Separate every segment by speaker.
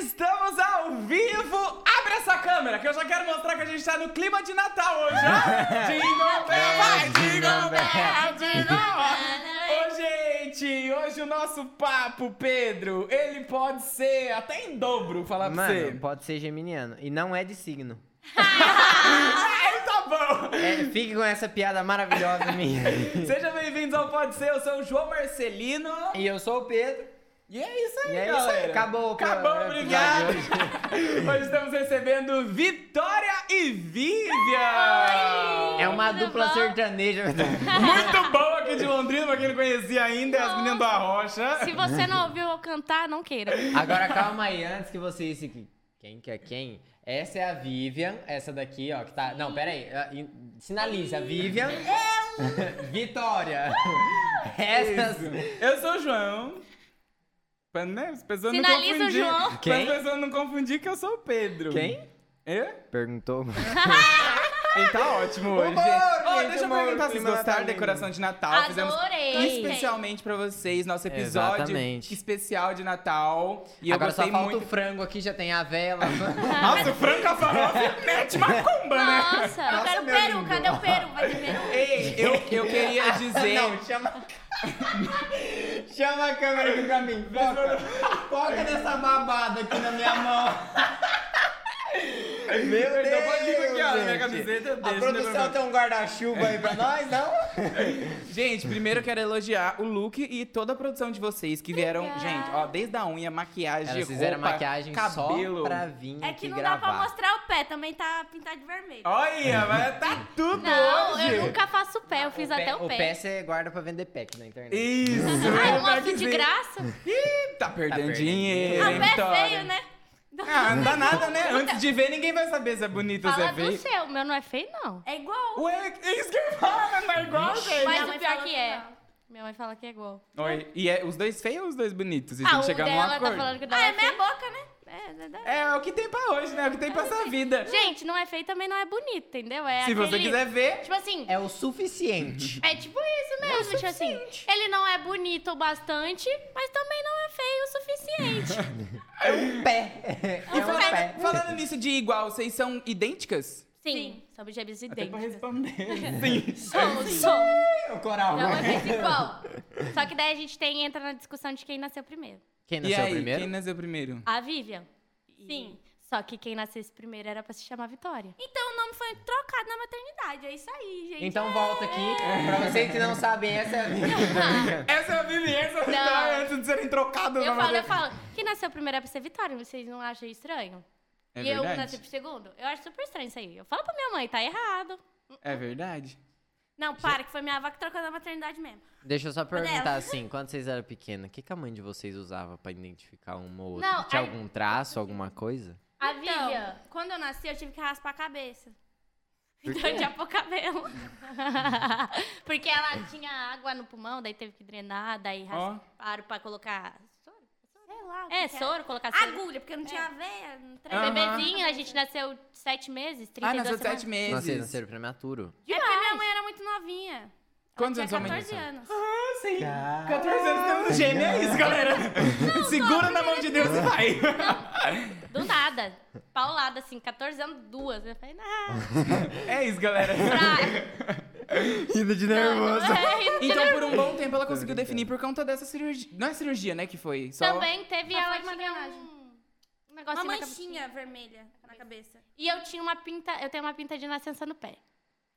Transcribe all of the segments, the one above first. Speaker 1: Estamos ao vivo! Abre essa câmera, que eu já quero mostrar que a gente tá no clima de Natal hoje, ó! Jingle bell, vai, jingle bell, jingle bell! Ô, gente, hoje o nosso papo, Pedro, ele pode ser até em dobro, falar pra você.
Speaker 2: Mano, pode ser geminiano. E não é de signo.
Speaker 1: Ai, tá bom!
Speaker 2: É, fique com essa piada maravilhosa minha.
Speaker 1: Sejam bem-vindos ao Pode Ser, eu sou o João Marcelino.
Speaker 2: e eu sou o Pedro.
Speaker 1: E é isso aí,
Speaker 2: E é isso aí,
Speaker 1: galera.
Speaker 2: acabou É, o
Speaker 1: Acabou,
Speaker 2: programa de
Speaker 1: obrigado.
Speaker 2: hoje.
Speaker 1: Hoje estamos recebendo Vitória e Vivian.
Speaker 2: É uma
Speaker 3: Tudo
Speaker 2: dupla
Speaker 3: bom?
Speaker 2: sertaneja.
Speaker 1: Muito bom aqui de Londrina, pra quem não conhecia ainda, é as meninas da Rocha.
Speaker 3: Se você não ouviu eu cantar, não queira.
Speaker 2: Agora calma aí, antes que você disse que quem que é quem. Essa é a Vivian, essa daqui, ó, que tá. Não, pera aí. ah, in- Sinalize, a Vivian. Vitória. Essas.
Speaker 1: Eu sou o João. Pra, né, as pessoas
Speaker 3: Sinaliza o
Speaker 1: não confundir,
Speaker 3: João.
Speaker 1: Pra
Speaker 2: Quem?
Speaker 1: as pessoas não confundir que eu sou o Pedro.
Speaker 2: Quem?
Speaker 1: Eu?
Speaker 2: Perguntou.
Speaker 1: Ele tá ótimo hoje.
Speaker 2: Humor,
Speaker 1: Ó,
Speaker 2: gente,
Speaker 1: deixa eu
Speaker 2: humor,
Speaker 1: perguntar, vocês gostaram da
Speaker 2: clima natalino.
Speaker 1: decoração de Natal?
Speaker 3: Adorei.
Speaker 1: Fizemos especialmente pra vocês nosso episódio
Speaker 2: Exatamente.
Speaker 1: especial de Natal. E
Speaker 2: Agora
Speaker 1: eu
Speaker 2: só
Speaker 1: gostei
Speaker 2: falta
Speaker 1: muito.
Speaker 2: o frango aqui, já tem a vela.
Speaker 1: Nossa, o Franca Farofa mete macumba, né?
Speaker 3: Nossa, eu quero
Speaker 2: meu
Speaker 3: peru.
Speaker 2: lindo.
Speaker 3: Cadê o peru? Vai de peru.
Speaker 1: Ei, eu, eu queria dizer...
Speaker 2: Ah, Não, chama. chama a câmera aqui pra mim. Foca. Foca nessa babada aqui na minha mão. Meu
Speaker 1: Perdão, pode vir aqui, ó, na minha
Speaker 2: gente.
Speaker 1: camiseta,
Speaker 2: A
Speaker 1: deixa, né,
Speaker 2: produção
Speaker 1: meu
Speaker 2: tem um guarda-chuva aí pra nós, não?
Speaker 1: Gente, primeiro eu quero elogiar o look e toda a produção de vocês que vieram,
Speaker 3: Obrigada.
Speaker 1: gente, ó, desde a unha, maquiagem,
Speaker 2: Elas
Speaker 1: roupa,
Speaker 2: fizeram maquiagem
Speaker 1: cabelo.
Speaker 2: só pra vir
Speaker 3: É que não dá pra mostrar o pé, também tá pintado de vermelho.
Speaker 1: Olha, mas tá tudo
Speaker 3: Não,
Speaker 1: hoje.
Speaker 3: eu nunca faço pé, eu fiz até o
Speaker 2: O pé
Speaker 3: pé.
Speaker 2: você guarda pra vender pack na internet.
Speaker 1: Isso.
Speaker 3: Ah,
Speaker 1: ele
Speaker 3: eu
Speaker 1: vai
Speaker 3: mostro de
Speaker 1: dizer.
Speaker 3: graça?
Speaker 1: Ih, tá
Speaker 2: Tá
Speaker 1: perdendo
Speaker 2: perdendo
Speaker 1: dinheiro,
Speaker 3: Ah,
Speaker 1: hein,
Speaker 3: o pé é
Speaker 1: Vitória?
Speaker 3: feio, né?
Speaker 1: Então, Ah, não dá nada, né? Antes de ver, ninguém vai saber se é bonito ou se
Speaker 3: Fala
Speaker 1: é feio.
Speaker 3: do seu, o meu não é feio, não. É
Speaker 4: Ah,
Speaker 3: igual.
Speaker 1: Ué, é isso que eu falo, não é igual, gente.
Speaker 3: Mas
Speaker 4: Minha
Speaker 3: o
Speaker 4: mãe
Speaker 3: pior
Speaker 4: fala
Speaker 3: que
Speaker 4: que
Speaker 3: é.
Speaker 4: não.
Speaker 3: Minha mãe fala que é igual.
Speaker 1: Oi, e é os dois feios ou os dois bonitos? Vocês
Speaker 3: Ah,
Speaker 1: têm
Speaker 3: o
Speaker 1: que chegar num
Speaker 3: dela tá
Speaker 1: acordo.
Speaker 3: falando que o dela
Speaker 4: Ah, é
Speaker 3: é
Speaker 4: meia
Speaker 3: feio.
Speaker 4: boca, né?
Speaker 3: É, é, é.
Speaker 1: É, é o que tem pra hoje, né? É o que tem pra essa vida.
Speaker 3: Ah, Gente, não é feio também não é bonito, entendeu? É
Speaker 1: Se você
Speaker 3: aquele-
Speaker 1: quiser ver,
Speaker 3: Tipo assim,
Speaker 2: É o suficiente.
Speaker 3: É tipo isso mesmo, tipo assim, ele não é bonito o bastante, mas também não é feio o suficiente.
Speaker 2: um pé. É um pé.
Speaker 1: Falando nisso de igual, vocês são idênticas?
Speaker 3: Sim, sobre gêmeos idênticos.
Speaker 1: responder. Sim.
Speaker 3: Sou, sou.
Speaker 2: O coral.
Speaker 3: assim. Não é feito igual. Só que daí a gente tem, entra na discussão de quem nasceu primeiro.
Speaker 2: Quem
Speaker 1: E
Speaker 2: nasceu
Speaker 1: aí,
Speaker 2: primeiro?
Speaker 1: quem nasceu primeiro?
Speaker 3: A Vivian.
Speaker 4: Sim.
Speaker 3: Só que quem nascesse primeiro era pra se chamar Vitória.
Speaker 4: Então o nome foi trocado na maternidade. É isso aí, gente.
Speaker 2: Então volta aqui. Pra vocês que não sabem, essa é a minha.
Speaker 1: Essa é a Vivi, essa é a Vitória, antes de serem trocadas.
Speaker 3: Eu
Speaker 1: na
Speaker 3: falo, eu
Speaker 1: verdade.
Speaker 3: falo, quem nasceu primeiro é pra ser Vitória, vocês não acham estranho?
Speaker 1: É
Speaker 3: e eu nasci
Speaker 1: verdade?
Speaker 3: pro segundo? Eu acho super estranho isso aí. Eu falo pra minha mãe, tá errado.
Speaker 1: É verdade?
Speaker 4: Não, para, que foi minha avó que trocou na maternidade mesmo.
Speaker 2: Deixa eu só
Speaker 3: é
Speaker 2: perguntar
Speaker 4: dela.
Speaker 2: assim, quando vocês eram pequenas, o que, que a mãe de vocês usava pra identificar uma ou outra?
Speaker 3: Não,
Speaker 2: Tinha
Speaker 3: a-
Speaker 2: algum traço, alguma coisa?
Speaker 3: A
Speaker 4: então,
Speaker 3: Vivian.
Speaker 4: quando eu nasci, eu tive que raspar a cabeça.
Speaker 3: Então eu tinha pouco cabelo. Porque ela tinha água no pulmão, daí teve que drenar, daí
Speaker 1: Ó.
Speaker 3: rasparam pra colocar soro.
Speaker 4: Sei lá. o que
Speaker 3: É,
Speaker 4: que É. era.
Speaker 3: soro, colocar soro.
Speaker 4: Agulha, porque eu não tinha veia, não
Speaker 1: Ah,
Speaker 4: treinava.
Speaker 3: Bebezinho, a gente nasceu sete meses, 32
Speaker 1: Ah, nasceu de
Speaker 3: semanas.
Speaker 1: sete meses.
Speaker 2: Não, vocês nasceram prematuro.
Speaker 4: É porque minha mãe era muito novinha. Ela
Speaker 1: Quantos
Speaker 4: tinha
Speaker 1: anos sua mãe
Speaker 4: 14
Speaker 2: tinha?
Speaker 4: anos.
Speaker 1: Ah, sim. 14 anos temos gêmeo, é isso, galera. Segura na mão de Deus e vai.
Speaker 3: Do nada. Paulada, assim, 14 anos, duas. Eu falei, não.
Speaker 1: É isso, galera.
Speaker 3: Pra...
Speaker 2: Indo de
Speaker 3: Não, não é isso.
Speaker 1: Então, por um bom tempo, ela conseguiu definir por conta dessa cirurgia. Não é cirurgia, né, que foi? Só...
Speaker 3: Também teve
Speaker 4: Só
Speaker 3: ela tinha
Speaker 4: foi drenagem.
Speaker 3: um... um negocinho
Speaker 4: Uma
Speaker 3: na cabecinha.
Speaker 4: manchinha vermelha na cabeça.
Speaker 3: E eu tinha uma pinta, eu tenho uma pinta de nascença no pé.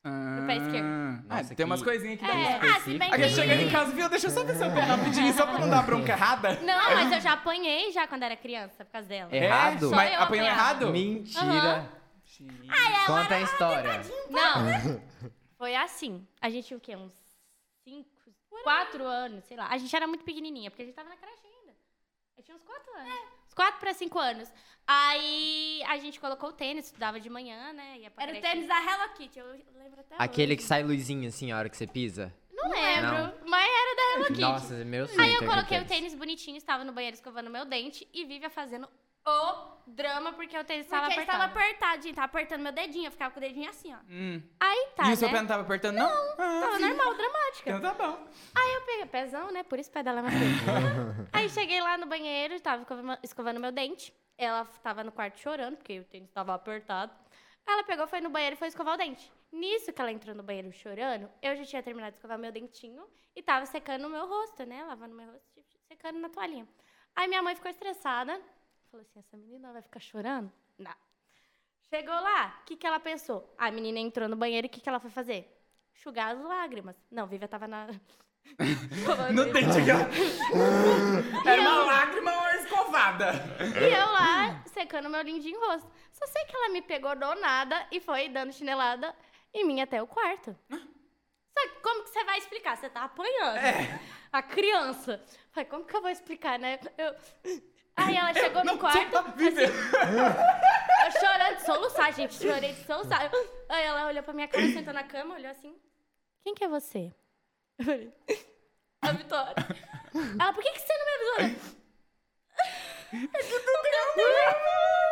Speaker 1: Ah,
Speaker 3: pé esquerdo.
Speaker 1: Ah,
Speaker 2: Nossa,
Speaker 1: tem umas
Speaker 2: que-
Speaker 1: coisinhas aqui.
Speaker 3: É.
Speaker 1: É.
Speaker 4: Ah, se bem
Speaker 2: Específico.
Speaker 1: Aqui
Speaker 4: que...
Speaker 1: chegando em casa, viu? Deixa eu só ver seu pé rapidinho, só pra não dar bronca errada.
Speaker 3: Não, mas eu já apanhei já quando era criança por causa dela.
Speaker 2: Errado?
Speaker 1: É? Mas
Speaker 3: Só eu
Speaker 1: apanhou
Speaker 3: apanhava.
Speaker 1: errado?
Speaker 2: Mentira. Conta a
Speaker 3: é
Speaker 2: história.
Speaker 3: Não. Foi assim. A gente tinha o quê? Uns 5, 4 anos, sei lá. A gente era muito pequenininha, porque a gente tava na creche ainda. Eu tinha uns 4 anos.
Speaker 4: É.
Speaker 3: Uns 4 pra 5 anos. Aí a gente colocou o tênis, estudava de manhã, né? Ia pra
Speaker 4: Era o
Speaker 3: creche.
Speaker 4: tênis da Hello Kitty, eu lembro até
Speaker 2: Aquele que
Speaker 4: hoje.
Speaker 2: sai luzinha assim a hora que você pisa?
Speaker 3: Não lembro, mas era da Hello Kitty.
Speaker 2: Nossa, meu sonho.
Speaker 3: Aí
Speaker 2: ter
Speaker 3: eu
Speaker 2: aquele
Speaker 3: coloquei o tênis bonitinho, estava no banheiro escovando meu dente e Vivian fazendo o drama porque o tênis estava
Speaker 4: Porque ele tava
Speaker 3: apertado.
Speaker 4: apertado, gente. Tava apertando meu dedinho. Eu ficava com o dedinho assim, ó.
Speaker 1: Hum.
Speaker 3: Aí tá,
Speaker 1: e o seu pé
Speaker 3: né?
Speaker 1: não tava apertando, não? Ah,
Speaker 3: Tava normal, dramática.
Speaker 1: então tá bom.
Speaker 3: Aí eu peguei, pezão, né? Por isso o pé dela é mais feio. Aí cheguei lá no banheiro, tava escovando- escovando meu dente. Ela tava no quarto chorando, porque o tênis tava apertado. Ela pegou, foi no banheiro e foi escovar o dente. Nisso que ela entrou no banheiro chorando, eu já tinha terminado de escovar meu dentinho e tava secando o meu rosto, né? Lavando meu rosto, secando na toalhinha. Aí minha mãe ficou estressada. Falou assim: essa menina vai ficar chorando? Não. Chegou lá, o que, que ela pensou? A menina entrou no banheiro e o que, que ela foi fazer? Enxugar as lágrimas. Não, Vivian tava na.
Speaker 1: No dente que ela- Era
Speaker 3: E
Speaker 1: uma
Speaker 3: eu-
Speaker 1: lágrima ou escovada.
Speaker 3: E eu lá, secando meu lindinho rosto. Só sei que ela me pegou do nada e foi dando chinelada em mim até o quarto. Só que como que você vai explicar? Você tá apanhando.
Speaker 1: É.
Speaker 3: A criança. Falei, como que eu vou explicar, né? Eu... Aí ela chegou no
Speaker 1: Não,
Speaker 3: quarto, assim.
Speaker 1: só pra viver.
Speaker 3: eu chorando de soluçar, gente. Chorei de soluçar. Aí ela olhou pra minha cara, sentou na cama, olhou assim. Quem que é você? Eu falei, a Vitória. Ela, por que, que você não me avisou? Eu,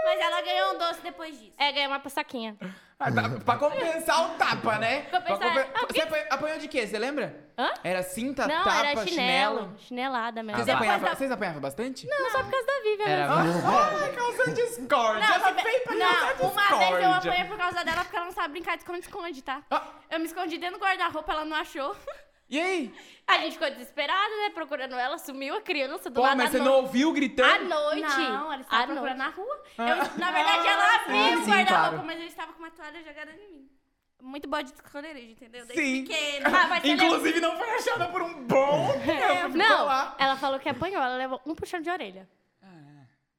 Speaker 4: Mas ela ganhou um doce depois disso.
Speaker 3: É, ganhei uma passaquinha.
Speaker 1: Ah, tá, pra compensar o tapa, né? Pra
Speaker 3: Compensar-
Speaker 1: compen-
Speaker 3: Ah,
Speaker 1: Você apanhou- apanhou de quê? Você lembra?
Speaker 3: Hã?
Speaker 1: Era cinta,
Speaker 3: Não,
Speaker 1: tapa, tá.
Speaker 3: era chinelo. Chinelada mesmo.
Speaker 1: Vocês,
Speaker 2: Ah, vai.
Speaker 1: apanhavam, vocês apanhavam bastante?
Speaker 3: Não, só por causa da Vivian.
Speaker 2: Era-
Speaker 3: mesmo.
Speaker 1: Ah, causando discórdia. Ela
Speaker 4: se-
Speaker 1: veio pra um causar
Speaker 4: não, uma vez eu
Speaker 1: discórdia.
Speaker 4: apanhei por causa dela porque ela não sabe brincar de esconde-esconde, tá?
Speaker 1: Ah,
Speaker 4: Eu me escondi dentro do guarda-roupa, ela não achou.
Speaker 1: e aí?
Speaker 3: A gente ficou desesperada, né? Procurando ela, sumiu a criança do
Speaker 1: Pô,
Speaker 3: lado
Speaker 1: mas
Speaker 3: da
Speaker 1: você não ouviu
Speaker 3: À
Speaker 1: gritando?
Speaker 3: noite.
Speaker 4: Não, ela estava
Speaker 3: À noite.
Speaker 4: procurando na rua. Eu, na verdade, ela
Speaker 1: Ah,
Speaker 4: abriu o
Speaker 1: sim,
Speaker 4: guarda-roupa,
Speaker 1: claro.
Speaker 4: mas eu estava com uma toalha jogada em mim. Muito bode de esconderijo, entendeu? Desde
Speaker 1: Sim.
Speaker 4: pequena. Ah, mas ela é
Speaker 1: Inclusive, não foi achada por um bom tempo. ficou
Speaker 3: É, Não,
Speaker 1: lá.
Speaker 3: ela falou que apanhou, ela levou um puxão de orelha.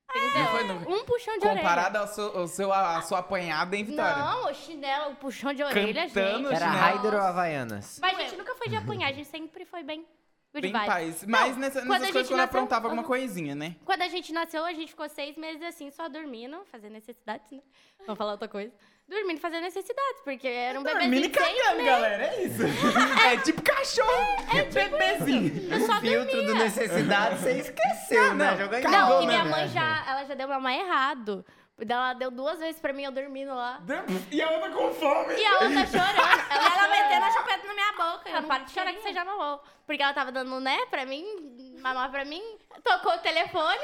Speaker 1: Não é. foi no-
Speaker 3: Um puxão de orelha.
Speaker 1: Comparada ao seu, ao seu- à sua apanhada, hein, Vitória?
Speaker 3: Não, o chinelo, o puxão de orelha,
Speaker 1: Cantando
Speaker 3: gente.
Speaker 2: Era
Speaker 1: Chinelo.
Speaker 2: Raider ou Havaianas?
Speaker 3: Mas a gente nunca foi de apanhar, a gente sempre foi bem. Good
Speaker 1: Bem
Speaker 3: vibes.
Speaker 1: paz. Mas nessa,
Speaker 3: quando
Speaker 1: nessas coisas,
Speaker 3: a gente
Speaker 1: quando
Speaker 3: nasceu-
Speaker 1: aprontava alguma
Speaker 3: Uhum.
Speaker 1: coisinha, né?
Speaker 3: Quando a gente nasceu, a gente ficou seis meses assim, só dormindo, fazendo necessidades, né? Vamos falar outra coisa. Dormindo, fazendo necessidades, porque era um bebezinho
Speaker 1: Dormindo e
Speaker 3: de seis
Speaker 1: cagando, galera. É isso. É tipo cachorro. É, bebezinho.
Speaker 3: Eu só
Speaker 2: o filtro
Speaker 3: dormia.
Speaker 2: do necessidade você esqueceu, né?
Speaker 1: não.
Speaker 2: Já ganhou.
Speaker 1: Cagou,
Speaker 3: Não, e
Speaker 1: né,
Speaker 3: minha mãe já, ela já deu mamar errado. Ela deu duas vezes pra mim, eu dormindo lá.
Speaker 1: E a outra com fome.
Speaker 3: tipo E a outra chorando. Ela, tá
Speaker 4: Ela
Speaker 3: chorando.
Speaker 4: metendo a chupeta na minha boca.
Speaker 3: Ela,
Speaker 4: Eu não
Speaker 3: para de chorar que você já mamou. Porque ela tava dando né pra mim, mamar pra mim, tocou o telefone,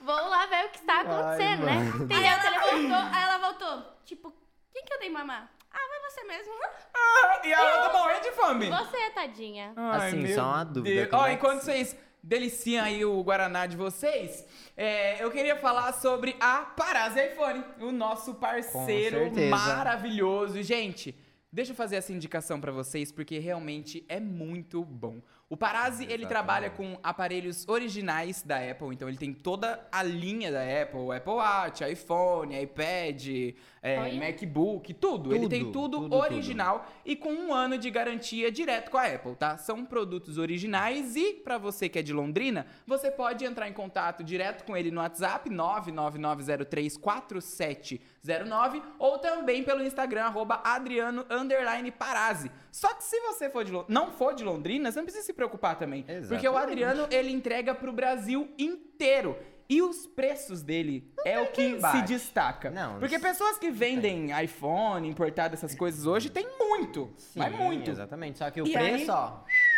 Speaker 3: vou lá ver o que está acontecendo, né?
Speaker 2: mano.
Speaker 4: Aí
Speaker 3: Entendeu? O
Speaker 4: ela,
Speaker 3: telefone.
Speaker 4: voltou, aí ela voltou. Tipo, quem que eu dei mamar? Ah, vai você mesmo.
Speaker 1: Ah, E a outra morrendo de fome.
Speaker 3: Você, tadinha.
Speaker 2: Assim,
Speaker 1: meu
Speaker 2: só uma dúvida,
Speaker 1: Deus.
Speaker 2: como
Speaker 1: Ó,
Speaker 2: é que-
Speaker 1: enquanto vocês deliciam aí o Guaraná de vocês, é, eu queria falar sobre a Parazzi iPhone, o nosso
Speaker 2: Com
Speaker 1: parceiro
Speaker 2: certeza.
Speaker 1: maravilhoso. Gente, deixa eu fazer essa indicação pra vocês, porque realmente é muito bom. O Parazzi, ele
Speaker 2: Exatamente.
Speaker 1: trabalha com aparelhos originais da Apple, então ele tem toda a linha da Apple, Apple Watch, iPhone, iPad, é,
Speaker 3: Olha.
Speaker 1: MacBook, tudo. Ele tem
Speaker 2: Tudo,
Speaker 1: tudo,
Speaker 2: tudo, tudo.
Speaker 1: original original e com um ano de garantia direto com a Apple, tá? São produtos originais e, pra você que é de Londrina, você pode entrar em contato direto com ele no WhatsApp 999034709 ou também pelo Instagram arroba Adriano underline Parazzi. Só que se você for de, Lon- não for de Londrina, você não precisa se preocupar também, porque o
Speaker 2: Exatamente.
Speaker 1: Adriano ele entrega pro Brasil inteiro. E os preços dele é o que
Speaker 2: quem
Speaker 1: se
Speaker 2: bate.
Speaker 1: destaca.
Speaker 2: Não,
Speaker 1: Porque pessoas que vendem iPhone, importado, essas coisas hoje, tem muito. mas muito.
Speaker 2: Exatamente. Só que o
Speaker 1: E aí-
Speaker 2: preço, ó.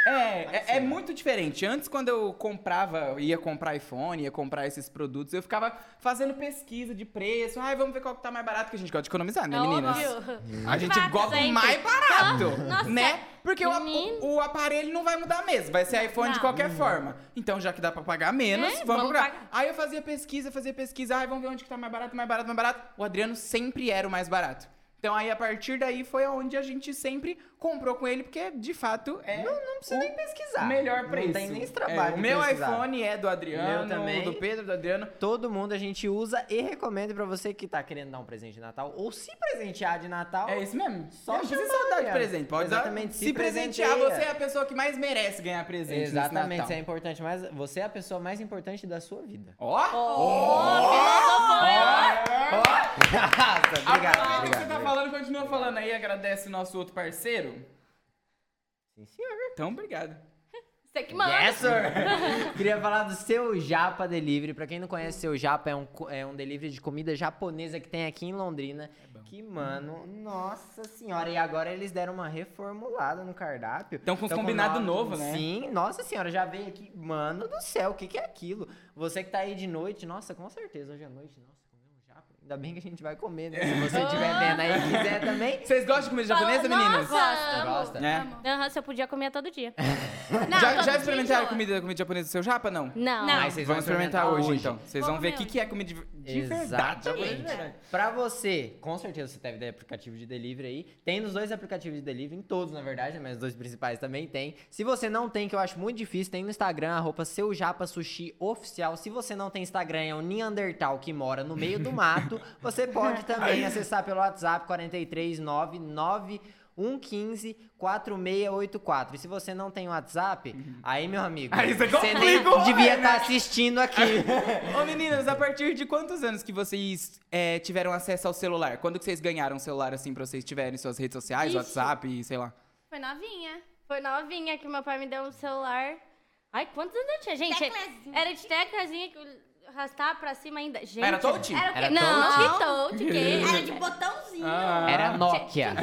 Speaker 1: É, é, é
Speaker 2: ser.
Speaker 1: muito diferente. Antes, quando eu comprava, eu ia comprar iPhone, ia comprar esses produtos, eu ficava fazendo pesquisa de preço. Ai, vamos ver qual que tá mais barato, que a gente gosta de economizar, né,
Speaker 3: É
Speaker 1: meninas?
Speaker 3: óbvio.
Speaker 1: A gente
Speaker 3: Barato
Speaker 1: gosta do
Speaker 3: sempre.
Speaker 1: mais barato,
Speaker 3: Nossa,
Speaker 1: né? Porque o,
Speaker 3: menino.
Speaker 1: o aparelho não vai mudar mesmo, vai ser iPhone de
Speaker 3: Não.
Speaker 1: qualquer forma. Então, já que dá pra pagar menos,
Speaker 3: É,
Speaker 1: vamos,
Speaker 3: vamos
Speaker 1: procurar.
Speaker 3: pagar.
Speaker 1: Aí eu fazia pesquisa, fazia pesquisa, ai, vamos ver onde que tá mais barato, mais barato, mais barato. O Adriano sempre era o mais barato. Então aí, a partir daí, foi onde a gente sempre comprou com ele, porque, de fato, é não, não precisa nem pesquisar. melhor
Speaker 2: Não
Speaker 1: preço.
Speaker 2: tem nem esse trabalho
Speaker 1: É, o
Speaker 2: de
Speaker 1: meu
Speaker 2: pesquisar.
Speaker 1: iPhone é do Adriano,
Speaker 2: Meu também.
Speaker 1: do Pedro, do Adriano.
Speaker 2: Todo mundo a gente usa e recomenda pra você que tá querendo dar um presente de Natal ou se presentear de Natal.
Speaker 1: É isso mesmo.
Speaker 2: Só
Speaker 1: não precisa
Speaker 2: chamar,
Speaker 1: dar de
Speaker 2: cara.
Speaker 1: presente. Pode dar.
Speaker 2: Exatamente,
Speaker 1: Se,
Speaker 2: se
Speaker 1: presentear,
Speaker 2: presenteia.
Speaker 1: você é a pessoa que mais merece ganhar presente. nesse
Speaker 2: Exatamente,
Speaker 1: Natal.
Speaker 2: isso é importante, mas você é a pessoa mais importante da sua vida.
Speaker 1: Ó! Aproveita que
Speaker 2: Nossa,
Speaker 1: você tá
Speaker 2: obrigado.
Speaker 1: falando, continua falando aí, agradece o nosso outro parceiro.
Speaker 2: Sim, senhor.
Speaker 1: Então, obrigado.
Speaker 3: Você que manda.
Speaker 2: Yes, sir. Queria falar do Seu Japa Delivery. Pra quem não conhece, Seu Japa é um, co- é um delivery de comida japonesa que tem aqui em Londrina.
Speaker 1: É
Speaker 2: que, mano, nossa senhora. E agora eles deram uma reformulada no cardápio.
Speaker 1: Tão com os
Speaker 2: Tão
Speaker 1: combinado
Speaker 2: no-
Speaker 1: novo, né?
Speaker 2: Sim, nossa senhora, já veio aqui. Mano do céu, o que, que é aquilo? Você que tá aí de noite, nossa, com certeza, hoje à noite, nossa, com japa. Ainda bem que a gente vai comer, né? Se você estiver vendo aí e quiser também.
Speaker 1: Vocês gostam de comida japonesa,
Speaker 3: Falou,
Speaker 1: meninas?
Speaker 3: Nossa, amo.
Speaker 2: Gosta?
Speaker 1: É.
Speaker 4: Amo.
Speaker 3: Aham, se eu podia comer todo dia.
Speaker 1: já
Speaker 4: Não, tá todo
Speaker 1: já
Speaker 4: dia
Speaker 1: experimentaram
Speaker 4: enjoa.
Speaker 1: comida, comida japonesa do seu japa? Não.
Speaker 3: Não.
Speaker 4: Não.
Speaker 2: Mas vocês vão
Speaker 1: Vamos experimentar, hoje, então. Vocês vão
Speaker 4: Vamos
Speaker 1: ver o
Speaker 4: ver
Speaker 1: que,
Speaker 4: hoje.
Speaker 1: que é comida de, de verdade. japonesa de
Speaker 2: Exatamente.
Speaker 1: verdade.
Speaker 2: Pra você, com certeza você deve ter aplicativo de delivery aí. Tem nos dois aplicativos de delivery, em todos na verdade, né, mas os dois principais também tem. Se você não tem, que eu acho muito difícil, tem no Instagram, arroba seu japa sushi oficial. Se você não tem Instagram, é um Neandertal que mora no meio do mato. Você pode também acessar pelo WhatsApp 4399115 4684. E se você não tem WhatsApp, aí, meu amigo,
Speaker 1: Uhum. Aí você
Speaker 2: nem
Speaker 1: complicou, né?
Speaker 2: devia estar assistindo aqui.
Speaker 1: Ô meninas, a partir de quantos anos que vocês é, tiveram acesso ao celular? Quando que vocês ganharam um celular assim pra vocês tiverem suas redes sociais,
Speaker 3: Ixi.
Speaker 1: WhatsApp e sei lá?
Speaker 4: Foi novinha.
Speaker 3: Foi novinha que meu pai me deu um celular. Ai, quantos anos eu tinha? Gente,
Speaker 4: Teclazinha.
Speaker 3: era de teclazinha que eu arrastava pra cima ainda. Gente,
Speaker 1: Era touch?
Speaker 4: Era o quê?
Speaker 2: Era
Speaker 3: Não,
Speaker 4: touch?
Speaker 3: que touch, que...
Speaker 4: Era de botãozinho.
Speaker 1: Ah.
Speaker 2: Era Nokia.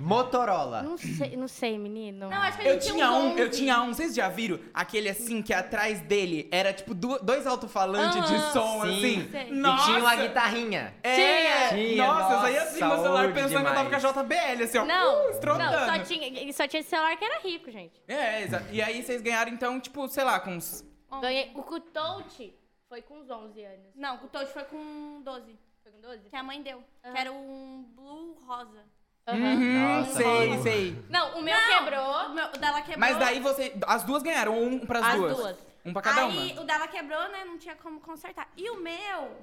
Speaker 2: Motorola.
Speaker 3: Não sei, não sei, menino.
Speaker 4: Não, acho que a
Speaker 1: Eu
Speaker 4: gente
Speaker 1: tinha um, eu
Speaker 4: 11.
Speaker 1: tinha um, vocês já viram? Aquele assim que atrás dele era tipo du- dois alto-falantes de
Speaker 3: Aham.
Speaker 1: som
Speaker 2: Sim.
Speaker 1: assim.
Speaker 3: Sei.
Speaker 1: Nossa!
Speaker 2: E tinha uma guitarrinha.
Speaker 1: É,
Speaker 2: Tinha.
Speaker 1: nossa, eu saía
Speaker 2: Nossa,
Speaker 1: assim no celular
Speaker 2: old
Speaker 1: pensando que eu
Speaker 2: demais.
Speaker 1: tava com a JBL, assim, ó.
Speaker 3: Não,
Speaker 1: uh, estrondando.
Speaker 3: não, só tinha, só tinha esse celular que era rico, gente.
Speaker 1: É, exato. E aí vocês ganharam, então, tipo, sei lá, com uns.
Speaker 3: Ganhei. O com touch foi com uns 11 anos.
Speaker 4: Não, o Toad foi com 12.
Speaker 3: Foi com 12?
Speaker 4: Que a mãe deu. Que era um blue rosa.
Speaker 3: Aham.
Speaker 1: Hum,
Speaker 2: Nossa,
Speaker 1: sei,
Speaker 2: mano.
Speaker 1: sei.
Speaker 3: Não, o meu
Speaker 4: O,
Speaker 3: quebrou.
Speaker 4: meu- o dela quebrou.
Speaker 1: Mas daí você. As duas ganharam, um pras
Speaker 3: É As
Speaker 1: duas.
Speaker 3: duas.
Speaker 1: Um pra cada
Speaker 4: aí,
Speaker 1: uma.
Speaker 4: o dela quebrou, né? Não tinha como consertar. E o meu,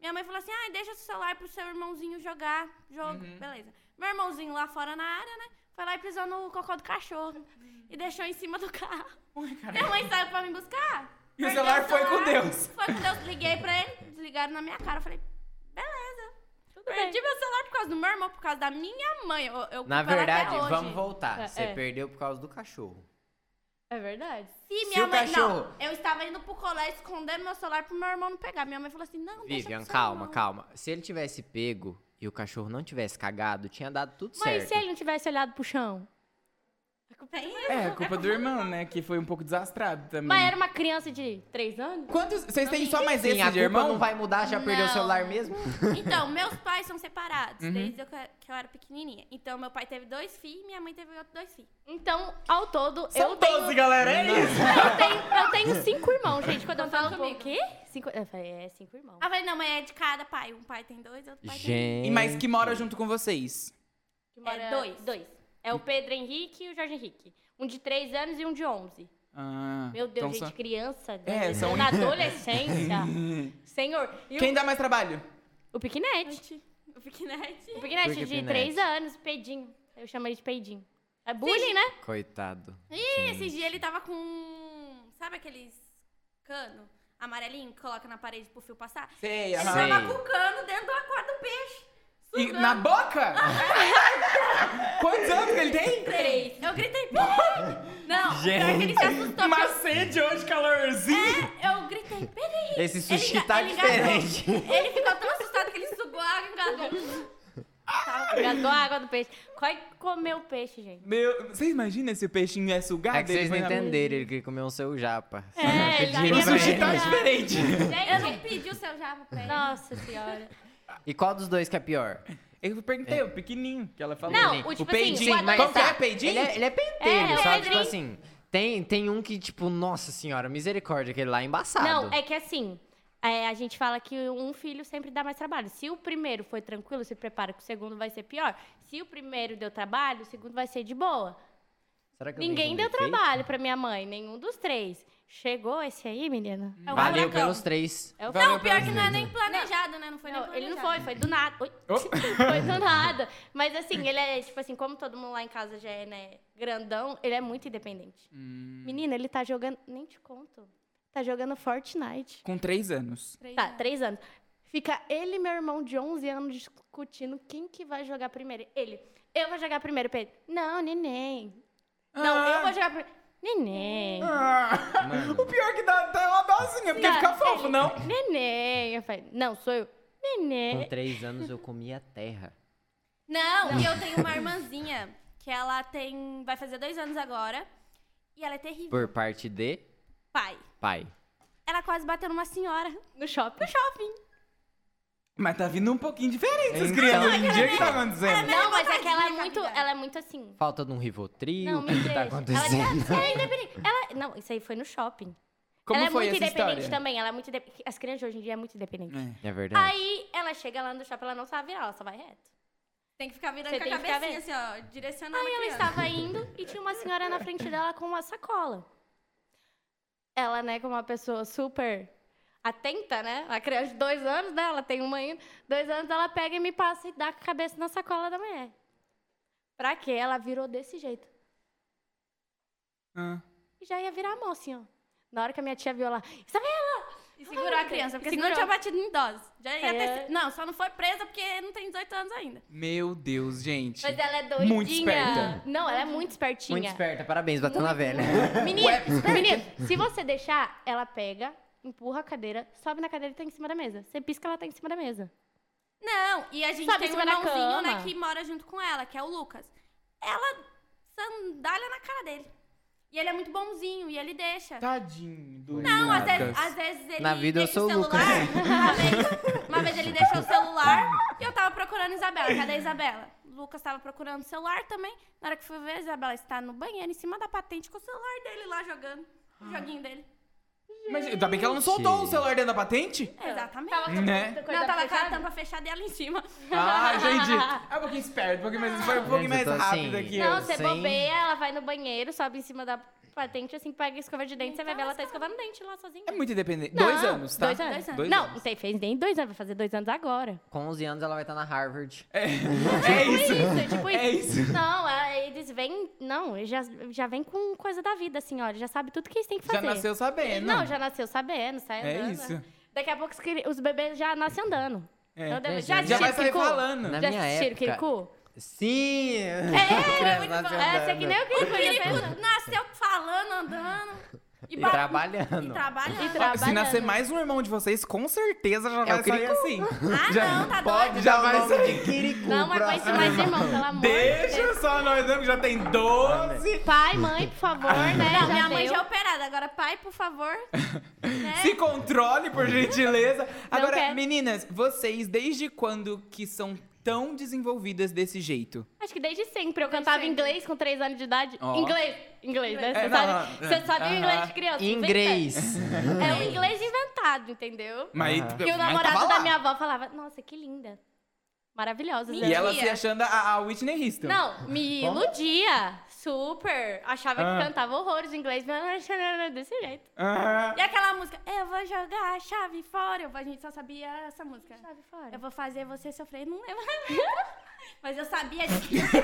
Speaker 4: minha mãe falou assim: ai, deixa o celular pro seu irmãozinho jogar jogo.
Speaker 1: Uhum.
Speaker 4: Beleza. Meu irmãozinho lá fora na área, né? Foi lá e pisou no cocô do cachorro. E deixou em cima do carro. minha mãe saiu pra me buscar.
Speaker 1: E o
Speaker 4: perdeu
Speaker 1: celular foi com Deus.
Speaker 4: Foi com Deus. Liguei pra ele, desligaram na minha cara. Eu falei, beleza. Perdi
Speaker 3: bem.
Speaker 4: meu celular por causa do meu irmão, por causa da minha mãe. Eu, eu
Speaker 2: Na
Speaker 4: culpo ela até
Speaker 2: verdade,
Speaker 4: hoje.
Speaker 2: vamos voltar.
Speaker 3: É,
Speaker 2: Você
Speaker 3: é.
Speaker 2: perdeu por causa do cachorro.
Speaker 3: É verdade.
Speaker 4: Se
Speaker 2: Se
Speaker 4: minha
Speaker 2: o
Speaker 4: mãe.
Speaker 2: cachorro-
Speaker 4: Não, eu estava indo pro colégio escondendo meu celular pro meu irmão não pegar. Minha mãe falou assim: não, deixa um.
Speaker 2: Vivian,
Speaker 4: pro seu
Speaker 2: calma,
Speaker 4: irmão.
Speaker 2: calma. Se ele tivesse pego e o cachorro não tivesse cagado, tinha dado tudo
Speaker 3: Mas é
Speaker 2: certo.
Speaker 3: e se ele não tivesse olhado pro chão?
Speaker 4: Tem-
Speaker 1: É, culpa do irmão, né? Que foi um pouco desastrado também.
Speaker 3: Mas era uma criança de 3 anos?
Speaker 1: Quantos. Vocês têm só mais
Speaker 2: Sim,
Speaker 1: esse
Speaker 2: a
Speaker 1: de
Speaker 2: culpa
Speaker 1: irmão?
Speaker 2: não vai mudar, já perdeu o
Speaker 4: Não.
Speaker 2: celular mesmo?
Speaker 4: Então, meus pais são separados
Speaker 1: Uhum.
Speaker 4: desde que eu- que eu era pequenininha. Então, meu pai teve dois filhos e minha mãe teve outros dois filhos.
Speaker 3: Então, ao todo,
Speaker 1: São
Speaker 3: eu
Speaker 1: 12,
Speaker 3: tenho...
Speaker 1: galera, é isso?
Speaker 3: Eu tenho, eu tenho cinco irmãos, gente. Quando eu falo Então, comigo, o quê? Cinco... Eu falei, é, cinco irmãos.
Speaker 4: Ah, eu falei: não, mãe, é de cada pai. Um pai tem dois, outro pai tem
Speaker 1: E
Speaker 2: Gente.
Speaker 1: Mas que mora junto com vocês.
Speaker 3: É, dois. Dois. É o Pedro Henrique e o Jorge Henrique. Um de três anos e um de 11.
Speaker 1: Ah,
Speaker 3: Meu Deus,
Speaker 1: então
Speaker 3: gente,
Speaker 1: só-
Speaker 3: criança.
Speaker 1: É,
Speaker 3: né?
Speaker 1: são-
Speaker 3: Na adolescência. Senhor. E
Speaker 1: Quem dá mais trabalho?
Speaker 3: o, o Piquinete.
Speaker 4: dois. O Piquinete.
Speaker 3: O Piquinete
Speaker 2: Por que
Speaker 3: de
Speaker 2: Piquinete?
Speaker 3: três anos, peidinho. Eu chamo ele de peidinho. É bullying, né?
Speaker 2: Coitado.
Speaker 4: Ih, esse dia ele tava com. Sabe aqueles cano amarelinho que coloca na parede pro fio passar?
Speaker 1: Sei,
Speaker 4: Ele
Speaker 2: Sei.
Speaker 4: tava com o cano dentro do aquário do peixe.
Speaker 1: E na boca? Quantos anos que ele tem?
Speaker 4: Três. Eu gritei, pegue! Não, pior que ele se assustou.
Speaker 1: Macete hoje,
Speaker 3: É.
Speaker 1: calorzinho.
Speaker 4: Eu gritei, pegue!
Speaker 2: Esse sushi
Speaker 4: enga-
Speaker 2: tá
Speaker 4: ele engasgou.
Speaker 2: diferente.
Speaker 4: Ele ficou tão assustado que ele sugou a água e engasgou.
Speaker 3: Gastou a água do peixe. Qual comeu o peixe, gente?
Speaker 1: Meu, vocês imaginam se o peixinho é sugado?
Speaker 2: É que vocês
Speaker 1: Ele
Speaker 2: não
Speaker 1: foi na-
Speaker 2: entenderam, ele queria comer um seu japa.
Speaker 3: É, ele
Speaker 2: Pediram
Speaker 1: O
Speaker 3: queria
Speaker 2: pra
Speaker 1: sushi
Speaker 2: ele.
Speaker 1: tá
Speaker 3: Não.
Speaker 1: diferente.
Speaker 4: Eu não pedi o seu java pra ele.
Speaker 3: Nossa senhora.
Speaker 2: E qual dos dois que é pior?
Speaker 1: Eu perguntei, o pequenininho que ela falou.
Speaker 3: Não,
Speaker 2: Peidinho.
Speaker 3: o tipo
Speaker 1: É. O
Speaker 3: assim,
Speaker 1: peidinho,
Speaker 3: o
Speaker 1: mas-
Speaker 3: adolescente-
Speaker 1: Qual que é, peidinho?
Speaker 2: Ele é, ele é pentelho,
Speaker 3: É, é o
Speaker 2: sabe? Tipo
Speaker 3: Pedrinho.
Speaker 2: assim, tem, tem um que, tipo, nossa senhora, misericórdia, aquele lá é embaçado.
Speaker 3: Não, é que assim, é, a gente fala que um filho sempre dá mais trabalho. Se o primeiro foi tranquilo, se prepara que o segundo vai ser pior. Se o primeiro deu trabalho, o segundo vai ser de boa.
Speaker 2: Será que eu
Speaker 3: Ninguém
Speaker 2: tenho
Speaker 3: deu
Speaker 2: um defeito?
Speaker 3: trabalho pra minha mãe, nenhum dos três. Chegou esse aí, menina?
Speaker 4: É um
Speaker 2: Valeu
Speaker 4: furacão.
Speaker 2: pelos três.
Speaker 3: É o
Speaker 1: Valeu
Speaker 4: Não, pior
Speaker 1: pelos
Speaker 4: que não é
Speaker 1: dois.
Speaker 4: nem planejado, né? Não foi nem
Speaker 3: Não, ele não foi,
Speaker 4: planejado.
Speaker 3: foi do nada. Oi.
Speaker 1: Opa.
Speaker 3: Foi do nada. Mas assim, ele é, tipo assim, como todo mundo lá em casa já é, né, grandão, ele é muito independente. Menina, ele tá jogando. Nem te conto. Tá jogando Fortnite.
Speaker 1: é Com três anos.
Speaker 4: Três
Speaker 3: Tá,
Speaker 4: anos.
Speaker 3: três anos. Fica ele e meu irmão de 11 anos discutindo quem que vai jogar primeiro. Ele, eu vou jogar primeiro, Pedro. Não, neném. Não, eu vou jogar primeiro. Neném.
Speaker 1: Ah,
Speaker 2: Mano.
Speaker 1: O pior que dá até uma dozinha, porque fica fofo,
Speaker 3: Ele,
Speaker 1: não?
Speaker 3: Neném. Eu falei, não, sou eu.
Speaker 2: Com
Speaker 3: Neném.
Speaker 2: três anos eu comi a terra.
Speaker 4: Não, e eu tenho uma irmãzinha que ela tem. Vai fazer dois anos agora. E ela é terrível.
Speaker 2: Por parte de
Speaker 4: Pai.
Speaker 2: pai.
Speaker 4: Ela quase bateu numa senhora.
Speaker 3: No shopping.
Speaker 4: Shopping.
Speaker 1: Mas tá vindo um pouquinho diferente essas
Speaker 2: Então.
Speaker 1: crianças hoje em
Speaker 3: é
Speaker 1: dia. O que tá acontecendo?
Speaker 3: Não, mas é que ela é
Speaker 4: Tadinha,
Speaker 3: muito,
Speaker 4: tadinha.
Speaker 3: ela é muito assim.
Speaker 2: Falta de um Rivotril?
Speaker 3: Não, é.
Speaker 2: o
Speaker 3: me
Speaker 2: que, que
Speaker 3: deixa.
Speaker 2: tá acontecendo?
Speaker 3: Ela, ela é independente. Ela, não, isso aí foi no shopping.
Speaker 1: Como
Speaker 3: ela é
Speaker 1: foi
Speaker 3: muito
Speaker 1: essa
Speaker 3: independente
Speaker 1: história?
Speaker 3: também. Ela é muito indep- As crianças hoje em dia é muito independente.
Speaker 1: É.
Speaker 2: É verdade.
Speaker 3: Aí ela chega lá no shopping, ela não sabe virar, ela só vai reto.
Speaker 4: Tem que ficar virando
Speaker 3: Você
Speaker 4: com a
Speaker 3: tem que ficar
Speaker 4: cabecinha assim, ó, direcionando
Speaker 3: Aí
Speaker 4: a
Speaker 3: ela
Speaker 4: criança.
Speaker 3: estava indo e tinha uma senhora na frente dela com uma sacola. Ela, né, como uma pessoa super atenta, né? Uma criança de dois anos, né? Ela tem uma ainda. Dois anos, ela pega e me passa e dá com a cabeça na sacola da mulher. Pra quê? Ela virou desse jeito.
Speaker 1: Ah.
Speaker 3: E já ia virar a mão, assim, ó. Na hora que a minha tia viu ela, tá Isabela!
Speaker 4: E segurou a criança, porque senão
Speaker 3: Segurou.
Speaker 4: tinha batido em idosos. Já ia
Speaker 3: É.
Speaker 4: ter... Não, só não foi presa porque não tem 18 anos ainda.
Speaker 1: Meu Deus, gente.
Speaker 3: Mas ela é doidinha.
Speaker 1: Muito esperta.
Speaker 3: Não, ela é muito espertinha.
Speaker 2: Muito esperta, parabéns,
Speaker 1: Tá
Speaker 2: bateu na velha.
Speaker 3: Menino, menino, se você deixar, ela pega, empurra a cadeira, sobe na cadeira e tá em cima da mesa. Você pisca, ela tá em cima da mesa.
Speaker 4: Não, e a gente
Speaker 3: Sabe,
Speaker 4: tem
Speaker 3: em
Speaker 4: um
Speaker 3: cima da
Speaker 4: irmãozinho, né,
Speaker 3: cama.
Speaker 4: que mora junto com ela, que é o Lucas. Ela sandália na cara dele. E ele é muito bonzinho, e ele deixa.
Speaker 1: Tadinho do
Speaker 4: Não, às
Speaker 1: Lucas.
Speaker 4: vezes, às vezes ele
Speaker 2: Tá Na vida eu
Speaker 4: deixa
Speaker 2: sou
Speaker 4: o
Speaker 2: o
Speaker 4: celular. Uma, vez, uma vez ele deixou o celular e eu tava procurando Isabela. Cadê a Isabela? O Lucas tava procurando o celular também. Na hora que fui ver, a Isabela está no banheiro, em cima da patente, com o celular dele lá jogando. O joguinho dele.
Speaker 1: Mas ainda bem que ela não soltou o
Speaker 2: Gente.
Speaker 1: celular dentro da patente.
Speaker 4: Exatamente.
Speaker 3: É. Tava com
Speaker 1: Né?
Speaker 3: muita coisa tá
Speaker 4: Não, tava com a
Speaker 3: fechada.
Speaker 4: tampa fechada e ela em cima.
Speaker 1: Ah, entendi. É um pouquinho esperto, um pouquinho mais, foi um pouquinho
Speaker 2: Gente, eu
Speaker 1: mais
Speaker 2: tô
Speaker 1: rápido
Speaker 2: assim.
Speaker 1: aqui.
Speaker 3: Não,
Speaker 2: eu
Speaker 3: você
Speaker 2: sem-
Speaker 3: bobeia, ela vai no banheiro, sobe em cima da patente, assim, pega a escova de dente, você vai ver ela tá escovando dente lá sozinha.
Speaker 1: É muito independente.
Speaker 3: Não,
Speaker 1: dois anos, tá?
Speaker 3: Dois anos.
Speaker 1: Dois
Speaker 3: não,
Speaker 1: anos.
Speaker 3: não tem, fez nem dois anos, vai fazer dois anos agora.
Speaker 2: Com 11 anos ela vai estar na Harvard.
Speaker 1: É, é isso.
Speaker 3: Isso, tipo
Speaker 1: É isso.
Speaker 3: Não, é, eles vêm. Não, já, já vem com coisa da vida, assim, ó. eles Já sabe tudo que eles têm que fazer.
Speaker 1: Já nasceu sabendo.
Speaker 3: Não, já nasceu sabendo, sai
Speaker 1: É
Speaker 3: andando.
Speaker 1: isso.
Speaker 3: né? Daqui a pouco os, cri- os bebês já nascem andando.
Speaker 1: É.
Speaker 3: Então, deve-
Speaker 2: É,
Speaker 3: já
Speaker 2: já-
Speaker 1: Já
Speaker 3: assistiram
Speaker 1: vai sair
Speaker 3: Kirikou?
Speaker 1: falando.
Speaker 2: Na
Speaker 3: Já
Speaker 2: minha
Speaker 3: assistiram
Speaker 2: época-
Speaker 3: Kirikou?
Speaker 2: Sim!
Speaker 3: É, é, muito
Speaker 2: Criança
Speaker 3: bom. É, você que nem o Kirikou.
Speaker 4: O
Speaker 3: ele
Speaker 4: Quirico
Speaker 3: fez, né?
Speaker 4: nasceu falando, andando.
Speaker 2: E
Speaker 4: ba-
Speaker 2: trabalhando.
Speaker 4: E trabalhando.
Speaker 3: E
Speaker 1: Ó, Se
Speaker 3: trabalhando. É
Speaker 1: nascer mais um irmão de vocês, com certeza já vai sair
Speaker 2: Kiriko.
Speaker 1: assim.
Speaker 4: Ah,
Speaker 1: Já-
Speaker 4: não, tá doido.
Speaker 2: Pode
Speaker 1: Já
Speaker 2: dar
Speaker 1: vai
Speaker 2: o nome
Speaker 1: sair.
Speaker 2: de Kirikou
Speaker 3: Não, mas vai ser
Speaker 2: pra-
Speaker 3: mais irmão, pelo amor de Deus.
Speaker 1: Deixa só nós, né, que já tem 12.
Speaker 3: Pai, mãe, por favor, né?
Speaker 4: Não,
Speaker 3: Já
Speaker 4: minha mãe
Speaker 3: deu.
Speaker 4: já é operada. Agora, pai, por favor.
Speaker 1: Se controle, por gentileza. Agora,
Speaker 3: Né? quer.
Speaker 1: meninas, vocês desde quando que são tão desenvolvidas desse jeito?
Speaker 3: Acho que desde sempre. Eu cantava
Speaker 4: sempre.
Speaker 3: inglês com 3 anos de idade.
Speaker 1: Ó.
Speaker 3: Inglês, inglês, né? Você
Speaker 1: É, não,
Speaker 3: sabe,
Speaker 1: não,
Speaker 3: você sabe o
Speaker 1: aham.
Speaker 3: inglês de criança.
Speaker 2: Inglês.
Speaker 3: inventado. É um inglês inventado, entendeu?
Speaker 1: Mas,
Speaker 3: E o
Speaker 1: mas tá
Speaker 3: namorado
Speaker 1: tava
Speaker 3: da
Speaker 1: lá.
Speaker 3: minha avó falava, nossa, que linda. Maravilhosa. né?
Speaker 1: E ela se
Speaker 4: Ia.
Speaker 1: achando a, a Whitney Houston.
Speaker 3: Não, me
Speaker 2: Como?
Speaker 3: iludia. Super. Achava
Speaker 1: Ah.
Speaker 3: que cantava horrores em inglês. mas Desse jeito.
Speaker 1: Aham.
Speaker 4: E aquela música, eu vou jogar a chave fora. Eu vou- a gente só sabia essa música.
Speaker 3: Sabe, fora.
Speaker 4: Eu vou fazer você sofrer. Não lembro. Mas eu sabia disso.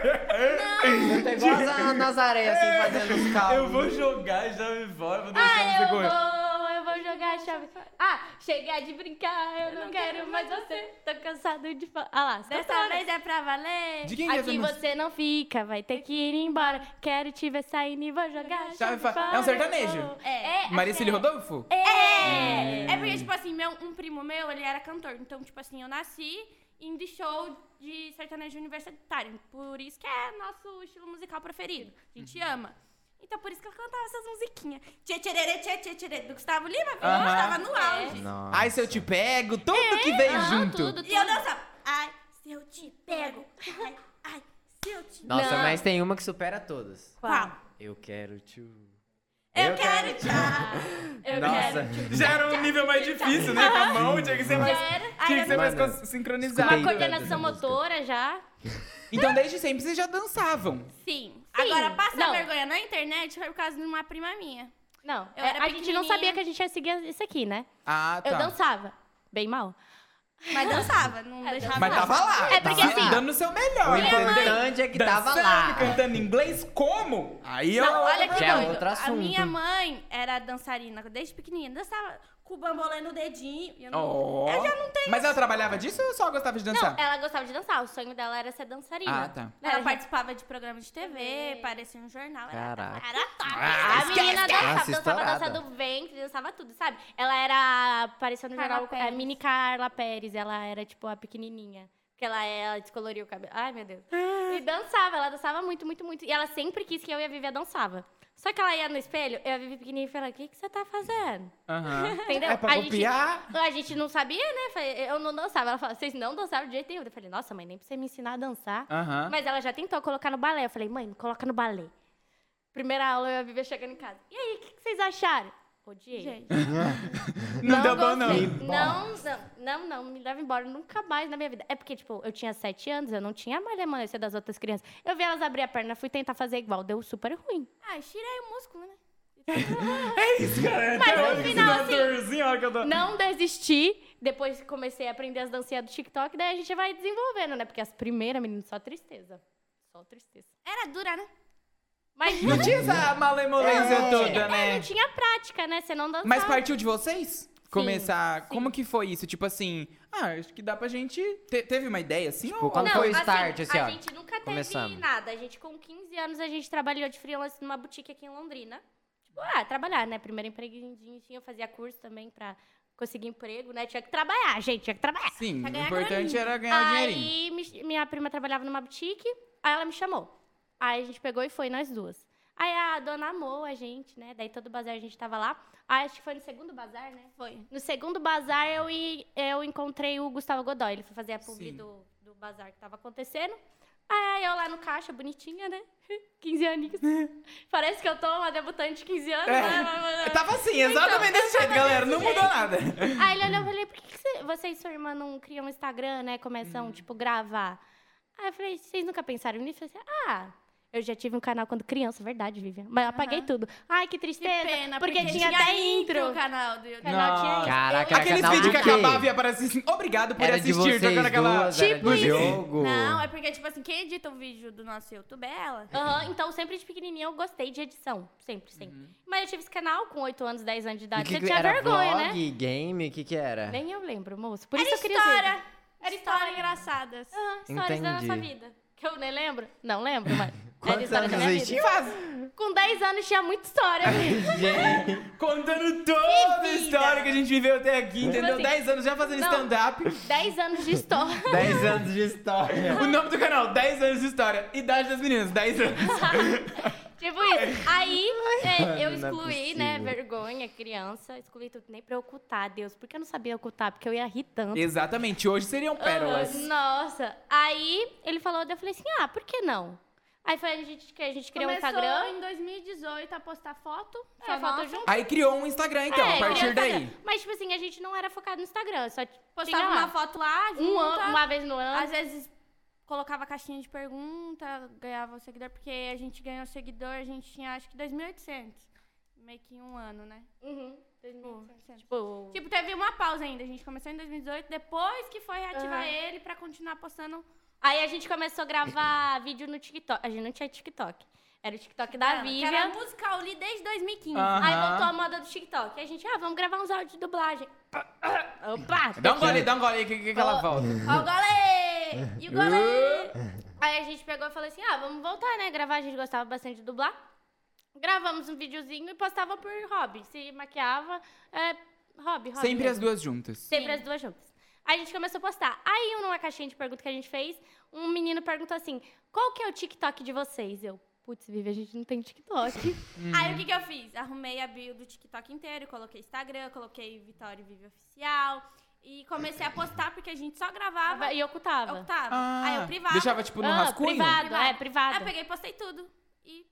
Speaker 2: Tá igual a Nazaré, assim, fazendo os
Speaker 1: Eu
Speaker 2: carros.
Speaker 1: vou jogar já me fora, vou deixar
Speaker 3: Ah,
Speaker 1: você
Speaker 3: eu
Speaker 1: correr.
Speaker 3: vou, eu vou jogar a chave. Ah, chegar de brincar, eu, não, quero, mais você. Tô cansado de falar. Ah lá,
Speaker 4: Dessa vez é pra valer.
Speaker 1: De quem que é essa
Speaker 3: Aqui
Speaker 1: música?
Speaker 3: você não fica, vai ter que ir embora. Quero te ver saindo e vou jogar. a
Speaker 1: Chave
Speaker 3: chave
Speaker 1: fora.
Speaker 3: fora.
Speaker 1: É um sertanejo.
Speaker 4: É.
Speaker 3: É,
Speaker 1: Maricílio Rodolfo?
Speaker 4: É. É porque, tipo assim, meu, um primo meu, ele era cantor. Então, tipo assim, eu nasci indo em show de sertanejo universitário. Por isso que é nosso estilo musical preferido. A gente ama. Então, por isso que eu cantava essas musiquinhas. Tchê, tchererê, tchê, tchê, tchê, do Gustavo Lima, viu?
Speaker 1: Aham.
Speaker 4: Eu tava no auge.
Speaker 2: Nossa.
Speaker 1: Ai, se eu te pego, tudo que veio
Speaker 3: não,
Speaker 1: junto.
Speaker 3: É, tudo,
Speaker 4: E eu dançava. Ai, se eu te pego. Ai, ai, se eu te
Speaker 2: Nossa,
Speaker 3: Não.
Speaker 2: mas tem uma que supera todas.
Speaker 4: Qual?
Speaker 2: Eu quero tchu.
Speaker 4: Eu, quero te.
Speaker 3: Eu
Speaker 2: Nossa.
Speaker 3: quero. Então,
Speaker 1: Já era um nível mais difícil, né? Com a mão, tinha que ser mais,
Speaker 3: Já era.
Speaker 1: tinha que ser mais
Speaker 2: Mano,
Speaker 1: cons- sincronizado.
Speaker 3: Uma
Speaker 2: escutei.
Speaker 3: coordenação
Speaker 2: música.
Speaker 3: motora já.
Speaker 1: Então, desde sempre, vocês já dançavam.
Speaker 4: Sim. Agora, passar
Speaker 3: Não.
Speaker 4: vergonha na internet foi por causa de uma prima minha.
Speaker 3: Não, é,
Speaker 4: Eu era
Speaker 3: a gente não
Speaker 4: pequenininha.
Speaker 3: sabia que a gente ia seguir isso aqui, né?
Speaker 1: Ah, tá.
Speaker 3: Eu dançava. Bem mal.
Speaker 4: Mas dançava, não
Speaker 3: É,
Speaker 4: deixava.
Speaker 1: Mas
Speaker 4: não.
Speaker 1: tava lá.
Speaker 3: É porque
Speaker 1: tava
Speaker 3: assim-
Speaker 1: Dando o seu
Speaker 2: O
Speaker 1: melhor, entendeu?
Speaker 2: importante é que tava
Speaker 1: Dançando,
Speaker 2: lá.
Speaker 1: cantando inglês, como? Aí eu...
Speaker 4: Não, olha que
Speaker 2: Já é
Speaker 4: doido.
Speaker 2: outro
Speaker 4: A
Speaker 2: assunto.
Speaker 4: minha mãe era dançarina desde pequenininha. Dançava com o bambolê no dedinho. e Eu, não...
Speaker 1: Ó.
Speaker 4: eu já não tenho.
Speaker 1: Mas ela trabalhava disso ou só gostava de dançar?
Speaker 3: Não, é assim, né? ela gostava de dançar. O sonho dela era ser dançarina.
Speaker 1: Ah, tá.
Speaker 4: Ela
Speaker 3: Ela part...
Speaker 4: participava de programas de TV, parecia um jornal. era-
Speaker 2: Caraca.
Speaker 4: Era top.
Speaker 1: Ah,
Speaker 3: A
Speaker 1: esquece,
Speaker 3: menina
Speaker 1: esquece.
Speaker 3: dançava,
Speaker 2: Nossa,
Speaker 3: dançava
Speaker 2: estourada.
Speaker 3: dança do ventre, dançava tudo, sabe? Ela era, apareceu no
Speaker 4: Carla
Speaker 3: jornal, é,
Speaker 4: Pérez.
Speaker 3: mini Carla Pérez, ela era, tipo, a pequenininha. Porque ela, ela descoloria o cabelo. Ai, meu Deus. E dançava, ela dançava muito, muito, muito. E ela sempre quis que eu e a Vivi dançava. Só que ela ia no espelho, eu e a Vivi pequenininha e falava, o que, que você tá fazendo?
Speaker 1: Aham.
Speaker 3: Entendeu?
Speaker 2: É pra
Speaker 3: a
Speaker 2: copiar?
Speaker 3: Gente, a gente não sabia, né? Falei, Eu não dançava. Ela falou, vocês não dançaram de jeito nenhum. Eu falei, nossa, mãe, nem pra você me ensinar a dançar.
Speaker 1: Aham.
Speaker 3: Mas ela já tentou colocar no balé. Eu falei, mãe, me coloca no balé. Primeira aula, eu e a Vivi chegando em casa. E aí, o que, que vocês acharam? Odiei.
Speaker 4: Gente,
Speaker 1: Não deu bom, não.
Speaker 3: gostei. Não, não, não, não, me leva embora nunca mais na minha vida. É porque, tipo, eu tinha sete anos, eu não tinha a malemolência das outras crianças. Eu vi elas abrir a perna, fui tentar fazer igual, deu super ruim.
Speaker 4: ah, tirei o músculo, né?
Speaker 1: É isso, cara.
Speaker 3: Mas no final, assim,
Speaker 1: a hora que eu tô...
Speaker 3: Não desisti, depois comecei a aprender as dancinhas do TikTok, daí a gente vai desenvolvendo, né? Porque as primeiras, menino, só tristeza. Só tristeza.
Speaker 4: Era dura, né?
Speaker 3: Mas
Speaker 1: Não tinha essa malemolência
Speaker 2: É.
Speaker 1: toda,
Speaker 3: É,
Speaker 1: né?
Speaker 3: não tinha prática, né? Você não dançava.
Speaker 1: Mas partiu de vocês? Começar. Como que foi isso? Tipo assim, ah, acho que dá pra gente. te- teve uma ideia assim? ou...
Speaker 2: qual- Quando foi o start, assim,
Speaker 3: a
Speaker 2: ó,
Speaker 3: gente nunca teve
Speaker 2: começamos.
Speaker 3: nada. A gente, com 15 anos, a gente trabalhou de freelance numa boutique aqui em Londrina. Tipo, ah, trabalhar, né? Primeiro empreguinho, tinha, eu fazia curso também pra conseguir emprego, né? Tinha que trabalhar, gente, tinha que trabalhar.
Speaker 1: Sim,
Speaker 4: Pra
Speaker 1: o
Speaker 4: ganhar
Speaker 1: importante
Speaker 4: graninha.
Speaker 1: era ganhar o dinheirinho.
Speaker 3: Aí me- minha prima trabalhava numa boutique, aí ela me chamou. Aí a gente pegou e foi, nós duas. Aí a dona amou a gente, né? Daí todo bazar a gente tava lá. Aí acho que foi no segundo bazar, né?
Speaker 4: Foi.
Speaker 3: No segundo bazar, eu, e- eu encontrei o Gustavo Godoy. Ele foi fazer a publi
Speaker 1: Sim.
Speaker 3: do, do bazar que tava acontecendo. Aí eu lá no caixa, bonitinha, né? 15 aninhos. Parece que eu tô uma debutante de 15 anos,
Speaker 1: É.
Speaker 3: né?
Speaker 1: Tava assim, exatamente desse jeito, galera. Não mudou nada.
Speaker 3: Aí ele olhou e falei, por que, que você- você e sua irmã não criam um Instagram, né?
Speaker 2: Uhum.
Speaker 3: Começam, tipo, gravar. Aí eu falei, vocês nunca pensaram nisso? Eu falei, ah, eu já tive um canal quando criança, verdade, Vivian. Mas eu apaguei tudo. Ai, que
Speaker 4: Que
Speaker 3: tristeza.
Speaker 4: pena,
Speaker 3: porque, tinha, até intro.
Speaker 4: o canal do
Speaker 3: Não.
Speaker 4: YouTube.
Speaker 3: Canal tinha isso.
Speaker 2: Caraca, era
Speaker 1: Aqueles
Speaker 2: canal
Speaker 1: vídeos que
Speaker 2: do um quê?
Speaker 1: acabavam e apareciam assim, obrigado por
Speaker 2: Era de
Speaker 1: assistir, então
Speaker 2: vocês
Speaker 1: jogando aquela.
Speaker 2: duas, é. era
Speaker 3: Tipo
Speaker 2: do
Speaker 3: isso.
Speaker 2: jogo.
Speaker 4: Não, é porque, tipo assim, quem edita o vídeo do nosso YouTube é ela.
Speaker 3: Aham, então sempre de pequenininha eu gostei de edição. Sempre, sempre. Mas eu tive esse canal com 8 anos, 10 anos de
Speaker 2: Uhum. E
Speaker 3: idade.
Speaker 2: que
Speaker 3: Você
Speaker 2: que
Speaker 3: tinha
Speaker 2: era
Speaker 3: vergonha,
Speaker 2: vlog,
Speaker 3: né?
Speaker 2: game, o que que era?
Speaker 3: Nem eu lembro, moço. Por
Speaker 4: Era
Speaker 3: isso eu queria Ah,
Speaker 4: história.
Speaker 3: dizer.
Speaker 4: Era história engraçada.
Speaker 3: Aham, histórias da nossa
Speaker 2: Entendi.
Speaker 3: vida. Que eu nem lembro. Não lembro, mas. era
Speaker 2: Quantos
Speaker 3: história
Speaker 2: anos
Speaker 3: da minha
Speaker 2: vocês
Speaker 3: vida.
Speaker 2: tinham?
Speaker 3: Com 10 anos tinha muita história. amigo.
Speaker 2: Gente,
Speaker 1: Contando toda a
Speaker 3: Que vida.
Speaker 1: história que a gente viveu até aqui, entendeu?
Speaker 3: assim,
Speaker 1: 10 anos já fazendo
Speaker 3: não.
Speaker 1: stand-up.
Speaker 3: 10 anos de história.
Speaker 2: 10 anos de história.
Speaker 1: O nome do canal, 10 anos de história. Idade das meninas, 10 anos.
Speaker 3: Tipo isso. Aí é, eu
Speaker 2: Não é
Speaker 3: excluí, né?
Speaker 2: possível.
Speaker 3: Vergonha, criança. Excluí tudo. Nem pra eu ocultar, Deus. Porque eu não sabia ocultar, porque eu ia rir tanto.
Speaker 1: Exatamente, hoje seriam pérolas.
Speaker 3: Ah, Nossa. Aí ele falou, daí eu falei assim: ah, por que não? Aí foi a gente que a gente criou
Speaker 4: Começou
Speaker 3: um Instagram.
Speaker 4: em 2018 a postar foto.
Speaker 3: É,
Speaker 4: só
Speaker 3: foto
Speaker 4: nossa.
Speaker 3: junto.
Speaker 1: Aí criou um Instagram, então,
Speaker 3: É,
Speaker 1: a
Speaker 3: criou um
Speaker 1: partir daí.
Speaker 3: Instagram. Mas, tipo assim, a gente não era focado no Instagram, só postava
Speaker 4: Postava
Speaker 3: lá.
Speaker 4: uma foto lá, junta,
Speaker 3: um ano, uma vez no ano.
Speaker 4: às vezes colocava caixinha de pergunta, ganhava o seguidor, porque a gente ganhou seguidor, a gente tinha acho que 2.800. Meio que em um ano, né?
Speaker 3: Uhum.
Speaker 4: 2.800.
Speaker 3: Tipo,
Speaker 4: Tipo, teve uma pausa ainda, a gente começou em 2018, depois que foi reativar
Speaker 3: Ah.
Speaker 4: ele pra continuar postando.
Speaker 3: aí a gente começou a gravar vídeo no TikTok. A gente não tinha TikTok. Era o TikTok da
Speaker 4: Cara,
Speaker 3: Vivian.
Speaker 4: Era musical ali desde 2015.
Speaker 1: Ah.
Speaker 3: Aí
Speaker 1: Aham.
Speaker 3: voltou a moda do TikTok. E a gente, ah, vamos gravar uns áudios de dublagem. Opa!
Speaker 1: Dá um gole, dá um gole aí, que, que, que ela volta.
Speaker 4: Ó o golê! E o golê!
Speaker 1: É.
Speaker 3: Aí a gente pegou e falou assim, ah, vamos voltar, né? Gravar, a gente gostava bastante de dublar. Gravamos um videozinho e postava por hobby. Se maquiava, é, hobby, hobby.
Speaker 1: Sempre
Speaker 3: mesmo.
Speaker 1: as duas juntas.
Speaker 3: Sempre as duas juntas. Aí a gente começou a postar. Aí, numa caixinha de pergunta que a gente fez, um menino perguntou assim: qual que é o TikTok de vocês? Eu, putz, Vivi, a gente não tem TikTok.
Speaker 1: Uhum.
Speaker 4: Aí o que, que eu fiz? Arrumei a bio do TikTok inteiro, coloquei Instagram, coloquei Vitória e Vive Oficial. E comecei a postar porque a gente só gravava e
Speaker 3: e ocultava.
Speaker 4: ocultava.
Speaker 1: Ah,
Speaker 4: Aí eu privava.
Speaker 1: Deixava tipo no
Speaker 3: Ah,
Speaker 1: rascunho?
Speaker 3: privado,
Speaker 4: Privado.
Speaker 3: é, privado.
Speaker 4: Aí eu peguei e postei tudo. E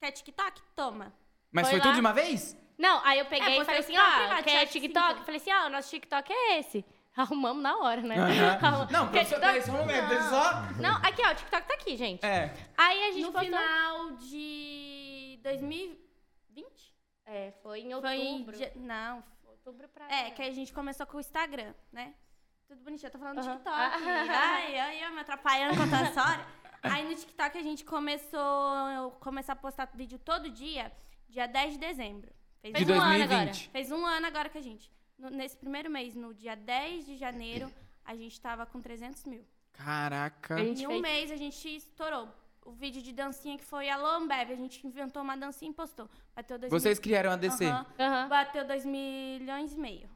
Speaker 4: quer TikTok? Toma.
Speaker 1: Mas
Speaker 3: Foi
Speaker 1: foi tudo
Speaker 3: lá.
Speaker 1: de uma vez?
Speaker 3: Não, aí eu
Speaker 4: É,
Speaker 3: peguei e
Speaker 4: postei
Speaker 3: falei assim:
Speaker 4: no
Speaker 3: ó,
Speaker 4: privado,
Speaker 3: quer
Speaker 4: chat,
Speaker 3: TikTok?
Speaker 4: sim.
Speaker 3: Eu falei assim: ó, o nosso TikTok é esse. Arrumamos na hora, né? Arrumamos.
Speaker 1: Não,
Speaker 3: Porque
Speaker 1: professor,
Speaker 3: TikTok-
Speaker 1: peraí, só um momento, deixa eu só.
Speaker 3: Não, aqui, ó, o TikTok tá aqui, gente.
Speaker 1: É.
Speaker 3: Aí a gente
Speaker 4: No
Speaker 3: postou.
Speaker 4: final de 2020?
Speaker 3: É, foi em
Speaker 4: Foi em
Speaker 3: outubro.
Speaker 4: dia- Não.
Speaker 3: outubro pra.
Speaker 4: É, que a gente começou com o Instagram, né? Tudo bonitinho, eu tô falando do
Speaker 3: Aham.
Speaker 4: TikTok.
Speaker 3: Ah.
Speaker 4: Ai, ai, ai, me atrapalhando com a história. Aí no TikTok a gente começou começar a postar vídeo todo dia, dia 10 de dezembro. Fez
Speaker 1: De
Speaker 3: um ano agora.
Speaker 1: 2020.
Speaker 4: Fez um ano agora que a gente. no- nesse primeiro mês, no dia 10 de janeiro, a gente tava com 300 mil.
Speaker 1: Caraca.
Speaker 3: A gente
Speaker 4: Em um
Speaker 3: fez-
Speaker 4: mês a gente estourou. O vídeo de dancinha que foi a Lombev, a gente inventou uma dancinha e postou. Bateu dois
Speaker 1: Vocês criaram a
Speaker 4: mil...
Speaker 1: DC.
Speaker 4: Aham.
Speaker 3: Aham.
Speaker 4: Bateu 2 milhões e meio.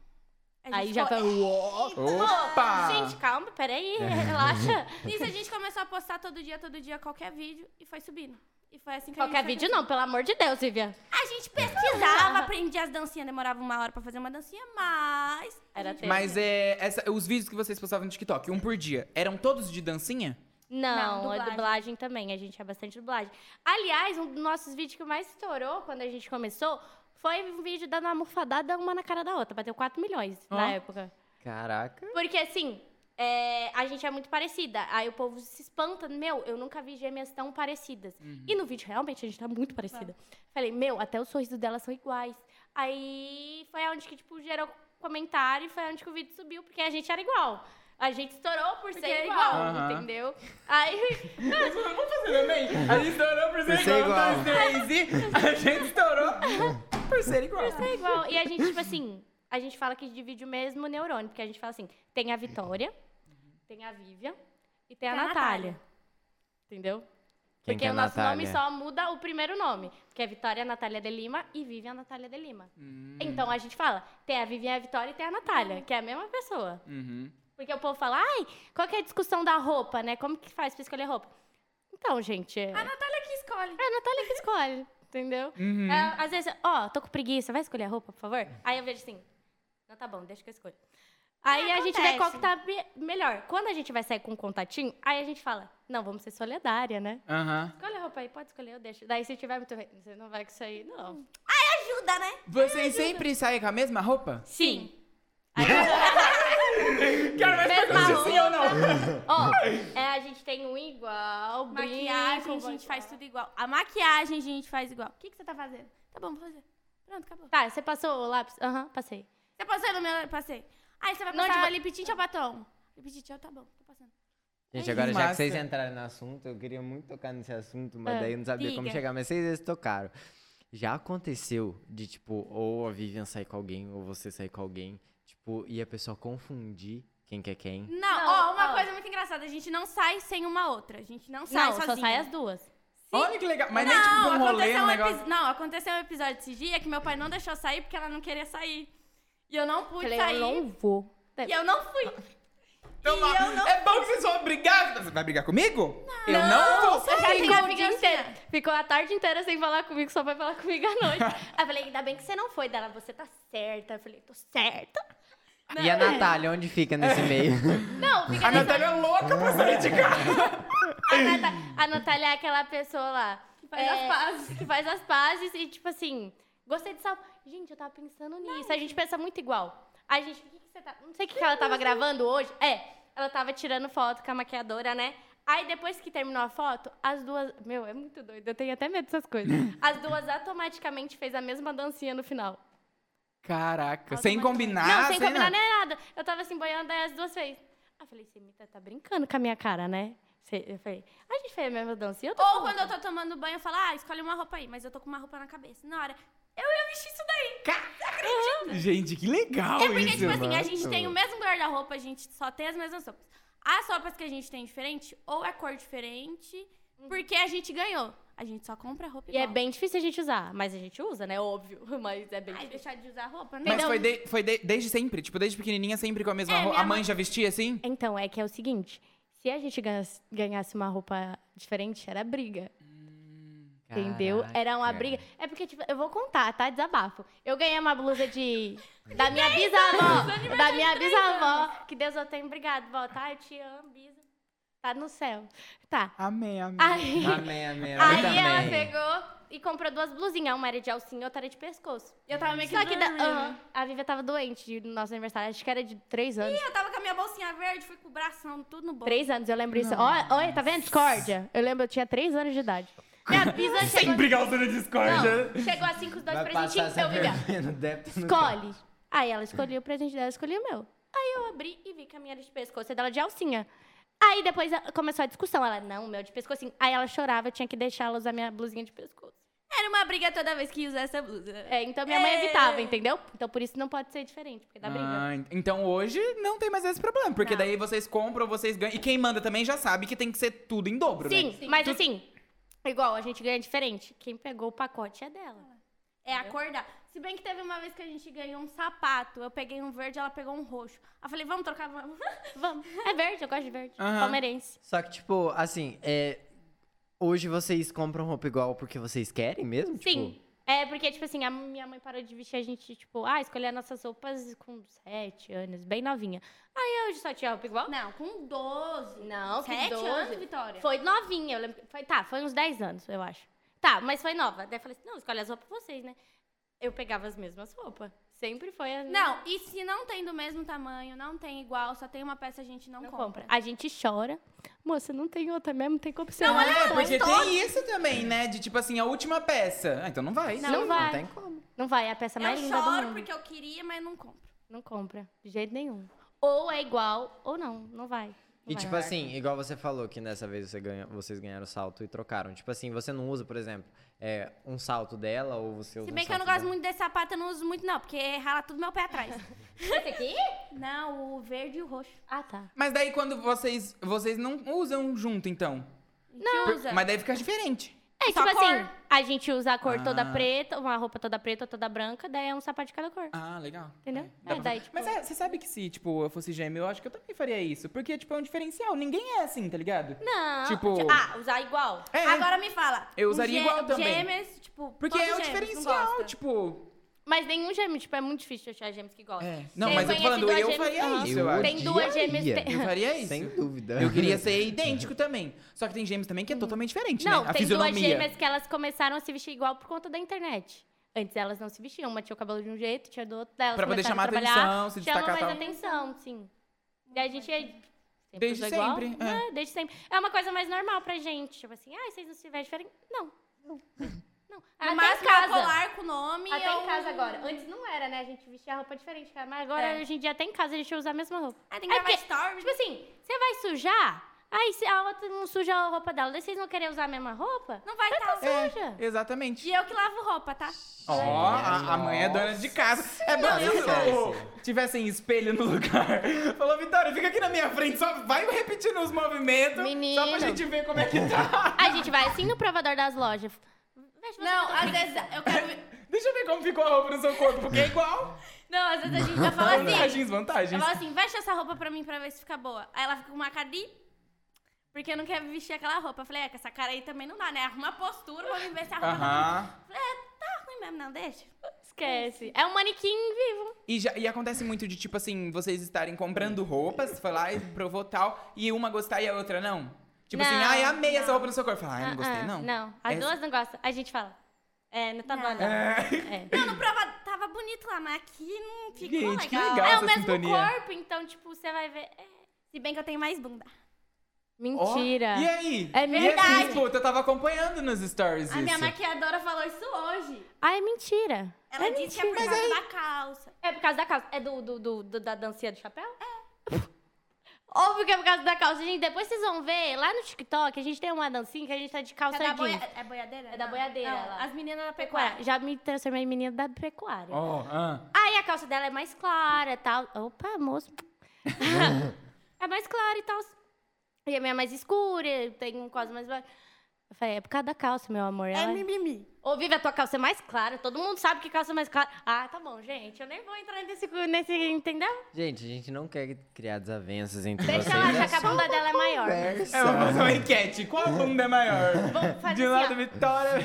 Speaker 4: A gente
Speaker 3: Aí já tá-
Speaker 4: ficou,
Speaker 3: foi.
Speaker 1: Opa!
Speaker 3: Gente, calma. calma, peraí, relaxa.
Speaker 4: Nisso a gente começou a postar todo dia, todo dia, qualquer vídeo e foi subindo. E foi assim que a
Speaker 3: Qualquer
Speaker 4: gente foi
Speaker 3: vídeo não, pelo amor de Deus, Vivian.
Speaker 4: A gente pesquisava, aprendia as dancinhas, demorava uma hora pra fazer uma dancinha, mas. a
Speaker 3: Era
Speaker 4: gente-
Speaker 3: tempo.
Speaker 1: Mas é, essa- os vídeos que vocês postavam no TikTok, um por dia, eram todos de dancinha?
Speaker 3: Não,
Speaker 4: Não,
Speaker 3: a
Speaker 4: dublagem.
Speaker 3: dublagem também, a gente é bastante dublagem. Aliás, um dos nossos vídeos que mais estourou quando a gente começou foi um vídeo dando uma mufadada uma na cara da outra. Bateu 4 milhões
Speaker 1: Ó.
Speaker 3: na época.
Speaker 2: Caraca.
Speaker 3: Porque assim, é, a gente é muito parecida. Aí o povo se espanta. Meu, eu nunca vi gêmeas tão parecidas. E no vídeo, realmente, a gente tá muito parecida. Falei, meu, até o sorriso delas são iguais. Aí foi onde que, tipo, gerou comentário e foi onde que o vídeo subiu, porque a gente era igual. A gente estourou por ser
Speaker 4: é
Speaker 3: igual,
Speaker 4: igual.
Speaker 1: Aham.
Speaker 3: entendeu? Aí
Speaker 1: Vamos fazer também? A gente estourou por
Speaker 2: Por ser igual.
Speaker 1: Daisy, a gente estourou por ser igual.
Speaker 3: é igual. E a gente, tipo assim, a gente fala que divide o mesmo neurônio, porque a gente fala assim, tem a Vitória, tem a Vivian e tem a,
Speaker 4: Tem a
Speaker 3: Natália.
Speaker 4: Natália.
Speaker 3: Entendeu?
Speaker 2: Quem
Speaker 3: porque
Speaker 2: que é
Speaker 3: o nosso
Speaker 2: Natália?
Speaker 3: nome só muda o primeiro nome, que é Vitória Natália de Lima e Vivian Natália de Lima.
Speaker 2: Hum.
Speaker 1: Hum,
Speaker 3: Então a gente fala, tem a Vivian a Vitória e tem a Natália, que é a mesma pessoa.
Speaker 1: Uhum.
Speaker 3: Porque o povo fala, ai, qual que é a discussão da roupa, né? Como que faz pra escolher roupa? Então, gente, é
Speaker 4: A Natália que escolhe.
Speaker 3: é a Natália que escolhe, entendeu?
Speaker 1: Uhum.
Speaker 3: É, às vezes, ó, tô com preguiça, vai escolher a roupa, por favor? Aí eu vejo assim, não, tá bom, deixa que eu escolho. Aí
Speaker 4: É,
Speaker 3: a gente vê qual que tá
Speaker 4: acontece.
Speaker 3: me- melhor. Quando a gente vai sair com um contatinho, aí a gente fala, não, vamos ser solidária, né?
Speaker 1: Aham.
Speaker 3: Escolhe a roupa aí, pode escolher, eu deixo. Daí se tiver muito... re- Você não vai com isso aí, não.
Speaker 4: Ajuda, né?
Speaker 1: Vocês sempre saem com a mesma roupa?
Speaker 3: Sim.
Speaker 1: Quero mais
Speaker 3: Mesma
Speaker 1: perguntas, sim ou não?
Speaker 3: Ó, é, a gente tem um igual,
Speaker 4: Maquiagem, a
Speaker 3: brinco,
Speaker 4: gente faz tudo igual. A maquiagem a gente faz igual. O que, que você tá fazendo? Tá bom, vou fazer. Pronto, acabou.
Speaker 3: Tá, você passou o lápis? Aham, passei.
Speaker 4: Você passou no meu. Passei. Aí você vai
Speaker 3: Não,
Speaker 4: passar
Speaker 3: tipo-
Speaker 4: tipo... lip tint ou batom? Lip tint, eu, tá bom, tô passando.
Speaker 2: Gente,
Speaker 1: que
Speaker 2: agora já
Speaker 1: massa.
Speaker 2: que vocês entraram no assunto, eu queria muito tocar nesse assunto, mas
Speaker 3: Ah,
Speaker 2: daí eu não sabia como
Speaker 4: diga.
Speaker 2: chegar, mas vocês vezes tocaram. Já aconteceu de, tipo, ou a Vivian sair com alguém, ou você sair com alguém, tipo, e a pessoa confundir quem que é quem?
Speaker 4: Não,
Speaker 3: Não,
Speaker 4: ó, uma
Speaker 3: ó.
Speaker 4: coisa muito engraçada. A gente não sai sem uma outra. A gente não sai
Speaker 3: Não,
Speaker 4: sozinha.
Speaker 3: só sai as duas.
Speaker 1: Olha que legal. Mas
Speaker 4: não,
Speaker 1: nem tipo pra um rolê,
Speaker 4: aconteceu
Speaker 1: um
Speaker 4: um
Speaker 1: negócio.
Speaker 4: epi- Não, aconteceu um episódio esse dia que meu pai não deixou eu sair porque ela não queria sair. E eu não pude
Speaker 3: Falei,
Speaker 4: sair.
Speaker 3: eu não vou.
Speaker 4: E eu não fui.
Speaker 1: Então,
Speaker 4: E
Speaker 1: lá,
Speaker 4: eu não-
Speaker 1: É bom que vocês vão brigar. Você vai brigar comigo? Eu não vou
Speaker 4: você já
Speaker 1: sair.
Speaker 4: tem-
Speaker 3: Ficou, o dia
Speaker 4: Combinação.
Speaker 3: inteiro. Ficou a tarde inteira sem falar comigo, só vai falar comigo à noite. Aí eu falei, ainda bem que você não foi dela, você tá certa. Eu falei, tô certa.
Speaker 2: E a Natália, onde fica nesse meio?
Speaker 3: Não, fica
Speaker 1: A
Speaker 3: nessa-
Speaker 1: Natália é louca pra sair de casa.
Speaker 3: a, Nata- a Natália é aquela pessoa lá. Que
Speaker 4: faz as pazes.
Speaker 3: Que faz as pazes e, tipo assim, gostei de sal. Gente, eu tava pensando nisso. A gente pensa muito igual. A gente, o que, que você tá. Não sei o que, que ela tava gravando hoje. É, ela tava tirando foto com a maquiadora, né? Aí depois que terminou a foto, as duas. Meu, é muito doido. Eu tenho até medo dessas coisas. As duas automaticamente fez a mesma dancinha no final.
Speaker 1: Caraca, sem
Speaker 4: Ah,
Speaker 1: combinar,
Speaker 3: Não, sem combinar
Speaker 4: né?
Speaker 3: nem nada. Eu tava assim, boiando, aí as duas fez. Aí eu falei, você tá, tá brincando com a minha cara, né? Cê- Eu falei, a gente fez a mesma dança. e eu tô
Speaker 4: Ou
Speaker 3: com
Speaker 4: quando eu
Speaker 3: roupa.
Speaker 4: tô tomando banho, eu falo, ah, escolhe uma roupa aí, mas eu tô com uma roupa na cabeça. Na hora, eu ia vestir isso daí.
Speaker 1: Gente, que legal
Speaker 4: É porque,
Speaker 1: isso. né?
Speaker 4: tipo assim, a
Speaker 2: mano.
Speaker 4: gente tem o mesmo guarda-roupa, a gente só tem as mesmas roupas. As roupas que a gente tem diferente, ou é cor diferente, porque a gente ganhou. A gente só compra roupa
Speaker 3: Uhum. E é
Speaker 4: igual.
Speaker 3: bem difícil a gente usar, mas a gente usa, né? Óbvio. Mas é bem
Speaker 4: Ai,
Speaker 3: difícil.
Speaker 4: deixar de usar roupa, né?
Speaker 1: Mas foi, de- foi de- desde sempre, tipo, desde pequenininha, sempre com a mesma
Speaker 4: É,
Speaker 1: roupa. A
Speaker 4: minha
Speaker 1: mãe
Speaker 4: mãe-
Speaker 1: já vestia assim?
Speaker 3: Então, é que é o seguinte: se a gente ganhasse- ganhasse uma roupa diferente, era briga. Entendeu? Era uma
Speaker 2: Hum, Caraca.
Speaker 3: briga. É porque, tipo, eu vou contar, tá? Desabafo. Eu ganhei uma blusa de. Da minha bisavó. Da minha bisavó. Que Deus eu tenho. Obrigado, vó. Tá? Eu te amo, bisa. Tá no céu. Tá.
Speaker 4: É.
Speaker 1: Amém, amém.
Speaker 4: Ah,
Speaker 3: Aí,
Speaker 2: Amém, amém, eu
Speaker 3: aí
Speaker 2: Hum, também.
Speaker 3: ela pegou e comprou duas blusinhas. Uma era de alcinha e outra era de pescoço.
Speaker 4: Eu tava meio que
Speaker 3: Só que né? da-
Speaker 4: dormindo.
Speaker 3: aham, a Vivi tava doente no nosso aniversário. Acho que era de três anos.
Speaker 4: Eu tava com a minha bolsinha verde, fui com o bração, tudo no bolso.
Speaker 3: Três anos, eu lembro isso. Olha, olha, tá vendo? Discórdia. Eu lembro, eu tinha três anos de idade. Minha bisa chegou...
Speaker 1: brigalzona discórdia.
Speaker 3: Não, chegou assim com os dois
Speaker 2: Vai passar
Speaker 3: presentinhos que eu
Speaker 2: essa
Speaker 3: me deu.
Speaker 2: vergonha no débito no carro.
Speaker 3: Escolhe. Aí ela escolheu o presente dela, eu escolhi o meu. Aí eu abri e vi que a minha era de pescoço e dela de alcinha. Aí depois a- começou a discussão. Ela, não, o meu é de pescocinho. Aí ela chorava, eu tinha que deixar ela usar minha blusinha de pescoço.
Speaker 4: Era uma briga toda vez que ia usar essa blusa.
Speaker 3: É, então minha mãe
Speaker 4: É.
Speaker 3: evitava, entendeu? Então por isso não pode ser diferente, porque dá briga.
Speaker 1: Ah, ent- então hoje não tem mais esse problema, porque daí vocês compram, vocês ganham. E quem manda também já sabe que tem que ser tudo em dobro,
Speaker 3: Sim,
Speaker 1: né?
Speaker 3: mas assim, igual a gente ganha diferente. Quem pegou o pacote é dela.
Speaker 4: É acordar. Se bem que teve uma vez que a gente ganhou um sapato. Eu peguei um verde, ela pegou um roxo. Aí eu falei, vamos trocar, vamos.
Speaker 3: Vamos. É verde, eu gosto de verde.
Speaker 1: Aham.
Speaker 3: Palmeirense.
Speaker 2: Só que, tipo, assim, é. Hoje vocês compram roupa igual porque vocês querem mesmo?
Speaker 3: Sim.
Speaker 2: Tipo,
Speaker 3: É, porque, tipo assim, a minha mãe parou de vestir a gente, tipo, ah, escolher nossas roupas com 7 anos, bem novinha. Aí eu só tinha roupa igual.
Speaker 4: Não, com 12.
Speaker 3: Não, com
Speaker 4: Sete
Speaker 3: 12.
Speaker 4: anos, Vitória?
Speaker 3: Foi novinha, eu lembro. que- Foi, tá, foi uns 10 anos, eu acho. Tá, mas foi nova. Daí eu falei assim, não, escolhe as roupas vocês, né? Eu pegava as mesmas roupas. Sempre foi as
Speaker 4: Não, e se não tem do mesmo tamanho, não tem igual, só tem uma peça, a gente não,
Speaker 3: Não
Speaker 4: compra.
Speaker 3: compra. A gente chora. Moça, não tem outra mesmo, tem como ser. Não,
Speaker 1: É, porque tem isso também, né? De tipo assim, a última peça. Ah, então não vai.
Speaker 3: Não vai.
Speaker 2: Não tem como.
Speaker 3: Não vai, é a peça mais
Speaker 4: eu
Speaker 3: linda do
Speaker 4: choro
Speaker 3: mundo.
Speaker 4: porque eu queria, mas não compro.
Speaker 3: Não compra, de jeito nenhum. Ou é igual, ou não, não vai. Não
Speaker 2: E
Speaker 3: vai.
Speaker 2: tipo assim, igual você falou que nessa vez você ganha, vocês ganharam salto e trocaram. Tipo assim, você não usa, por exemplo, é, um salto dela ou você usa
Speaker 4: Se
Speaker 2: um
Speaker 4: bem que eu não
Speaker 2: salto
Speaker 4: gosto muito desse sapato, eu não uso muito, não, porque rala tudo meu pé atrás.
Speaker 3: Esse aqui?
Speaker 4: não, o verde e o roxo.
Speaker 3: Ah, tá.
Speaker 1: Mas daí quando vocês. Vocês não usam junto, então.
Speaker 4: Não, usa.
Speaker 1: Mas daí fica diferente.
Speaker 3: É,
Speaker 4: Só
Speaker 3: tipo
Speaker 4: a cor.
Speaker 3: assim, a gente usa a cor
Speaker 1: Ah.
Speaker 3: toda preta, uma roupa toda preta, toda branca, daí é um sapato de cada cor.
Speaker 1: Ah, legal.
Speaker 3: Entendeu?
Speaker 1: Dá pra
Speaker 3: É, daí,
Speaker 1: fazer.
Speaker 3: tipo-
Speaker 1: Mas é, você sabe que se, tipo, eu fosse gêmeo, eu acho que eu também faria isso. Porque, tipo, é um diferencial. Ninguém é assim, tá ligado?
Speaker 3: Não.
Speaker 1: Tipo-
Speaker 3: Ah, usar igual.
Speaker 1: É.
Speaker 4: Agora me fala.
Speaker 1: Eu usaria
Speaker 4: gê-
Speaker 1: igual também.
Speaker 4: Gêmeas, tipo,
Speaker 1: porque
Speaker 4: todos
Speaker 1: é o
Speaker 4: gêmeos, não
Speaker 1: diferencial,
Speaker 4: gosta.
Speaker 1: tipo.
Speaker 3: Mas nenhum gêmeo, tipo, é muito difícil de achar gêmeos que gostam.
Speaker 1: É. Não,
Speaker 3: Eu
Speaker 1: mas eu tô
Speaker 3: conheço
Speaker 1: falando,
Speaker 3: duas
Speaker 1: eu
Speaker 3: gêmeas-
Speaker 1: faria
Speaker 3: Aham.
Speaker 1: isso, eu acho.
Speaker 3: Tem duas gêmeas.
Speaker 2: odiaria.
Speaker 3: tem-
Speaker 1: Eu faria isso.
Speaker 2: Sem dúvida.
Speaker 1: Eu queria ser idêntico também. Só que tem gêmeos também que é totalmente diferente,
Speaker 3: Não,
Speaker 1: né? A
Speaker 3: tem duas
Speaker 1: fisionomia.
Speaker 3: gêmeas que elas começaram a se vestir igual por conta da internet. Antes elas não se vestiam, uma tinha o cabelo de um jeito, tinha do outro. Daí elas
Speaker 1: Pra poder
Speaker 3: começaram
Speaker 1: chamar
Speaker 3: a trabalhar,
Speaker 1: atenção, se
Speaker 3: chama
Speaker 1: destacar,
Speaker 3: mais
Speaker 1: tal.
Speaker 3: atenção, sim. E a gente é sempre
Speaker 1: Desde
Speaker 3: usou igual.
Speaker 1: sempre, é.
Speaker 3: É, desde sempre. É uma coisa mais normal pra gente. Tipo assim, ah, vocês não se vestem diferente. Não. Não.
Speaker 4: No
Speaker 3: Até em
Speaker 4: máximo, é
Speaker 3: casa.
Speaker 4: colar com o nome.
Speaker 3: Até
Speaker 4: eu...
Speaker 3: em casa agora. Antes não era, né? A gente vestia a roupa diferente, cara. Mas agora,
Speaker 4: É.
Speaker 3: hoje em dia, até em casa, a gente usa a mesma roupa.
Speaker 4: Ah, tem
Speaker 3: É
Speaker 4: que gravar
Speaker 3: porque-
Speaker 4: stories.
Speaker 3: Tipo assim, você vai sujar, aí se a outra não suja a roupa dela, daí vocês não querem usar a mesma roupa?
Speaker 4: Não vai estar.
Speaker 3: Suja.
Speaker 1: É, exatamente.
Speaker 4: E eu que lavo roupa, tá?
Speaker 1: Ó, a, a mãe é dona de casa. É bom se o- tivessem espelho no lugar. Falou, Vitória, fica aqui na minha frente, só vai repetindo os movimentos. Só pra
Speaker 3: Menino.
Speaker 1: gente ver como é que tá.
Speaker 3: A gente vai assim no provador das lojas. Veste você
Speaker 4: Não,
Speaker 3: que tá
Speaker 4: às
Speaker 3: bem.
Speaker 4: vezes eu quero.
Speaker 1: Deixa eu ver como ficou a roupa no seu corpo, porque é igual.
Speaker 4: Não, às vezes a gente vai falar assim.
Speaker 1: Vantagens, vantagens.
Speaker 4: Eu falo assim, veste essa roupa pra mim pra ver se fica boa. Aí ela fica com uma cara de... Porque não quer vestir aquela roupa. Eu falei, é, com essa cara aí também não dá, né? Arruma a postura, vamos ver se a roupa
Speaker 3: assim.
Speaker 4: tá ruim.
Speaker 1: Aham.
Speaker 4: Eu falei, é, tá ruim mesmo, não, deixa.
Speaker 3: Esquece. É um manequim vivo.
Speaker 1: E, já- e acontece muito de, tipo assim, vocês estarem comprando roupas, foi lá e provou tal, e uma gostar e a outra não. Tipo assim,
Speaker 3: Não,
Speaker 1: ai, amei essa
Speaker 3: não.
Speaker 1: roupa no seu corpo. Fala, ai, não
Speaker 3: Ah,
Speaker 1: gostei,
Speaker 3: ah,
Speaker 1: não.
Speaker 3: Não, as
Speaker 1: Essa-
Speaker 3: duas não gostam. A gente fala. É, não tá
Speaker 4: Não.
Speaker 3: bom, não.
Speaker 1: É.
Speaker 3: É.
Speaker 4: Não, no prova tava bonito lá, mas aqui não ficou
Speaker 1: Gente, que
Speaker 4: legal.
Speaker 1: legal.
Speaker 3: É
Speaker 1: essa
Speaker 3: o mesmo
Speaker 1: sintonia.
Speaker 3: corpo, então, tipo, você vai ver. é.
Speaker 4: Se bem que eu tenho mais bunda.
Speaker 1: Ó,
Speaker 3: Mentira.
Speaker 1: E aí?
Speaker 3: É
Speaker 1: E essa
Speaker 3: verdade.
Speaker 1: disputa, eu tava acompanhando nos stories
Speaker 4: A minha
Speaker 1: isso.
Speaker 4: maquiadora falou isso hoje.
Speaker 3: Ah, é mentira.
Speaker 4: Ela
Speaker 3: é
Speaker 4: disse que é por
Speaker 3: mentira.
Speaker 4: causa da calça.
Speaker 3: É por causa da calça. É do, do, do- do- da dancinha do chapéu? É. Óbvio que é por causa da calça. Gente, depois vocês vão ver, lá no TikTok, a gente tem uma dancinha que a gente tá de calça
Speaker 4: É da,
Speaker 3: jeans.
Speaker 4: boia... é boiadeira?
Speaker 3: É da
Speaker 4: Não.
Speaker 3: boiadeira,
Speaker 4: Não,
Speaker 3: ela.
Speaker 4: As meninas da pecuária.
Speaker 3: Pecuária. Já me transformei em menina da pecuária.
Speaker 1: Ó, ah.
Speaker 3: Aí a calça dela é mais clara e tal. Opa, moço. é mais clara e tal. E a minha é mais escura, tem um quase mais... baixo. Eu falei, é por causa da calça, meu amor.
Speaker 4: É
Speaker 3: Ela...
Speaker 4: mimimi.
Speaker 3: Ô, Vivi, a tua calça é mais clara. Todo mundo sabe que calça é mais clara. Ah, tá bom, gente. Eu nem vou entrar nesse... nesse entendeu?
Speaker 2: Gente, a gente não quer criar desavenças entre
Speaker 3: Deixa
Speaker 2: vocês.
Speaker 3: ela
Speaker 2: é
Speaker 3: achar que a
Speaker 2: só
Speaker 3: bunda dela é maior.
Speaker 2: conversa.
Speaker 1: É, vamos fazer uma enquete. Qual bunda é maior?
Speaker 3: fazer
Speaker 1: De um lado,
Speaker 3: assim, ó.
Speaker 1: Vitória.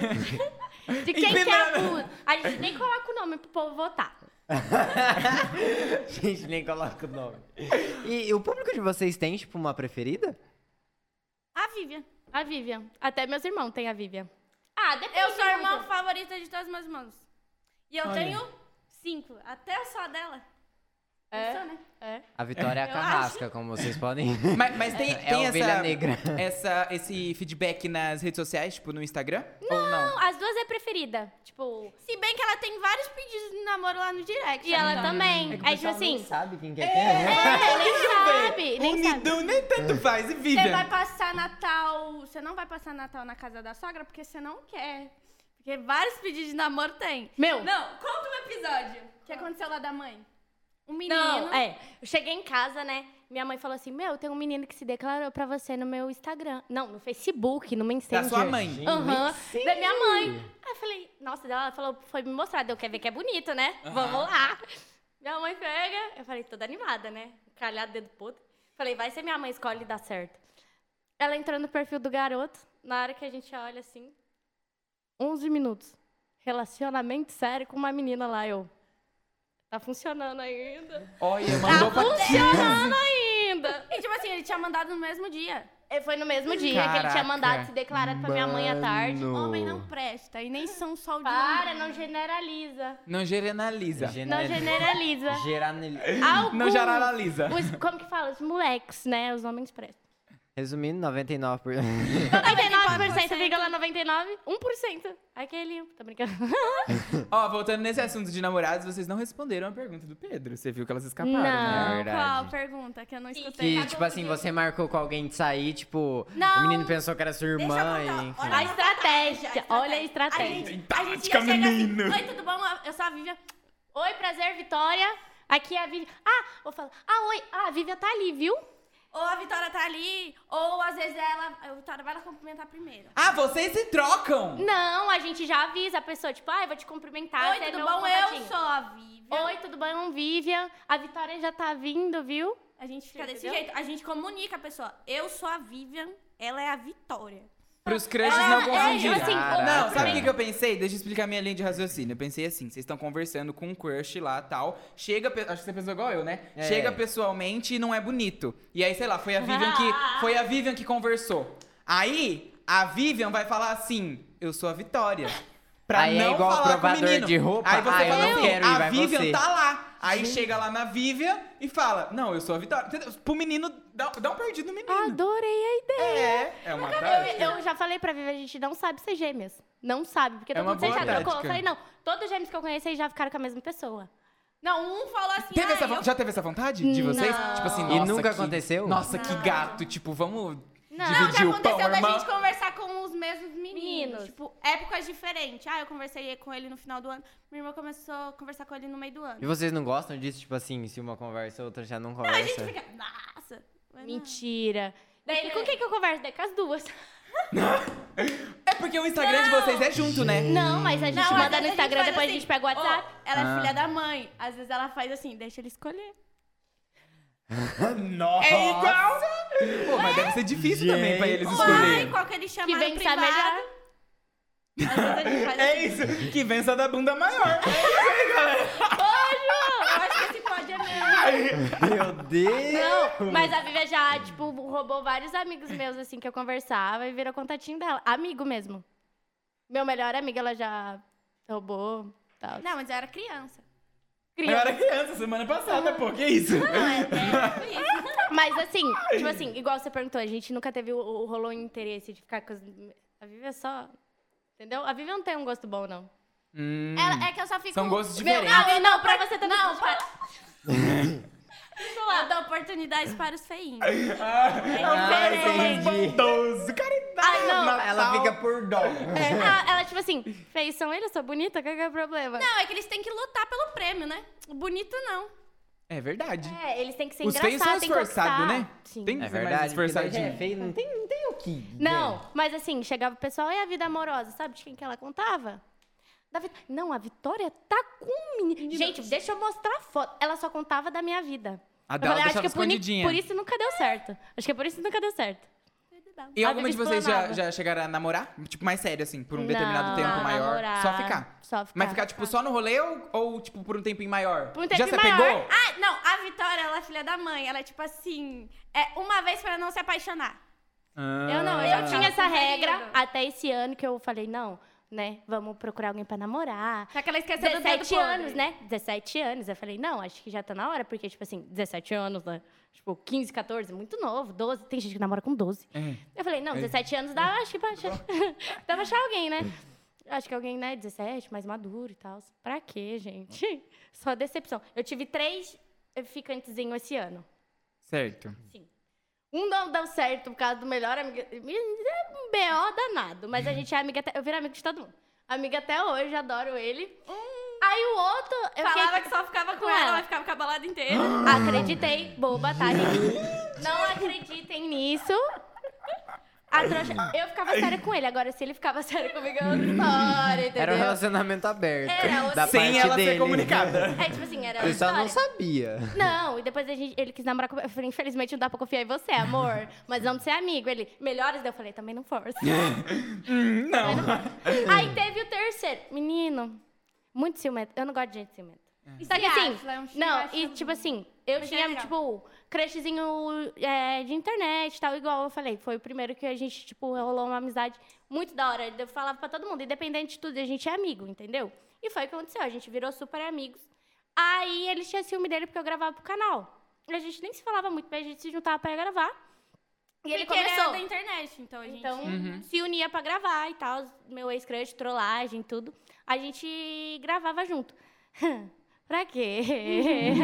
Speaker 3: De quem que é a
Speaker 1: Inclinando.
Speaker 3: bunda? A gente nem coloca o nome pro povo votar.
Speaker 2: A gente nem coloca o nome. E, e o público de vocês tem, tipo, uma preferida?
Speaker 4: A Vivian.
Speaker 3: A Vivian. Até meus irmãos têm a Vivian. Ah, depende.
Speaker 4: Eu sou a
Speaker 3: muito.
Speaker 4: irmã favorita de todos os meus irmãos. E eu
Speaker 1: Olha.
Speaker 4: tenho cinco. Até eu sou a dela.
Speaker 3: É,
Speaker 4: Eu sou, né?
Speaker 3: é.
Speaker 2: A Vitória é a
Speaker 4: Eu
Speaker 2: carrasca, como vocês podem.
Speaker 1: Mas, mas tem,
Speaker 2: É
Speaker 1: tem
Speaker 2: a ovelha
Speaker 1: essa,
Speaker 2: negra.
Speaker 1: essa- esse feedback nas redes sociais, tipo no Instagram? Ou não?
Speaker 3: Não, as duas é preferida. Tipo.
Speaker 4: Se bem que ela tem vários pedidos de namoro lá no direct.
Speaker 3: E ela
Speaker 4: né?
Speaker 3: também.
Speaker 2: que o
Speaker 3: Aí, tipo
Speaker 2: pessoal nem
Speaker 3: assim.
Speaker 2: sabe quem que é quem? né?
Speaker 3: É, nem
Speaker 1: Vê,
Speaker 3: sabe. Nem sabe.
Speaker 1: Unidão nem tanto faz, e
Speaker 4: Você
Speaker 1: vida.
Speaker 4: vai passar Natal. Você não vai passar Natal na casa da sogra porque você não quer. Porque vários pedidos de namoro tem.
Speaker 3: Meu.
Speaker 4: Não, conta um episódio que aconteceu lá da mãe. Um menino.
Speaker 3: é. Não, é. Eu cheguei em casa, né? Minha mãe falou assim: Meu, tem um menino que se declarou pra você no meu Instagram. Não, no Facebook, no Messenger.
Speaker 1: Da sua mãe.
Speaker 3: Aham. Da minha mãe. Aí eu falei, nossa, daí ela falou, foi me mostrar, deu quer ver que é bonito, né? Vamos lá. Minha mãe pega, eu falei, toda animada, né? Calhado, dedo podre. Falei, vai ser minha mãe, escolhe e dá certo. Ela entrou no perfil do garoto, na hora que a gente olha assim, 11 minutos. Relacionamento sério com uma menina lá, eu. Tá funcionando ainda.
Speaker 1: Olha,
Speaker 3: Tá
Speaker 1: mandou pra
Speaker 3: funcionando ainda.
Speaker 4: E tipo assim, ele tinha mandado no mesmo dia.
Speaker 3: E Foi no mesmo dia que ele
Speaker 1: Caraca.
Speaker 3: tinha mandado se declarar pra minha mãe à tarde.
Speaker 4: Homem não presta, e nem são sol de
Speaker 3: Para,
Speaker 4: um-
Speaker 3: não generaliza.
Speaker 1: Não generaliza.
Speaker 2: Né?
Speaker 3: Não generaliza.
Speaker 2: Generaliza.
Speaker 3: Algum,
Speaker 1: Não generaliza.
Speaker 3: Os, como que fala? Os moleques, né? Os homens pretos.
Speaker 2: Resumindo, 99%. Por...
Speaker 3: 99,99%, 1%. Aquele, tá brincando.
Speaker 1: Ó, voltando nesse assunto de namorados, vocês não responderam a pergunta do Pedro. Você viu que elas escaparam, né?
Speaker 3: Não.
Speaker 2: É
Speaker 4: Qual
Speaker 2: verdade.
Speaker 4: pergunta que eu não escutei?
Speaker 2: Que, tipo assim, você marcou com alguém de sair, tipo,
Speaker 4: tá Não.
Speaker 2: o menino pensou que era sua
Speaker 4: Deixa eu
Speaker 2: irmã,
Speaker 4: contar.
Speaker 2: e, é enfim.
Speaker 4: Olha
Speaker 3: A estratégia, olha a estratégia.
Speaker 4: A gente, a gente
Speaker 1: Tática,
Speaker 4: ia chegar assim,
Speaker 1: menino.
Speaker 4: Oi, tudo bom? Eu sou a Vivian.
Speaker 3: Oi, prazer, Vitória. Aqui é a Vivian. Ah, vou falar. Ah, oi. Ah, a Vivian tá ali, viu?
Speaker 4: Ou a Vitória tá ali, ou às vezes ela... A Vitória vai lá cumprimentar primeiro.
Speaker 1: Ah, vocês se trocam!
Speaker 3: Não, a gente já avisa a pessoa, tipo, ah, eu vou te cumprimentar.
Speaker 4: Oi,
Speaker 3: você é
Speaker 4: tudo
Speaker 3: meu
Speaker 4: bom? Eu
Speaker 3: contatinho.
Speaker 4: sou a Vivian.
Speaker 3: Oi, tudo bom, Vivian? A Vitória já tá vindo, viu?
Speaker 4: A gente fica desse
Speaker 3: Entendeu?
Speaker 4: jeito. A gente comunica a pessoa. Eu sou a Vivian, ela é a Vitória.
Speaker 1: Pros crushes
Speaker 3: É,
Speaker 1: não
Speaker 3: é,
Speaker 1: confundirem.
Speaker 3: tipo assim, Caraca.
Speaker 1: não, sabe o que,
Speaker 3: também.
Speaker 1: que eu pensei? Deixa eu explicar minha linha de raciocínio. Eu pensei assim, vocês estão conversando com um crush lá, tal. Chega, pe- acho que você pensou igual eu, né?
Speaker 2: É.
Speaker 1: Chega pessoalmente e não é bonito. E aí, sei lá, foi a Vivian que foi a Vivian que conversou. Aí, a Vivian vai falar assim: "Eu sou a Vitória". Pra
Speaker 2: Aí é
Speaker 1: não
Speaker 2: igual
Speaker 1: falar com o
Speaker 2: provador
Speaker 1: menino.
Speaker 2: de roupa.
Speaker 1: Aí você
Speaker 2: Ah, eu
Speaker 1: fala
Speaker 2: não
Speaker 1: assim,
Speaker 2: quero ir,
Speaker 1: a
Speaker 2: vai
Speaker 1: Vivian
Speaker 2: você."
Speaker 1: tá lá. Aí chega lá na Vivian e fala: "Não, eu sou a Vitória". Entendeu? Pro menino dá, dá um perdido no menino.
Speaker 3: Adorei a ideia.
Speaker 1: é, é uma tática.
Speaker 3: Ah, Eu, eu já falei pra Vivi, a gente não sabe ser gêmeas. Não sabe, porque
Speaker 1: É
Speaker 3: todo
Speaker 1: uma
Speaker 3: mundo você
Speaker 1: boa
Speaker 3: já trocou.
Speaker 1: tática.
Speaker 3: Eu falei, não, todos os gêmeos que eu conheci já ficaram com a mesma pessoa.
Speaker 4: Não, um falou assim,
Speaker 1: Teve
Speaker 4: ah,
Speaker 1: essa von-
Speaker 4: eu...
Speaker 1: Já teve essa vontade de vocês?
Speaker 3: Não.
Speaker 1: Tipo assim,
Speaker 2: E
Speaker 1: nossa,
Speaker 2: nunca
Speaker 1: que-
Speaker 2: aconteceu?
Speaker 1: Nossa, que gato. Tipo, vamos
Speaker 3: Não,
Speaker 4: Não,
Speaker 1: dividir
Speaker 4: já
Speaker 1: o pão,
Speaker 4: aconteceu da
Speaker 1: irmã.
Speaker 4: gente conversar com os mesmos meninos.
Speaker 3: Meninos.
Speaker 4: Tipo, épocas diferentes. Ah, eu conversei com ele no final do ano. Minha irmã começou a conversar com ele no meio do ano.
Speaker 2: E vocês não gostam disso, tipo assim, se uma conversa, outra já não
Speaker 4: A
Speaker 2: conversa?
Speaker 4: gente fica, nossa. mas não.
Speaker 3: Mentira. Ah, Daí, é-
Speaker 4: Porque-
Speaker 3: com quem que eu converso? Daí com as duas.
Speaker 1: É porque o Instagram de vocês é junto, né?
Speaker 3: Não, mas a gente
Speaker 4: Não, às
Speaker 3: manda
Speaker 4: vezes
Speaker 3: no
Speaker 4: a gente
Speaker 3: Instagram,
Speaker 4: faz
Speaker 3: depois a
Speaker 4: assim,
Speaker 3: gente pega o WhatsApp.
Speaker 4: "Ô, ela é
Speaker 1: Ah.
Speaker 4: filha da mãe. Às vezes ela faz assim, deixa ele escolher.
Speaker 1: Nossa! É
Speaker 4: Então,
Speaker 1: igual! Pô, mas deve ser difícil também pra eles
Speaker 4: Uai,
Speaker 1: escolherem.
Speaker 4: qual que ele
Speaker 3: que
Speaker 4: chama
Speaker 3: vem
Speaker 4: no
Speaker 3: que sabe melhor.
Speaker 4: privado? Às vezes a gente faz
Speaker 1: É
Speaker 4: assim.
Speaker 1: isso, que vença da bunda maior.
Speaker 4: Eu acho que esse pode é meu.
Speaker 2: Meu Deus!
Speaker 3: Não, mas a Vivian já, tipo, roubou vários amigos meus, assim, que eu conversava e virou contatinho dela. Amigo mesmo. Meu melhor amigo, ela já roubou, tal.
Speaker 4: Não, mas eu era criança.
Speaker 1: Eu era criança semana passada, pô, que isso?
Speaker 3: Mas assim, tipo assim, igual você perguntou, a gente nunca teve o, o rolou interesse de ficar com as... A Vivi é só... Entendeu? A Vivi não tem um gosto bom, não.
Speaker 1: Hum,
Speaker 4: Ela- é que eu só fico.
Speaker 1: São gostos
Speaker 3: Meu,
Speaker 1: diferentes.
Speaker 3: ah, não, pra você também. Não, para.
Speaker 4: Eu dou oportunidades para os feinhos. É
Speaker 2: Ah,
Speaker 1: Somos
Speaker 2: entendi.
Speaker 1: bondosos, caridade.
Speaker 3: Ai, Tipo, não.
Speaker 2: Ela fica por dó.
Speaker 3: Ah, ela, tipo assim, feição ele, eu sou bonita, qual que é o problema?
Speaker 4: Não, é que eles têm que lutar pelo prêmio, né? O bonito não.
Speaker 1: É verdade.
Speaker 3: É, eles têm que ser
Speaker 1: Os feios são
Speaker 3: engraçados, tem que
Speaker 1: esforçados,
Speaker 3: conquistar.
Speaker 1: né?
Speaker 3: Sim.
Speaker 1: Tem
Speaker 2: É
Speaker 1: que ser mais
Speaker 2: verdade, porque daí já é
Speaker 1: esforçadinho.
Speaker 2: feio, não tem, não tem o que.
Speaker 1: É.
Speaker 3: Não, mas assim, chegava o pessoal, e a vida amorosa, sabe de quem que ela contava? Da Vit- Não, a Vitória tá com menino. Gente, deixa eu mostrar a foto. Ela só contava da minha vida.
Speaker 1: A
Speaker 3: Eu
Speaker 1: dela
Speaker 3: falei, "Ah, acho
Speaker 1: deixava
Speaker 3: que por, ni-
Speaker 1: escondidinha.
Speaker 3: por isso nunca deu certo. Acho que é por isso que nunca deu certo.
Speaker 1: E
Speaker 3: A
Speaker 1: alguma de
Speaker 3: Vivi
Speaker 1: vocês já,
Speaker 3: explanava.
Speaker 1: já chegaram a namorar? Tipo, mais sério, assim, por um
Speaker 3: Ah, Não,
Speaker 1: determinado tempo maior?
Speaker 3: namorar.
Speaker 1: Só ficar?
Speaker 3: Só ficar.
Speaker 1: Mas ficar, tipo, só no rolê ou, ou, tipo, por um tempinho maior?
Speaker 3: Por um
Speaker 1: já
Speaker 3: tempinho
Speaker 1: você
Speaker 3: maior.
Speaker 1: pegou?
Speaker 4: Ah, não, a Vitória, ela é filha da mãe. Ela é tipo assim. É uma vez pra não se apaixonar.
Speaker 3: Eu não, eu
Speaker 4: Ah.
Speaker 3: já tinha essa
Speaker 4: Tá
Speaker 3: regra
Speaker 4: vendo?
Speaker 3: até esse ano que eu falei, não, né? Vamos procurar alguém pra namorar.
Speaker 4: Só que ela esqueceu do Tá dedo
Speaker 3: 17
Speaker 4: podre.
Speaker 3: anos, né? 17 anos. Eu falei, não, acho que já tá na hora, porque, tipo assim, 17 anos, né? Tipo, 15, 14, muito novo, 12. Tem gente que namora com 12.
Speaker 1: É,
Speaker 3: Eu falei, não, 17 anos dá, acho que pra achar, dá pra achar alguém, né? Acho que alguém, né, 17, mais maduro e tal. Pra quê, gente? Só decepção. Eu tive três ficantezinhos esse ano.
Speaker 1: Certo.
Speaker 3: Um não deu certo por causa do melhor amigo. É um BO danado, mas a gente é amiga até. Eu virei amigo de todo mundo. Amiga até hoje, adoro ele. Aí o outro. Eu
Speaker 4: Falava
Speaker 3: fiquei-
Speaker 4: que só ficava com
Speaker 3: com
Speaker 4: ela,
Speaker 3: ela.
Speaker 4: ela ficava com a balada inteira.
Speaker 3: Acreditei, boba, tá, gente? Não acreditem nisso. A trouxa- Eu ficava séria com ele, agora se ele ficava sério comigo, é outra história, entendeu?
Speaker 2: Era um relacionamento aberto.
Speaker 3: Era, outra-
Speaker 2: É, da
Speaker 3: Sem
Speaker 1: Sem
Speaker 2: parte
Speaker 1: ela
Speaker 2: dele.
Speaker 1: ser comunicada.
Speaker 3: É tipo assim, era outra
Speaker 2: Eu só não
Speaker 3: história.
Speaker 2: sabia.
Speaker 3: Não, e depois a gente- ele quis namorar comigo. Eu falei, infelizmente não dá pra confiar em você, amor. Mas vamos ser amigo. Ele, melhores? Daí Eu falei, também não força.
Speaker 1: Hum, não.
Speaker 3: Aí teve o terceiro. Menino, muito ciumento. Eu não gosto de gente ciumento. Só que assim,
Speaker 4: Ciacho, é um ciacho.
Speaker 3: não, e tipo assim, eu
Speaker 4: Mas é
Speaker 3: tinha,
Speaker 4: legal.
Speaker 3: tipo, crushzinho é, de internet e tal, igual eu falei. Foi o primeiro que a gente, tipo, rolou uma amizade muito da hora. Eu falava pra todo mundo, independente de tudo, a gente é amigo, entendeu? E foi o que aconteceu, a gente virou super amigos. Aí ele tinha ciúme dele porque eu gravava pro canal. E a gente nem se falava muito bem, a gente se juntava pra gravar. E ele
Speaker 4: Porque era
Speaker 3: começou.
Speaker 4: da internet, então a gente...
Speaker 3: Então, se unia pra gravar e tal. Meu ex-crush, trollagem, tudo. A gente gravava junto. pra quê?
Speaker 4: Uhum.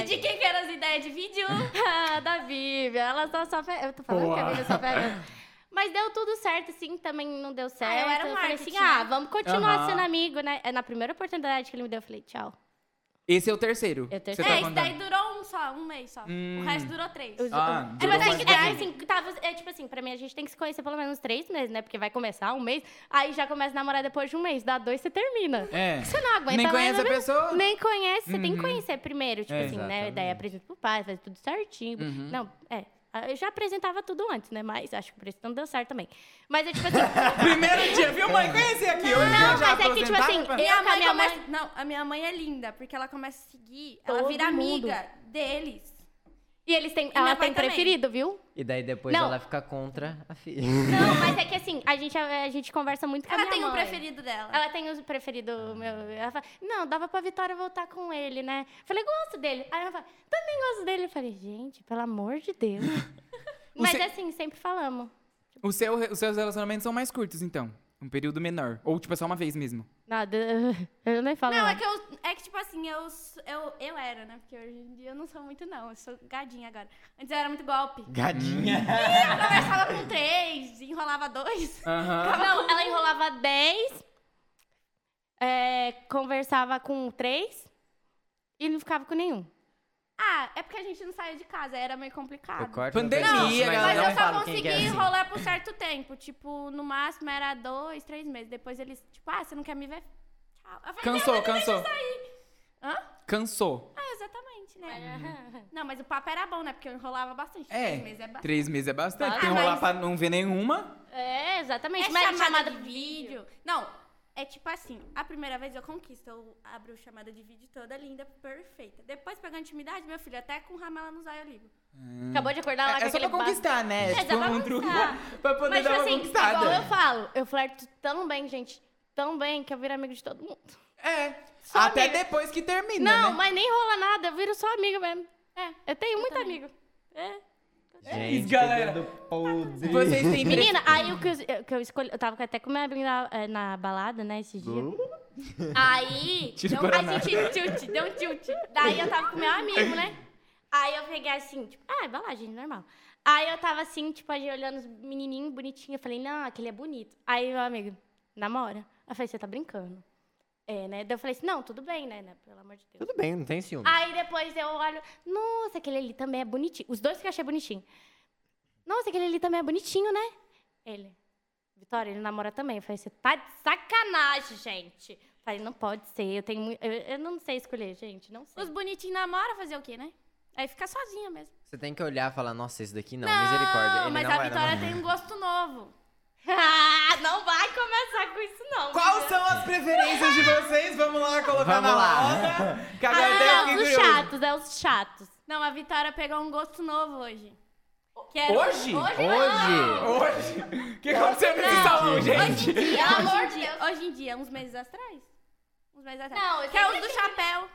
Speaker 4: E de quem que eram as ideias de vídeo?
Speaker 3: Ah, da Bíblia. Ela só, só pega. Eu tô falando que a Bíblia só pega. Mas deu tudo certo, assim, também não deu certo.
Speaker 4: Ah, eu era
Speaker 3: falei assim,
Speaker 4: marketing,
Speaker 3: ah, vamos continuar
Speaker 1: Aham.
Speaker 3: sendo amigo, né? É, Na primeira oportunidade que ele me deu, eu falei, tchau.
Speaker 1: Esse é o terceiro.
Speaker 3: É o
Speaker 1: que você
Speaker 3: terceiro.
Speaker 1: tá
Speaker 4: é, isso daí
Speaker 1: contando. Hum.
Speaker 4: durou um só, um mês só. O resto durou três.
Speaker 3: Os-
Speaker 1: Ah,
Speaker 3: é,
Speaker 1: durou
Speaker 3: mas é,
Speaker 1: mais
Speaker 3: que- é que
Speaker 1: tempo.
Speaker 3: assim, tava, é tipo assim, pra mim a gente tem que se conhecer pelo menos três meses, né? Porque vai começar um mês, aí já começa a namorar depois de um mês, dá dois, você termina.
Speaker 1: É.
Speaker 3: Você não aguenta
Speaker 1: Nem
Speaker 3: mais
Speaker 1: conhece
Speaker 3: ou
Speaker 1: a
Speaker 3: menos.
Speaker 1: pessoa.
Speaker 3: Nem conhece, você tem que conhecer primeiro, tipo
Speaker 1: É.
Speaker 3: assim, né? Daí apresenta pro pai, faz tudo certinho. Não, é. Eu já apresentava tudo antes, né? Mas acho que por isso não deu certo também. Mas é tipo assim.
Speaker 1: Primeiro dia, viu, mãe? Conheci aqui. Hoje eu já
Speaker 3: não, mas é que, tipo
Speaker 1: apresentava
Speaker 3: assim,
Speaker 1: pra-
Speaker 3: eu com a minha
Speaker 4: começa...
Speaker 3: mãe.
Speaker 4: Não, a minha mãe é linda, porque ela começa a seguir, ela
Speaker 3: Todo
Speaker 4: vira
Speaker 3: mundo.
Speaker 4: amiga deles.
Speaker 3: E eles têm.
Speaker 4: meu
Speaker 3: Ela
Speaker 4: pai
Speaker 3: tem
Speaker 4: também.
Speaker 3: preferido, viu?
Speaker 2: E daí depois
Speaker 3: Não.
Speaker 2: ela fica contra a filha.
Speaker 3: Não, mas é que assim, a gente, a gente conversa muito com a
Speaker 4: Ela
Speaker 3: minha
Speaker 4: tem um
Speaker 3: mãe.
Speaker 4: preferido dela.
Speaker 3: Ela tem os preferido meu. Ela fala, não, dava pra Vitória voltar com ele, né? Falei, gosto dele. Aí ela fala, também gosto dele. Eu falei, gente, pelo amor de Deus. Mas
Speaker 1: Você-
Speaker 3: assim, sempre falamos.
Speaker 1: O seu, os seus relacionamentos são mais curtos, então. Um período menor. Ou, tipo, é só uma vez mesmo.
Speaker 3: Nada, eu nem falo.
Speaker 4: Não,
Speaker 3: nada.
Speaker 4: é que eu. É que, tipo assim, eu, s- eu, eu era, né? Porque hoje em dia eu não sou muito, não. Eu sou gadinha agora. Antes eu era muito golpe.
Speaker 2: Gadinha.
Speaker 4: Eu conversava com três, enrolava dois.
Speaker 1: Aham.
Speaker 3: Não, ela enrolava 10, é, conversava com 3 e não ficava com nenhum.
Speaker 4: Ah, é porque a gente não saía de casa, era meio complicado.
Speaker 2: Eu corto
Speaker 1: Pandemia,
Speaker 2: no pedaço,
Speaker 1: galera.
Speaker 4: Mas
Speaker 1: Eu
Speaker 4: eu,
Speaker 1: não
Speaker 4: só
Speaker 2: falo quem
Speaker 4: consegui
Speaker 2: que é, assim.
Speaker 4: enrolar por certo tempo. Tipo, no máximo era dois, três meses. Depois eles, tipo, ah, você não quer me ver? Tchau. Eu falei,
Speaker 1: Cansou,
Speaker 4: "Não, não deixa
Speaker 1: cansou.
Speaker 4: eu sair." Hã?
Speaker 1: Cansou.
Speaker 4: Ah, exatamente, né? Não, mas o papo era bom, né? Porque eu enrolava bastante.
Speaker 1: É.
Speaker 4: Três meses é bastante.
Speaker 1: Três meses é bastante. Tem
Speaker 3: Ah,
Speaker 1: que rolar
Speaker 4: mas-
Speaker 1: pra não ver nenhuma.
Speaker 3: É, exatamente.
Speaker 4: É
Speaker 3: mas
Speaker 4: chamada,
Speaker 3: chamada
Speaker 4: de vídeo. Não, é tipo assim, a primeira vez eu conquisto, eu abro chamada de vídeo toda linda, perfeita. Depois pegando intimidade, meu filho, até com ramela no zóio eu ligo.
Speaker 3: Acabou de acordar lá
Speaker 1: É,
Speaker 3: com
Speaker 1: é só pra
Speaker 3: aquele ba-
Speaker 1: conquistar, né?
Speaker 3: É,
Speaker 1: tipo,
Speaker 3: dá pra
Speaker 1: um truque
Speaker 3: conquistar.
Speaker 1: pra- pra poder
Speaker 3: Mas,
Speaker 1: dar
Speaker 3: tipo
Speaker 1: uma
Speaker 3: assim,
Speaker 1: conquistada.
Speaker 3: igual eu falo, eu flerto tão bem, gente, tão bem, que eu viro amigo de todo mundo.
Speaker 1: É.
Speaker 3: Só
Speaker 1: Até
Speaker 3: amiga.
Speaker 1: depois que termina,
Speaker 3: Não,
Speaker 1: né?
Speaker 3: mas nem rola nada, eu viro só amigo mesmo. É, eu tenho muito amigo. É.
Speaker 2: Gente,
Speaker 1: galera.
Speaker 2: pegando podre.
Speaker 1: Vocês têm pre-
Speaker 3: Tá Menina, aí o que eu, o que eu escolhi. Eu tava até com minha amiga na, eh, na balada, né, esse dia. Aí.
Speaker 1: Tira o
Speaker 3: deu,
Speaker 1: Guaraná.
Speaker 3: a gente tilt, deu um tilt. Daí eu tava com meu amigo, né? Aí eu peguei assim, tipo, ah, vai lá, gente, normal. Aí eu tava assim, tipo, aí olhando os menininhos bonitinhos. Eu falei, não, aquele é bonito. Aí meu amigo, namora. Eu falei, você tá brincando. É, né? Daí eu falei assim, não, tudo bem, né? né, Pelo amor de Deus.
Speaker 2: Tudo bem, não tem ciúme.
Speaker 3: Aí depois eu olho, nossa, aquele ali também é bonitinho. Os dois que eu achei bonitinho. Nossa, aquele ali também é bonitinho, né? Ele. Vitória, ele namora também. Eu falei, você tá de sacanagem, gente. Eu falei, não pode ser, eu tenho muito. Eu, eu não sei escolher, gente, não sei.
Speaker 4: Os bonitinhos namoram fazer o quê, né? Aí fica sozinha mesmo.
Speaker 2: Você tem que olhar e falar, nossa, esse daqui não, misericórdia. Ele
Speaker 4: mas
Speaker 2: não
Speaker 4: a
Speaker 2: vai
Speaker 4: Vitória
Speaker 2: namorar.
Speaker 4: tem um gosto novo.
Speaker 3: Ah, não vai começar com isso, não.
Speaker 1: Quais são as preferências de vocês? Vamos lá colocar
Speaker 2: Vamos
Speaker 1: na
Speaker 2: lá.
Speaker 1: roda. Que
Speaker 3: ah,
Speaker 1: agora tem
Speaker 3: não,
Speaker 1: alguém
Speaker 3: os
Speaker 1: curioso.
Speaker 3: chatos, é os chatos.
Speaker 4: Não, a Vitória pegou um gosto novo hoje. Que era-
Speaker 1: Hoje?
Speaker 4: Hoje?
Speaker 2: Hoje!
Speaker 1: Hoje? O que aconteceu nesse salão, gente?
Speaker 4: Hoje em dia,
Speaker 3: Pelo amor
Speaker 4: hoje em dia, hoje em dia, uns meses atrás. Uns meses atrás.
Speaker 3: Não, eu
Speaker 4: que é os
Speaker 3: sempre
Speaker 4: do
Speaker 3: achei
Speaker 4: chapéu.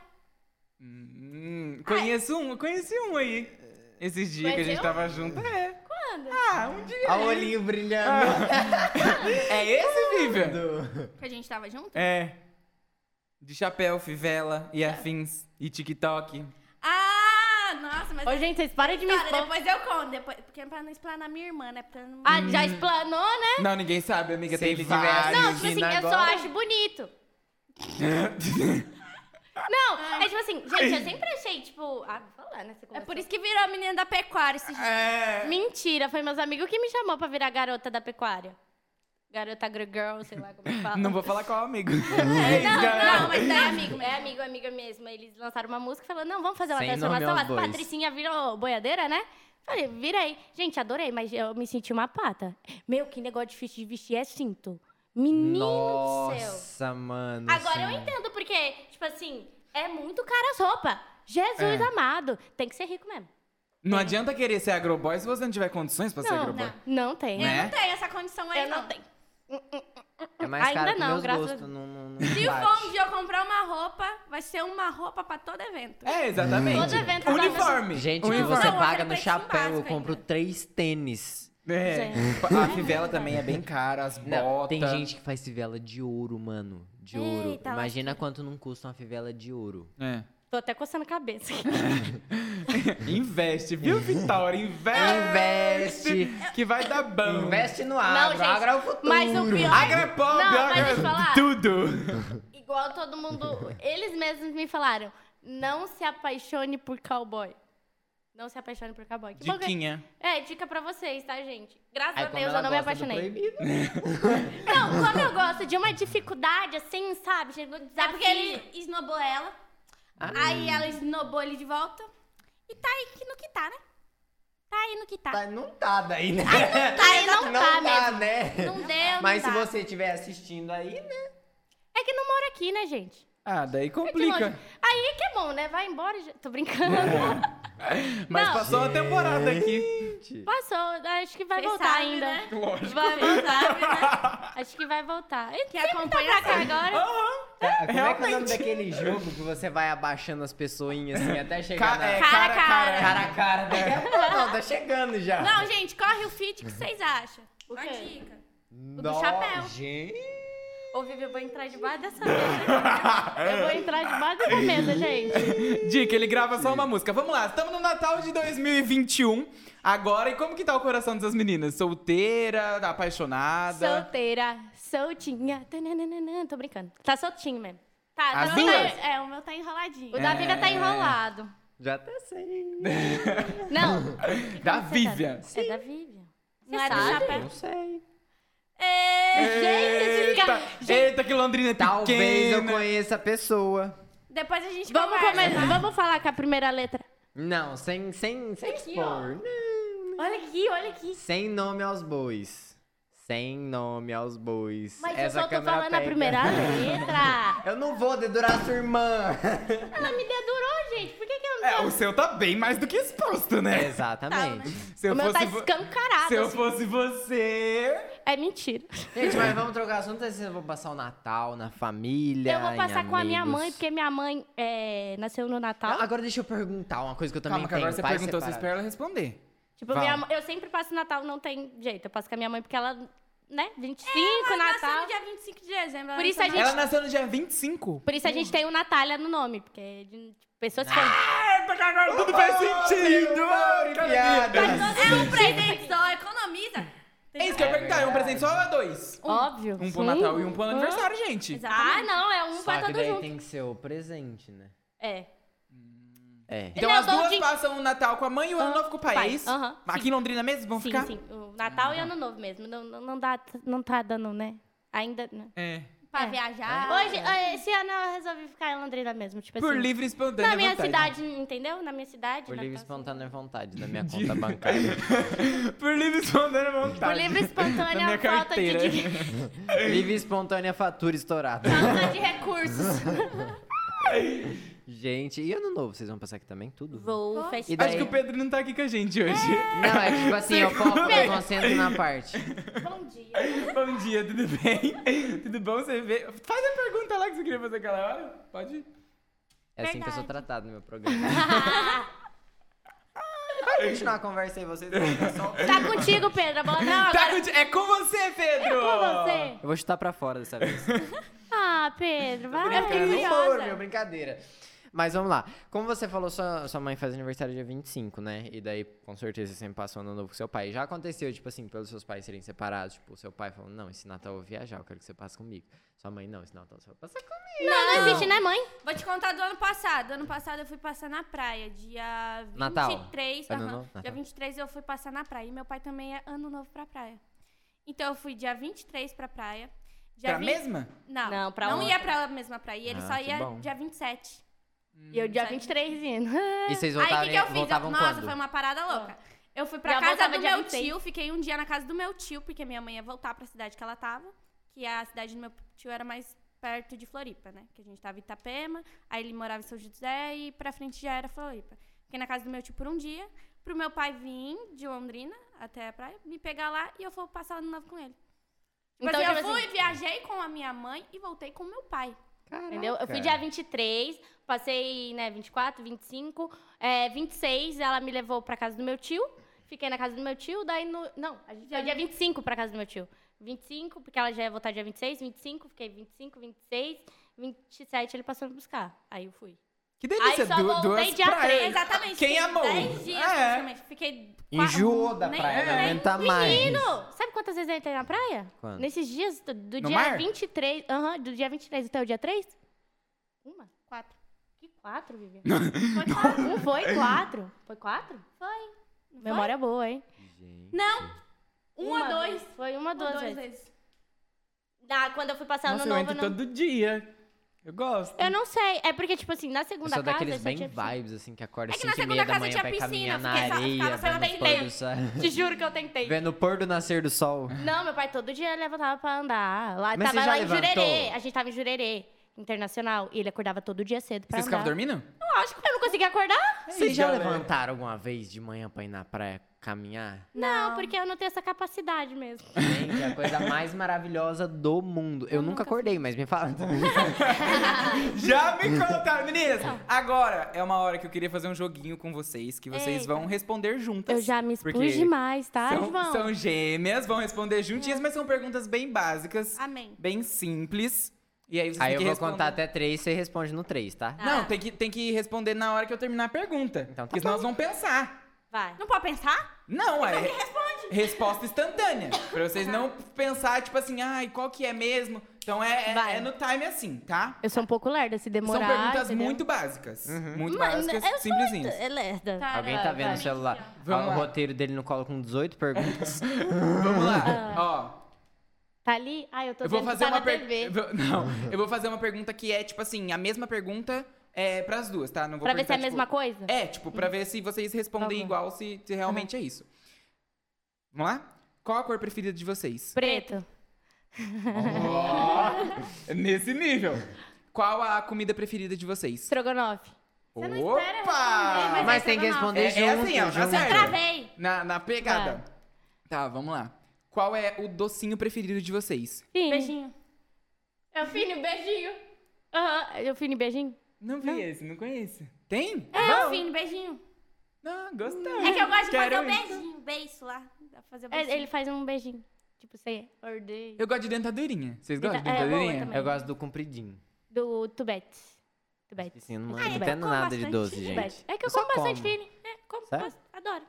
Speaker 1: Hum, conheço um, conheci um aí. Esses dias que a gente
Speaker 3: Conheceu?
Speaker 1: tava junto. É. Quando? Ah, um dia.
Speaker 2: Olha o olhinho brilhando.
Speaker 1: É esse, Vivian?
Speaker 4: Que a gente tava junto?
Speaker 1: É. De chapéu, fivela
Speaker 3: É.
Speaker 1: e afins. E TikTok.
Speaker 4: Ah, nossa, mas.
Speaker 3: Ô, gente, vocês parem de me
Speaker 4: Cara,
Speaker 3: expor.
Speaker 4: depois eu conto, depois, porque é pra não explanar minha irmã, né? Pra não...
Speaker 3: Ah, já explanou, né?
Speaker 1: Não, ninguém sabe, amiga.
Speaker 2: Sei
Speaker 1: Teve
Speaker 2: vários.
Speaker 1: diversos.
Speaker 3: Não, tipo assim,
Speaker 2: Imagina
Speaker 3: eu só
Speaker 2: agora.
Speaker 3: acho bonito. Não, é tipo assim, gente, eu sempre achei, tipo. Ah, vou falar, né? Você
Speaker 4: É
Speaker 3: começou.
Speaker 4: por isso que virou a menina da pecuária esse dia.
Speaker 1: É.
Speaker 3: Mentira, foi meus amigos que me chamou pra virar garota da pecuária. Garota agro girl, sei lá como é que fala.
Speaker 1: Não vou falar qual amigo. É
Speaker 3: Não,
Speaker 1: galera.
Speaker 3: É não, mas é amigo, é amigo, amiga mesmo. Eles lançaram uma música e falaram, não, vamos fazer uma
Speaker 2: Sem
Speaker 3: transformação.
Speaker 2: nome
Speaker 3: A
Speaker 2: aos dois.
Speaker 3: Patricinha virou boiadeira, né? Falei, virei. Gente, adorei, mas eu me senti uma pata. Meu, que negócio difícil de vestir é cinto. Menino do céu.
Speaker 2: Nossa, mano.
Speaker 3: Agora eu
Speaker 2: sim.
Speaker 3: entendo porque, tipo assim, é muito cara as roupas. Jesus
Speaker 1: É.
Speaker 3: amado. Tem que ser rico mesmo.
Speaker 1: Não adianta querer ser agroboy se você não tiver condições pra ser
Speaker 3: Não,
Speaker 1: agroboy.
Speaker 3: não, não tem.
Speaker 1: Né?
Speaker 4: Eu não tenho essa condição aí,
Speaker 3: Eu não tenho.
Speaker 2: É mais
Speaker 3: Ainda
Speaker 2: caro que
Speaker 3: não,
Speaker 2: meus
Speaker 3: graças a
Speaker 2: gostos.
Speaker 3: Deus.
Speaker 2: Não, não, não
Speaker 4: Se
Speaker 2: bate.
Speaker 4: for um dia eu comprar uma roupa, vai ser uma roupa pra todo evento.
Speaker 1: É, exatamente.
Speaker 3: Todo evento tá
Speaker 1: Uniforme.
Speaker 2: Gente,
Speaker 1: Uniforme.
Speaker 2: e você
Speaker 4: Não,
Speaker 2: paga
Speaker 4: aquele
Speaker 2: no
Speaker 4: preço
Speaker 2: chapéu, eu
Speaker 4: básico
Speaker 2: compro
Speaker 4: ainda.
Speaker 2: três tênis.
Speaker 1: É.
Speaker 3: Gente.
Speaker 1: A fivela também é bem cara, as botas.
Speaker 2: Não, tem gente que faz fivela de ouro, mano. De ouro.
Speaker 4: Eita,
Speaker 2: Imagina quanto não custa uma fivela de ouro.
Speaker 1: É.
Speaker 3: Tô até coçando a cabeça.
Speaker 1: Investe, viu, Vitória? Investe.
Speaker 2: Investe.
Speaker 1: Que vai dar bom.
Speaker 2: no
Speaker 3: agro, gente, agro é o futuro. mas o pior-
Speaker 2: é
Speaker 1: Agrapop,
Speaker 3: Não, mas deixa eu falar.
Speaker 1: tudo.
Speaker 3: Igual todo mundo. Eles mesmos me falaram: não se apaixone por cowboy. Não se apaixone por cowboy. Que bom que-
Speaker 1: Diquinha.
Speaker 3: É, dica pra vocês, tá, gente? Graças
Speaker 2: Aí,
Speaker 3: a
Speaker 2: como
Speaker 3: Deus
Speaker 2: ela
Speaker 3: eu não me
Speaker 2: gosta do
Speaker 3: apaixonei.
Speaker 2: proibido,
Speaker 3: Não, como eu gosto de uma dificuldade assim, sabe? Chegou
Speaker 4: É
Speaker 3: desafio.
Speaker 4: porque ele esnobou ela.
Speaker 1: Ah.
Speaker 4: Aí ela esnobou ele de volta. E tá aí que no que tá, né? Tá aí no que tá.
Speaker 2: tá- Não tá daí, né?
Speaker 3: tá, aí não tá mesmo.
Speaker 2: né?
Speaker 3: Não deu,
Speaker 2: Mas
Speaker 3: não
Speaker 2: se
Speaker 3: dá.
Speaker 2: você estiver assistindo aí, né?
Speaker 3: É que não mora aqui, né, gente?
Speaker 1: Ah, daí
Speaker 3: É de longe.
Speaker 1: complica.
Speaker 3: Aí que é bom, né? Vai embora. e já- Tô brincando.
Speaker 1: Mas
Speaker 3: Não.
Speaker 1: passou a temporada aqui.
Speaker 3: Passou, acho que vai
Speaker 4: Cê
Speaker 3: voltar
Speaker 4: sabe,
Speaker 3: ainda.
Speaker 4: né?
Speaker 1: Lógico.
Speaker 3: Vai voltar.
Speaker 4: Sabe, né?
Speaker 3: Acho que vai voltar. Ele
Speaker 4: Que
Speaker 3: sempre
Speaker 4: acompanha
Speaker 3: tá pra cá agora.
Speaker 1: Aham.
Speaker 2: Tá, Como é que é o nome
Speaker 1: Realmente.
Speaker 2: daquele jogo que você vai abaixando as pessoinhas assim até chegar
Speaker 1: Ca-
Speaker 2: na...
Speaker 1: é,
Speaker 4: Cara, cara.
Speaker 2: Cara a cara. Daqui a pouco, não, tá chegando já.
Speaker 4: Não, gente, corre o fit, o que vocês acham?
Speaker 3: O
Speaker 4: Uma
Speaker 3: quê?
Speaker 4: dica.
Speaker 2: do
Speaker 3: chapéu.
Speaker 2: Gente.
Speaker 3: Ô, Vivi, eu vou entrar debaixo dessa mesa. Eu vou entrar debaixo dessa mesa, gente.
Speaker 1: Dica, ele grava só uma música. Vamos lá, estamos no Natal de 2021. Agora, e como que tá o coração dessas meninas? Solteira, apaixonada?
Speaker 3: Solteira, soltinha. Tananana, Tô brincando. Tá soltinho mesmo.
Speaker 4: Tá,
Speaker 1: As
Speaker 4: então tá-
Speaker 1: duas?
Speaker 4: é, o meu tá
Speaker 3: O
Speaker 4: enroladinho.
Speaker 3: da Vivian tá enrolado.
Speaker 2: Já até sei.
Speaker 3: Não.
Speaker 1: Da Vivian.
Speaker 3: É da Vivian.
Speaker 4: Não é do
Speaker 3: sabe?
Speaker 4: chapéu.
Speaker 2: Não sei.
Speaker 4: É,
Speaker 3: Gente,
Speaker 1: Eita,
Speaker 3: fica-
Speaker 1: eita, que Londrina é
Speaker 2: Talvez eu
Speaker 1: pequena.
Speaker 2: conheça a pessoa.
Speaker 4: Depois a gente
Speaker 3: Vamos
Speaker 4: conversa.
Speaker 3: começar. Vamos falar com a primeira letra.
Speaker 2: Não, sem, sem, sem
Speaker 3: Aqui,
Speaker 2: expor. Não.
Speaker 3: Olha aqui, olha aqui.
Speaker 2: Sem nome aos bois. Sem nome aos bois.
Speaker 3: Mas
Speaker 2: Essa
Speaker 3: eu só tô
Speaker 2: câmera
Speaker 3: falando a
Speaker 2: pega.
Speaker 3: primeira letra.
Speaker 2: Eu não vou dedurar sua irmã.
Speaker 3: Ela me dedurou, gente. Por que, que eu não.
Speaker 1: É, o seu tá bem mais do que exposto, né?
Speaker 2: Exatamente.
Speaker 1: Se eu
Speaker 3: o meu tá
Speaker 1: fosse vo-
Speaker 3: escancarado.
Speaker 1: Se eu
Speaker 3: assim.
Speaker 1: fosse você.
Speaker 3: É mentira.
Speaker 2: Gente, mas vamos trocar assunto. Não sei se eu vou passar o Natal na família.
Speaker 3: eu vou
Speaker 2: em
Speaker 3: passar com a minha
Speaker 2: amigos.
Speaker 3: mãe, porque minha mãe é, nasceu no Natal.
Speaker 2: Não, agora deixa eu perguntar uma coisa que eu também
Speaker 1: Calma, que agora
Speaker 2: tenho.
Speaker 1: você
Speaker 2: pais
Speaker 1: perguntou, você
Speaker 2: separados.
Speaker 1: espera ela responder.
Speaker 3: tipo, minha
Speaker 1: vamos.
Speaker 3: mãe- eu sempre passo Natal, não tem jeito. Eu passo com a minha mãe porque ela, né, 25,
Speaker 4: É, Ela nasceu
Speaker 3: Natal.
Speaker 4: no Tá dia 25 de dezembro. né? ela
Speaker 3: Por isso
Speaker 4: nasceu
Speaker 3: a gente-
Speaker 1: Ela nasceu no dia 25.
Speaker 3: Por isso a gente tem o Natália no nome, porque de- tipo, pessoas que...
Speaker 1: Ah, Agora tudo faz sentido.
Speaker 2: Ai, piada.
Speaker 4: no- É um presente só, economiza.
Speaker 1: É isso que eu ia perguntar, é um presente só ou é dois?
Speaker 3: Óbvio.
Speaker 1: Um pro
Speaker 3: sim.
Speaker 1: Natal e um pro aniversário, gente.
Speaker 3: Ah, não, é um pra
Speaker 2: Só que
Speaker 3: todo
Speaker 2: daí
Speaker 3: junto.
Speaker 2: tem que ser o presente, né?
Speaker 3: É.
Speaker 2: É.
Speaker 1: Então
Speaker 3: Não,
Speaker 1: as duas
Speaker 3: dou de-
Speaker 1: passam o Natal com a mãe e o ano
Speaker 3: Ah,
Speaker 1: novo com o pai,
Speaker 3: pai,
Speaker 1: é isso?
Speaker 3: aham,
Speaker 1: Aqui em Londrina mesmo vão
Speaker 3: sim,
Speaker 1: ficar?
Speaker 3: sim. O Natal e Ano Novo mesmo. Não, não, não dá, não tá dando, né? Ainda... né?
Speaker 1: É.
Speaker 4: Pra
Speaker 3: É.
Speaker 4: viajar.
Speaker 3: Hoje, eh, esse ano eu resolvi ficar em Londrina mesmo. Tipo
Speaker 1: Ah. Por
Speaker 3: assim,
Speaker 1: livre e espontânea
Speaker 3: Na minha
Speaker 1: vontade.
Speaker 3: cidade, entendeu? Na minha cidade.
Speaker 2: Por
Speaker 3: na
Speaker 2: livre e
Speaker 3: tua cidade.
Speaker 2: espontânea vontade da minha conta bancária.
Speaker 1: Por livre e espontânea vontade.
Speaker 3: Por livre e
Speaker 1: Na minha
Speaker 3: espontânea falta de,
Speaker 1: carteira.
Speaker 3: de,
Speaker 2: livre e espontânea fatura estourada.
Speaker 3: falta de recursos.
Speaker 2: Gente, e ano novo? Vocês vão passar aqui também? Tudo?
Speaker 3: Vou
Speaker 2: E
Speaker 3: festival.
Speaker 2: daí?
Speaker 1: Acho que o Pedro não tá aqui com a gente hoje.
Speaker 2: Não, é que, tipo assim, eu foco, eu concentro na parte.
Speaker 3: Bom dia.
Speaker 1: Bom dia, tudo bem? tudo bom? Você vê? Faz a pergunta lá que você queria fazer aquela hora. Pode ir.
Speaker 2: É assim que eu sou
Speaker 4: Verdade.
Speaker 2: tratado no meu programa. Vai continuar a conversa aí, vocês.
Speaker 3: Tá contigo, Pedro. A bola não,
Speaker 1: Tá
Speaker 3: agora
Speaker 1: com- É com você, Pedro!
Speaker 3: é com você.
Speaker 2: Eu vou chutar pra fora dessa vez.
Speaker 3: Ah, Pedro, vai.
Speaker 4: fiquei
Speaker 1: É
Speaker 2: Não
Speaker 4: curiosa.
Speaker 2: for, meu, brincadeira. Mas vamos lá. Como você falou, sua, sua mãe faz aniversário dia 25, né? E daí, com certeza, você sempre passou ano novo com seu pai. Já aconteceu, tipo assim, pelos seus pais serem separados. Tipo, seu pai falando, não, esse Natal eu vou viajar, eu quero que você passe comigo. Sua mãe, não, esse Natal você vai passar comigo.
Speaker 3: Não, não existe, né, mãe?
Speaker 4: Vou te contar do ano passado. Ano passado eu fui passar na praia, dia
Speaker 2: Natal.
Speaker 4: 23.
Speaker 2: Ano
Speaker 4: aham.
Speaker 2: novo,
Speaker 4: Dia
Speaker 2: Natal.
Speaker 4: 23 eu fui passar na praia. E meu pai também é ano novo pra praia. Então eu fui dia 23 pra praia. Dia
Speaker 1: Pra
Speaker 4: 20
Speaker 1: mesma?
Speaker 4: Não,
Speaker 3: Não, pra
Speaker 4: não
Speaker 3: outra.
Speaker 4: ia pra mesma praia. Ele
Speaker 2: Ah,
Speaker 4: só
Speaker 2: que
Speaker 4: ia
Speaker 2: bom.
Speaker 4: dia 27.
Speaker 3: E eu dia 23 indo.
Speaker 2: E vocês
Speaker 4: É. Aí o
Speaker 2: voltarem,
Speaker 4: que, que eu fiz?
Speaker 2: voltavam
Speaker 4: Eu- Nossa,
Speaker 2: quando?
Speaker 4: foi uma parada
Speaker 3: Ah.
Speaker 4: louca. Eu fui pra
Speaker 3: Já
Speaker 4: casa
Speaker 3: voltava
Speaker 4: do
Speaker 3: dia
Speaker 4: meu
Speaker 3: 26.
Speaker 4: tio, fiquei um dia na casa do meu tio, porque minha mãe ia voltar pra cidade que ela tava, que a cidade do meu tio era mais perto de Floripa, né? Que a gente tava em Itapema, aí ele morava em São José e pra frente já era Floripa. Fiquei na casa do meu tio por um dia, pro meu pai vir de Londrina até a praia, me pegar lá e eu fui passar ano novo com ele. Tipo
Speaker 3: Então,
Speaker 4: assim, eu
Speaker 3: tipo
Speaker 4: fui,
Speaker 3: assim-
Speaker 4: viajei com a minha mãe e voltei com meu pai.
Speaker 3: Entendeu? Eu fui dia 23, passei, né, 24, 25, é, 26, ela me levou pra casa do meu tio, fiquei na casa do meu tio, daí no... Não, a gente foi dia 25 pra casa do meu tio. 25, porque ela já ia voltar dia 26, 25, fiquei 25, 26, 27 ele passou a me buscar. Aí eu fui.
Speaker 1: Que delícia,
Speaker 3: Aí só
Speaker 1: du
Speaker 3: voltei
Speaker 1: duas
Speaker 3: dia
Speaker 1: praias.
Speaker 3: três,
Speaker 4: Exatamente.
Speaker 1: Quem
Speaker 4: fiquei
Speaker 1: amou?
Speaker 4: 10 dias,
Speaker 1: é.
Speaker 4: praticamente. Fiquei. qua-
Speaker 2: Enjoou da
Speaker 4: nem- um
Speaker 2: praia, né? Tá não
Speaker 4: nem-
Speaker 2: aguenta mais.
Speaker 3: Menino, sabe quantas vezes eu entrei na praia?
Speaker 2: Quanto?
Speaker 3: Nesses dias, do, do
Speaker 1: No
Speaker 3: dia
Speaker 1: mar?
Speaker 3: 23, aham, do dia 23 até o dia 3? Uma?
Speaker 4: Quatro.
Speaker 3: Que quatro, Vivian?
Speaker 4: Foi quatro.
Speaker 3: Não um foi quatro. Foi quatro?
Speaker 4: Foi.
Speaker 3: Memória boa, hein?
Speaker 2: Gente.
Speaker 4: Não. Um ou dois.
Speaker 3: Foi uma ou
Speaker 4: Uma ou
Speaker 3: duas,
Speaker 4: dois
Speaker 3: vezes.
Speaker 4: vezes.
Speaker 3: Ah, quando eu fui passar
Speaker 1: Nossa,
Speaker 3: ano
Speaker 1: eu
Speaker 3: novo, eu
Speaker 1: entro
Speaker 3: não...
Speaker 1: todo dia. Eu gosto.
Speaker 3: Eu não sei. É porque, tipo assim, na
Speaker 2: Eu
Speaker 3: segunda
Speaker 2: sou
Speaker 3: casa...
Speaker 2: daqueles
Speaker 3: só
Speaker 2: bem
Speaker 3: tinha piscina.
Speaker 2: vibes, assim, que acorda
Speaker 4: É que na
Speaker 2: 5 e meia
Speaker 4: segunda
Speaker 2: da
Speaker 4: casa
Speaker 2: manhã,
Speaker 4: tinha
Speaker 2: vai
Speaker 4: piscina,
Speaker 2: caminhar na
Speaker 4: porque ficava-
Speaker 2: areia,
Speaker 4: ficava
Speaker 2: vendo o
Speaker 4: sem
Speaker 2: pôr
Speaker 4: tempo.
Speaker 2: do sol.
Speaker 3: Te juro que eu tentei.
Speaker 2: Vendo o pôr do nascer do sol.
Speaker 3: Não, meu pai todo dia levantava pra andar. Lá,
Speaker 2: Mas você
Speaker 3: tava
Speaker 2: já
Speaker 3: lá em
Speaker 2: levantou?
Speaker 3: Jurerê. A gente tava em Jurerê Internacional. E ele acordava todo dia cedo pra
Speaker 1: Vocês ficavam
Speaker 3: andar.
Speaker 1: dormindo?
Speaker 3: Lógico, eu não conseguia acordar.
Speaker 4: É.
Speaker 2: Vocês já
Speaker 1: galera.
Speaker 2: levantaram alguma vez de manhã pra ir na praia caminhar?
Speaker 3: Não, porque eu não tenho essa capacidade mesmo.
Speaker 2: Gente, é a coisa mais maravilhosa do mundo. Eu, nunca acordei, mas me fala.
Speaker 1: Já me
Speaker 2: Uhum.
Speaker 1: contaram, meninas!
Speaker 3: Então.
Speaker 1: Agora é uma hora que eu queria fazer um joguinho com vocês, que vocês
Speaker 3: Eita.
Speaker 1: vão responder juntas.
Speaker 3: Eu já me expus
Speaker 1: Porque
Speaker 3: demais, tá,
Speaker 1: São,
Speaker 3: João?
Speaker 1: são gêmeas, vão responder juntinhas, mas são perguntas bem básicas,
Speaker 3: Ah.
Speaker 4: Amém.
Speaker 1: bem simples. E aí vocês
Speaker 2: Aí
Speaker 1: têm
Speaker 2: eu
Speaker 1: que
Speaker 2: vou
Speaker 1: responder.
Speaker 2: contar até três, você responde no três, tá?
Speaker 1: Não, tem que, tem que responder na hora que eu terminar a pergunta.
Speaker 2: Então tá
Speaker 1: porque senão elas vão pensar.
Speaker 3: Vai.
Speaker 4: Não pode pensar?
Speaker 1: Não, é. Resposta instantânea. Pra vocês
Speaker 3: Tá.
Speaker 1: não pensar, tipo assim, ai, qual que é mesmo? Então é, é,
Speaker 3: Vai.
Speaker 1: é no time assim, tá?
Speaker 3: Eu sou um pouco lerda, se demorar...
Speaker 1: São perguntas
Speaker 3: entendeu?
Speaker 1: muito básicas. Muito
Speaker 3: Mano,
Speaker 1: básicas,
Speaker 3: eu sou
Speaker 1: simplesinhas.
Speaker 3: muito lerda.
Speaker 4: Tá.
Speaker 2: Alguém tá
Speaker 4: Caramba,
Speaker 2: vendo o
Speaker 4: gente,
Speaker 2: celular?
Speaker 1: ó. Vamos
Speaker 2: Ó,
Speaker 1: lá.
Speaker 2: o roteiro dele no colo com 18 perguntas.
Speaker 1: Vamos lá. Ó,
Speaker 3: Tá ali? Ah, eu Ah. tô
Speaker 1: eu vou
Speaker 3: vendo que
Speaker 1: fazer
Speaker 3: tá
Speaker 1: uma
Speaker 3: na
Speaker 1: per-
Speaker 3: TV.
Speaker 1: eu vou- Não, eu vou fazer uma pergunta que é tipo assim, a mesma pergunta é para as duas, tá? Não vou
Speaker 3: Pra ver se é a
Speaker 1: perguntar, tipo-
Speaker 3: mesma coisa?
Speaker 1: É, tipo, pra ver se vocês respondem
Speaker 3: Tá bom. Uhum.
Speaker 1: igual, se, se realmente é isso. Vamos lá? Qual a cor preferida de vocês?
Speaker 3: Preto.
Speaker 1: Nesse nível. Qual a comida preferida de vocês?
Speaker 3: Estrogonofe.
Speaker 1: Opa!
Speaker 4: não espera eu responder,
Speaker 2: Mas,
Speaker 4: Mas
Speaker 2: tem que
Speaker 4: é estrogonofe.
Speaker 2: responder
Speaker 1: É- é
Speaker 2: junto,
Speaker 1: assim, ó,
Speaker 2: junto.
Speaker 1: acerta.
Speaker 4: Travei.
Speaker 1: Na, na pegada. Tá, vamos lá. Qual é o docinho preferido de vocês?
Speaker 3: Fini.
Speaker 4: Beijinho.
Speaker 3: Eu É Fini, beijinho. Aham, eu Fini, beijinho.
Speaker 1: Não vi esse, não conheço. Tem?
Speaker 4: É,
Speaker 1: Bom.
Speaker 4: o Fini, beijinho.
Speaker 1: Não, gostei.
Speaker 4: É que eu gosto de fazer
Speaker 1: Quero um.
Speaker 4: o
Speaker 1: isso.
Speaker 4: beijinho. Beijo lá. Dá pra fazer o
Speaker 3: É,
Speaker 4: beijinho.
Speaker 3: Ele faz um beijinho. Tipo, você ordei.
Speaker 1: Eu gosto de dentadurinha. Vocês gostam de
Speaker 3: É, boa
Speaker 1: dentadurinha?
Speaker 3: também.
Speaker 2: Eu gosto do compridinho.
Speaker 3: Do Tubete. Tubete.
Speaker 2: Assim, eu não
Speaker 3: Ah, eu
Speaker 2: não entendo
Speaker 4: como
Speaker 2: nada de
Speaker 4: bastante
Speaker 2: doce, gente.
Speaker 3: Tubete. É que eu,
Speaker 2: só
Speaker 3: como bastante
Speaker 2: como.
Speaker 3: Fini. É, como,
Speaker 2: Sério?
Speaker 3: gosto, adoro.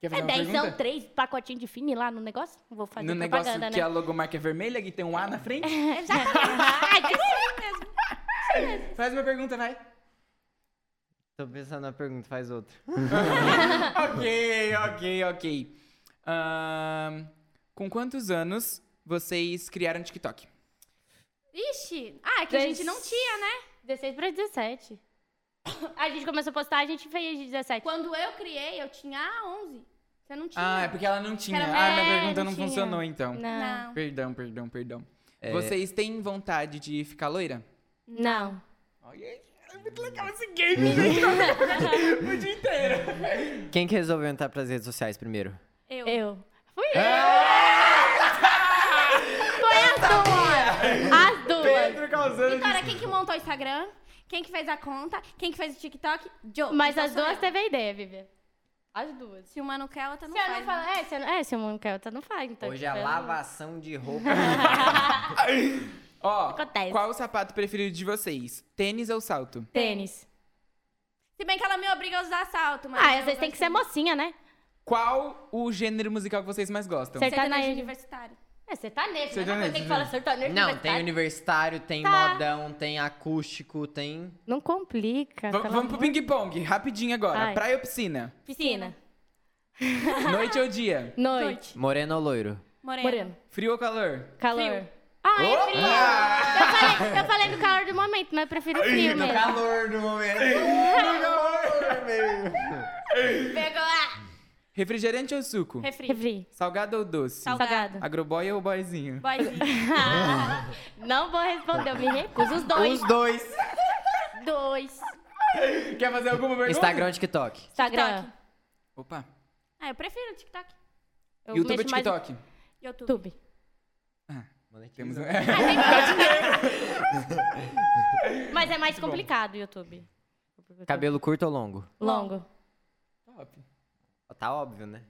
Speaker 1: Quer
Speaker 3: É
Speaker 1: fazer uma
Speaker 3: 10, são
Speaker 1: pergunta?
Speaker 3: 3 pacotinhos de Fini lá no negócio? Não vou fazer
Speaker 1: No negócio
Speaker 3: propaganda,
Speaker 1: que a
Speaker 3: né?
Speaker 1: logomarca é vermelha e tem um A na frente?
Speaker 3: "Ah,
Speaker 1: Faz uma pergunta, vai.
Speaker 2: Tô pensando na pergunta, faz outra.
Speaker 1: ok, ok, ok. Ahn, com quantos anos vocês criaram TikTok?
Speaker 4: Ixi. Ah, é que a gente não tinha, né?
Speaker 3: 16 pra 17. A gente começou a postar, a gente fez de 17.
Speaker 4: Quando eu criei, eu tinha 11. Você não tinha.
Speaker 1: Ah, é porque ela não tinha.
Speaker 4: Era-
Speaker 1: Ah,
Speaker 3: É,
Speaker 1: minha pergunta
Speaker 3: não
Speaker 1: não
Speaker 3: tinha.
Speaker 1: funcionou então.
Speaker 3: Não.
Speaker 4: Não.
Speaker 1: Perdão, perdão, perdão. Vocês têm vontade de ficar loira?
Speaker 3: Não.
Speaker 1: Olha, é muito legal esse game, gente. o dia inteiro.
Speaker 2: Quem que resolveu entrar pras redes sociais primeiro?
Speaker 4: Eu.
Speaker 3: Eu. Fui eu.
Speaker 1: É!
Speaker 3: Foi as duas. As duas.
Speaker 1: Pedro causando.
Speaker 4: Vitória, Então, quem que montou o Instagram? Quem que fez a conta? Quem que fez o TikTok? Joe.
Speaker 3: Mas
Speaker 4: Então
Speaker 3: as
Speaker 4: sou
Speaker 3: duas
Speaker 4: eu.
Speaker 3: teve a ideia, Vivi. As duas.
Speaker 4: Se uma não quer, a outra não
Speaker 3: Se eu
Speaker 4: faz. né?
Speaker 3: não falar, é, se eu não, é, se eu não quero, tu não faz, então.
Speaker 2: Hoje é
Speaker 3: tipo,
Speaker 2: a
Speaker 3: eu não-
Speaker 2: lavação de roupa.
Speaker 1: Ó,
Speaker 3: Tá Acontece.
Speaker 1: qual o sapato preferido de vocês? Tênis ou salto?
Speaker 3: Tênis.
Speaker 4: Se bem que ela me obriga a usar salto, mas.
Speaker 3: Ah,
Speaker 4: eu
Speaker 3: às vezes tem que
Speaker 4: gosto
Speaker 3: ser
Speaker 4: de-
Speaker 3: mocinha, né?
Speaker 1: Qual o gênero musical que vocês mais gostam?
Speaker 3: Certo.
Speaker 4: Sertanejo
Speaker 3: Sertanejo.
Speaker 4: universitário.
Speaker 3: É sertanejo, né?
Speaker 1: Sertanejo,
Speaker 3: Mas tá tem que falar sertanejo.
Speaker 2: Não, tem
Speaker 3: universitário.
Speaker 2: universitário, tem
Speaker 3: Tá.
Speaker 2: modão, tem acústico, tem.
Speaker 3: Não complica.
Speaker 1: Va-
Speaker 3: pelo
Speaker 1: vamos pro
Speaker 3: amor.
Speaker 1: ping-pong, rapidinho agora.
Speaker 3: Ai.
Speaker 1: Praia ou piscina?
Speaker 3: Piscina.
Speaker 1: Noite ou dia?
Speaker 3: Noite.
Speaker 2: Moreno ou loiro?
Speaker 4: Moreno.
Speaker 3: Moreno.
Speaker 1: Frio ou calor?
Speaker 3: Calor. Ah, é frio. Eu falei, eu falei no calor do momento, mas eu prefiro frio mesmo.
Speaker 2: calor no momento. no calor,
Speaker 4: Pegou a.
Speaker 1: Refrigerante ou suco?
Speaker 4: Refri.
Speaker 3: Refri.
Speaker 1: Salgado ou doce?
Speaker 4: Sal-
Speaker 3: Salgado.
Speaker 1: Agroboy ou boyzinho?
Speaker 4: Boyzinho.
Speaker 3: Não vou responder, eu me recuso. Os dois.
Speaker 2: Os dois.
Speaker 3: Dois.
Speaker 1: Quer fazer alguma pergunta?
Speaker 2: Instagram ou TikTok?
Speaker 3: Instagram.
Speaker 4: TikTok.
Speaker 1: Opa.
Speaker 4: Ah, eu prefiro o TikTok.
Speaker 3: Eu
Speaker 1: YouTube ou
Speaker 3: mexo mais no
Speaker 1: TikTok?
Speaker 4: YouTube.
Speaker 3: YouTube.
Speaker 1: Temos um...
Speaker 3: Mas é mais complicado o YouTube.
Speaker 2: Cabelo curto ou longo?
Speaker 3: Longo.
Speaker 1: um- Top.
Speaker 2: Tá óbvio, né?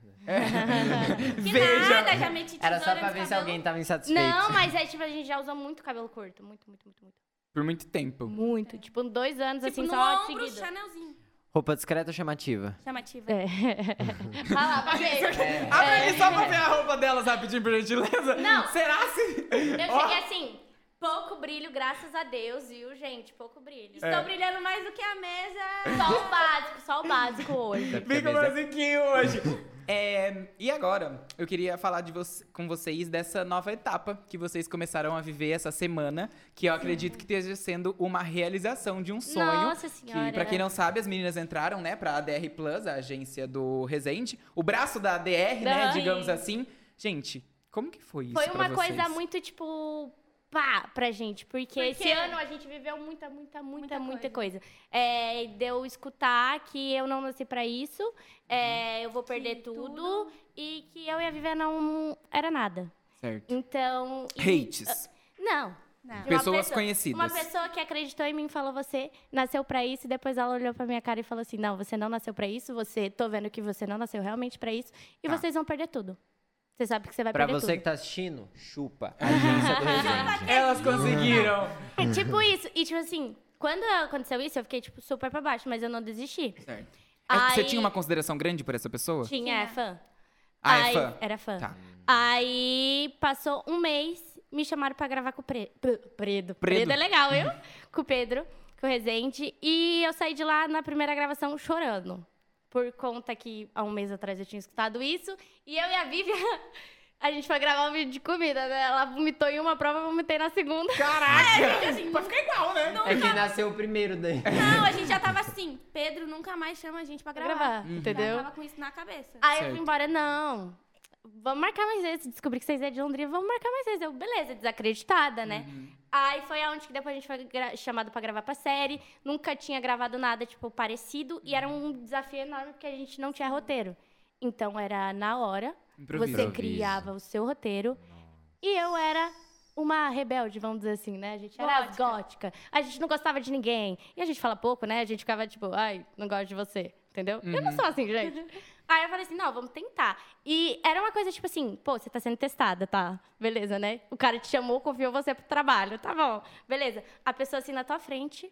Speaker 4: Que
Speaker 1: Veja.
Speaker 4: nada, já meti tesoura
Speaker 2: Era só pra
Speaker 4: nos
Speaker 2: ver se
Speaker 4: cabelos.
Speaker 2: alguém tava insatisfeito.
Speaker 3: Não, mas é tipo, a gente já usa muito cabelo curto. Muito, muito, muito, muito.
Speaker 1: Por muito tempo.
Speaker 3: Muito. Tipo, dois anos
Speaker 4: Tipo,
Speaker 3: assim,
Speaker 4: no
Speaker 3: só
Speaker 4: ombro,
Speaker 3: seguido.
Speaker 4: chanelzinho.
Speaker 2: Roupa discreta ou chamativa?
Speaker 4: Chamativa.
Speaker 3: É.
Speaker 1: Ah
Speaker 3: Vai lá, paguei.
Speaker 1: Abre aqui só pra ver a roupa delas rapidinho, por gentileza.
Speaker 3: É. Não.
Speaker 1: Será se...
Speaker 3: Eu
Speaker 1: É. Ó,
Speaker 3: cheguei assim, pouco brilho, graças a Deus, viu, gente? Pouco brilho.
Speaker 4: Estou brilhando mais do que a mesa.
Speaker 3: Só o básico, só o básico hoje.
Speaker 1: Fica o musiquinho hoje. É, e agora, eu queria falar de voc- com vocês dessa nova etapa que vocês começaram a viver essa semana, que eu acredito que esteja sendo uma realização de um sonho.
Speaker 3: Nossa
Speaker 1: Que,
Speaker 3: Senhora.
Speaker 1: pra quem não sabe, as meninas entraram, né, pra ADR Plus, a agência do Resende, o braço da ADR, né,
Speaker 3: Aham.
Speaker 1: digamos assim. Gente, como que foi isso
Speaker 3: Foi
Speaker 1: pra
Speaker 3: uma
Speaker 1: vocês?
Speaker 3: coisa muito, tipo, pá, pra gente. Porque
Speaker 4: Por
Speaker 3: esse
Speaker 4: quê?
Speaker 3: ano a gente viveu muita, muita, muita,
Speaker 4: Muita
Speaker 3: muita coisa. É, deu escutar que eu não nasci pra isso,
Speaker 1: Uhum.
Speaker 3: é, eu vou perder tudo,
Speaker 4: tudo.
Speaker 3: e que eu e a Vivian não era nada.
Speaker 1: Certo.
Speaker 3: Então. e-
Speaker 1: Hates.
Speaker 3: Não.
Speaker 4: Não.
Speaker 3: De uma
Speaker 1: Pessoas
Speaker 3: pessoa-
Speaker 1: conhecidas.
Speaker 3: Uma pessoa que acreditou em mim falou: Você nasceu pra isso, e depois ela olhou pra minha cara e falou assim: Não, você não nasceu pra isso, você tô vendo que você não nasceu realmente pra isso, e
Speaker 1: Tá.
Speaker 3: vocês vão perder tudo. Você sabe que você vai
Speaker 2: Pra
Speaker 3: perder
Speaker 2: você
Speaker 3: tudo.
Speaker 2: que tá assistindo, chupa. A agência do
Speaker 3: Ah,
Speaker 2: Resende.
Speaker 1: Elas conseguiram.
Speaker 3: É
Speaker 1: Uhum.
Speaker 3: tipo isso. E tipo assim, quando aconteceu isso, eu fiquei, tipo, super pra baixo, mas eu não desisti.
Speaker 1: Certo. É que Você
Speaker 3: Aí-
Speaker 1: tinha uma consideração grande por essa pessoa?
Speaker 3: Tinha, é fã.
Speaker 1: Ah, é
Speaker 3: Aí-
Speaker 1: fã.
Speaker 3: Era fã.
Speaker 1: Tá.
Speaker 3: Aí passou um mês, me chamaram pra gravar com o Pre... Pre- Predo. Predo. é legal, viu? com o Pedro, com o Rezende. E eu saí de lá na primeira gravação chorando. Por conta que há um mês atrás eu tinha escutado isso. E eu e a Vivian, a gente foi gravar um vídeo de comida, né? Ela vomitou em uma prova, eu vomitei na segunda.
Speaker 1: Caraca!
Speaker 4: Pra ficar igual, né?
Speaker 2: É que nasceu o primeiro daí.
Speaker 4: Não, a gente já tava assim. Pedro nunca mais chama a gente pra
Speaker 3: Pra
Speaker 4: gravar.
Speaker 3: gravar,
Speaker 1: Uhum.
Speaker 4: Eu
Speaker 3: entendeu? Ah,
Speaker 4: tava com isso na cabeça.
Speaker 3: Aí eu
Speaker 1: Certo.
Speaker 3: fui embora, não. Vamos marcar mais vezes. Descobri que vocês é de Londrina, vamos marcar mais vezes. Eu, beleza, desacreditada, né?
Speaker 1: Uhum.
Speaker 3: Aí foi aonde que depois a gente foi gra- chamado pra gravar pra série. Nunca tinha gravado nada, tipo, parecido. E era
Speaker 1: Uhum.
Speaker 3: um desafio enorme, porque a gente não tinha roteiro. Então era na hora,
Speaker 1: Improviso.
Speaker 3: você criava o seu roteiro. E eu era uma rebelde, vamos dizer assim, né? A gente era gótica.
Speaker 4: Gótica.
Speaker 3: A gente não gostava de ninguém. E a gente fala pouco, né? A gente ficava tipo, ai, não gosto de você. Entendeu? Eu não sou assim, gente. Aí eu falei assim, não, vamos tentar. E era uma coisa tipo assim, pô, você tá sendo testada, tá? Beleza, né? O cara te chamou, confiou você pro trabalho, tá bom. Beleza. A pessoa assim na tua frente.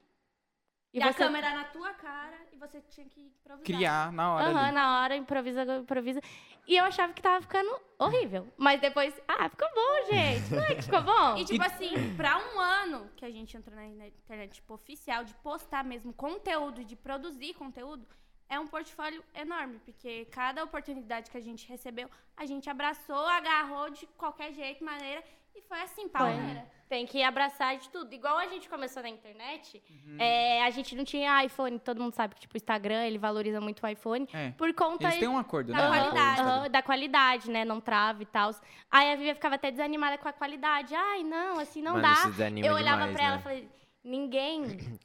Speaker 4: E, a câmera na tua cara e você tinha que improvisar.
Speaker 1: Criar na hora
Speaker 3: Aham,
Speaker 1: ali.
Speaker 3: na hora, improvisa, improvisa. E eu achava que tava ficando horrível. Mas depois, ah, ficou bom, gente. Não é que ficou bom?
Speaker 4: E tipo assim, pra um ano que a gente entrou na na internet tipo, oficial, de postar mesmo conteúdo, de produzir conteúdo, é um portfólio enorme, porque cada oportunidade que a gente recebeu, a gente abraçou, agarrou de qualquer jeito, maneira, e foi assim, pauleira.
Speaker 3: Tem que abraçar de tudo. Igual a gente começou na internet,
Speaker 1: Uhum.
Speaker 3: é, a gente não tinha iPhone. Todo mundo sabe que tipo, o Instagram ele valoriza muito o iPhone.
Speaker 1: É.
Speaker 3: Por conta
Speaker 1: Eles têm um acordo,
Speaker 4: da
Speaker 1: né?
Speaker 3: Aham,
Speaker 4: qualidade.
Speaker 3: aham, da qualidade, né? Não trava e tal. Aí a Vivian ficava até desanimada com a qualidade. Ai, não, assim não
Speaker 2: Mano,
Speaker 3: dá.
Speaker 2: isso desanima
Speaker 3: Eu olhava
Speaker 2: demais,
Speaker 3: pra ela e
Speaker 2: né?
Speaker 3: falei. Ninguém começa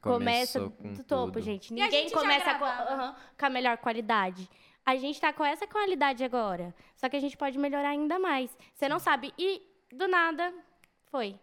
Speaker 2: Começou com
Speaker 3: do topo,
Speaker 2: tudo.
Speaker 3: gente.
Speaker 4: E a
Speaker 3: Ninguém
Speaker 4: gente já
Speaker 3: começa com,
Speaker 4: gravava.
Speaker 3: aham, com a melhor qualidade. A gente tá com essa qualidade agora. Só que a gente pode melhorar ainda mais. Você não sabe. E do nada, foi.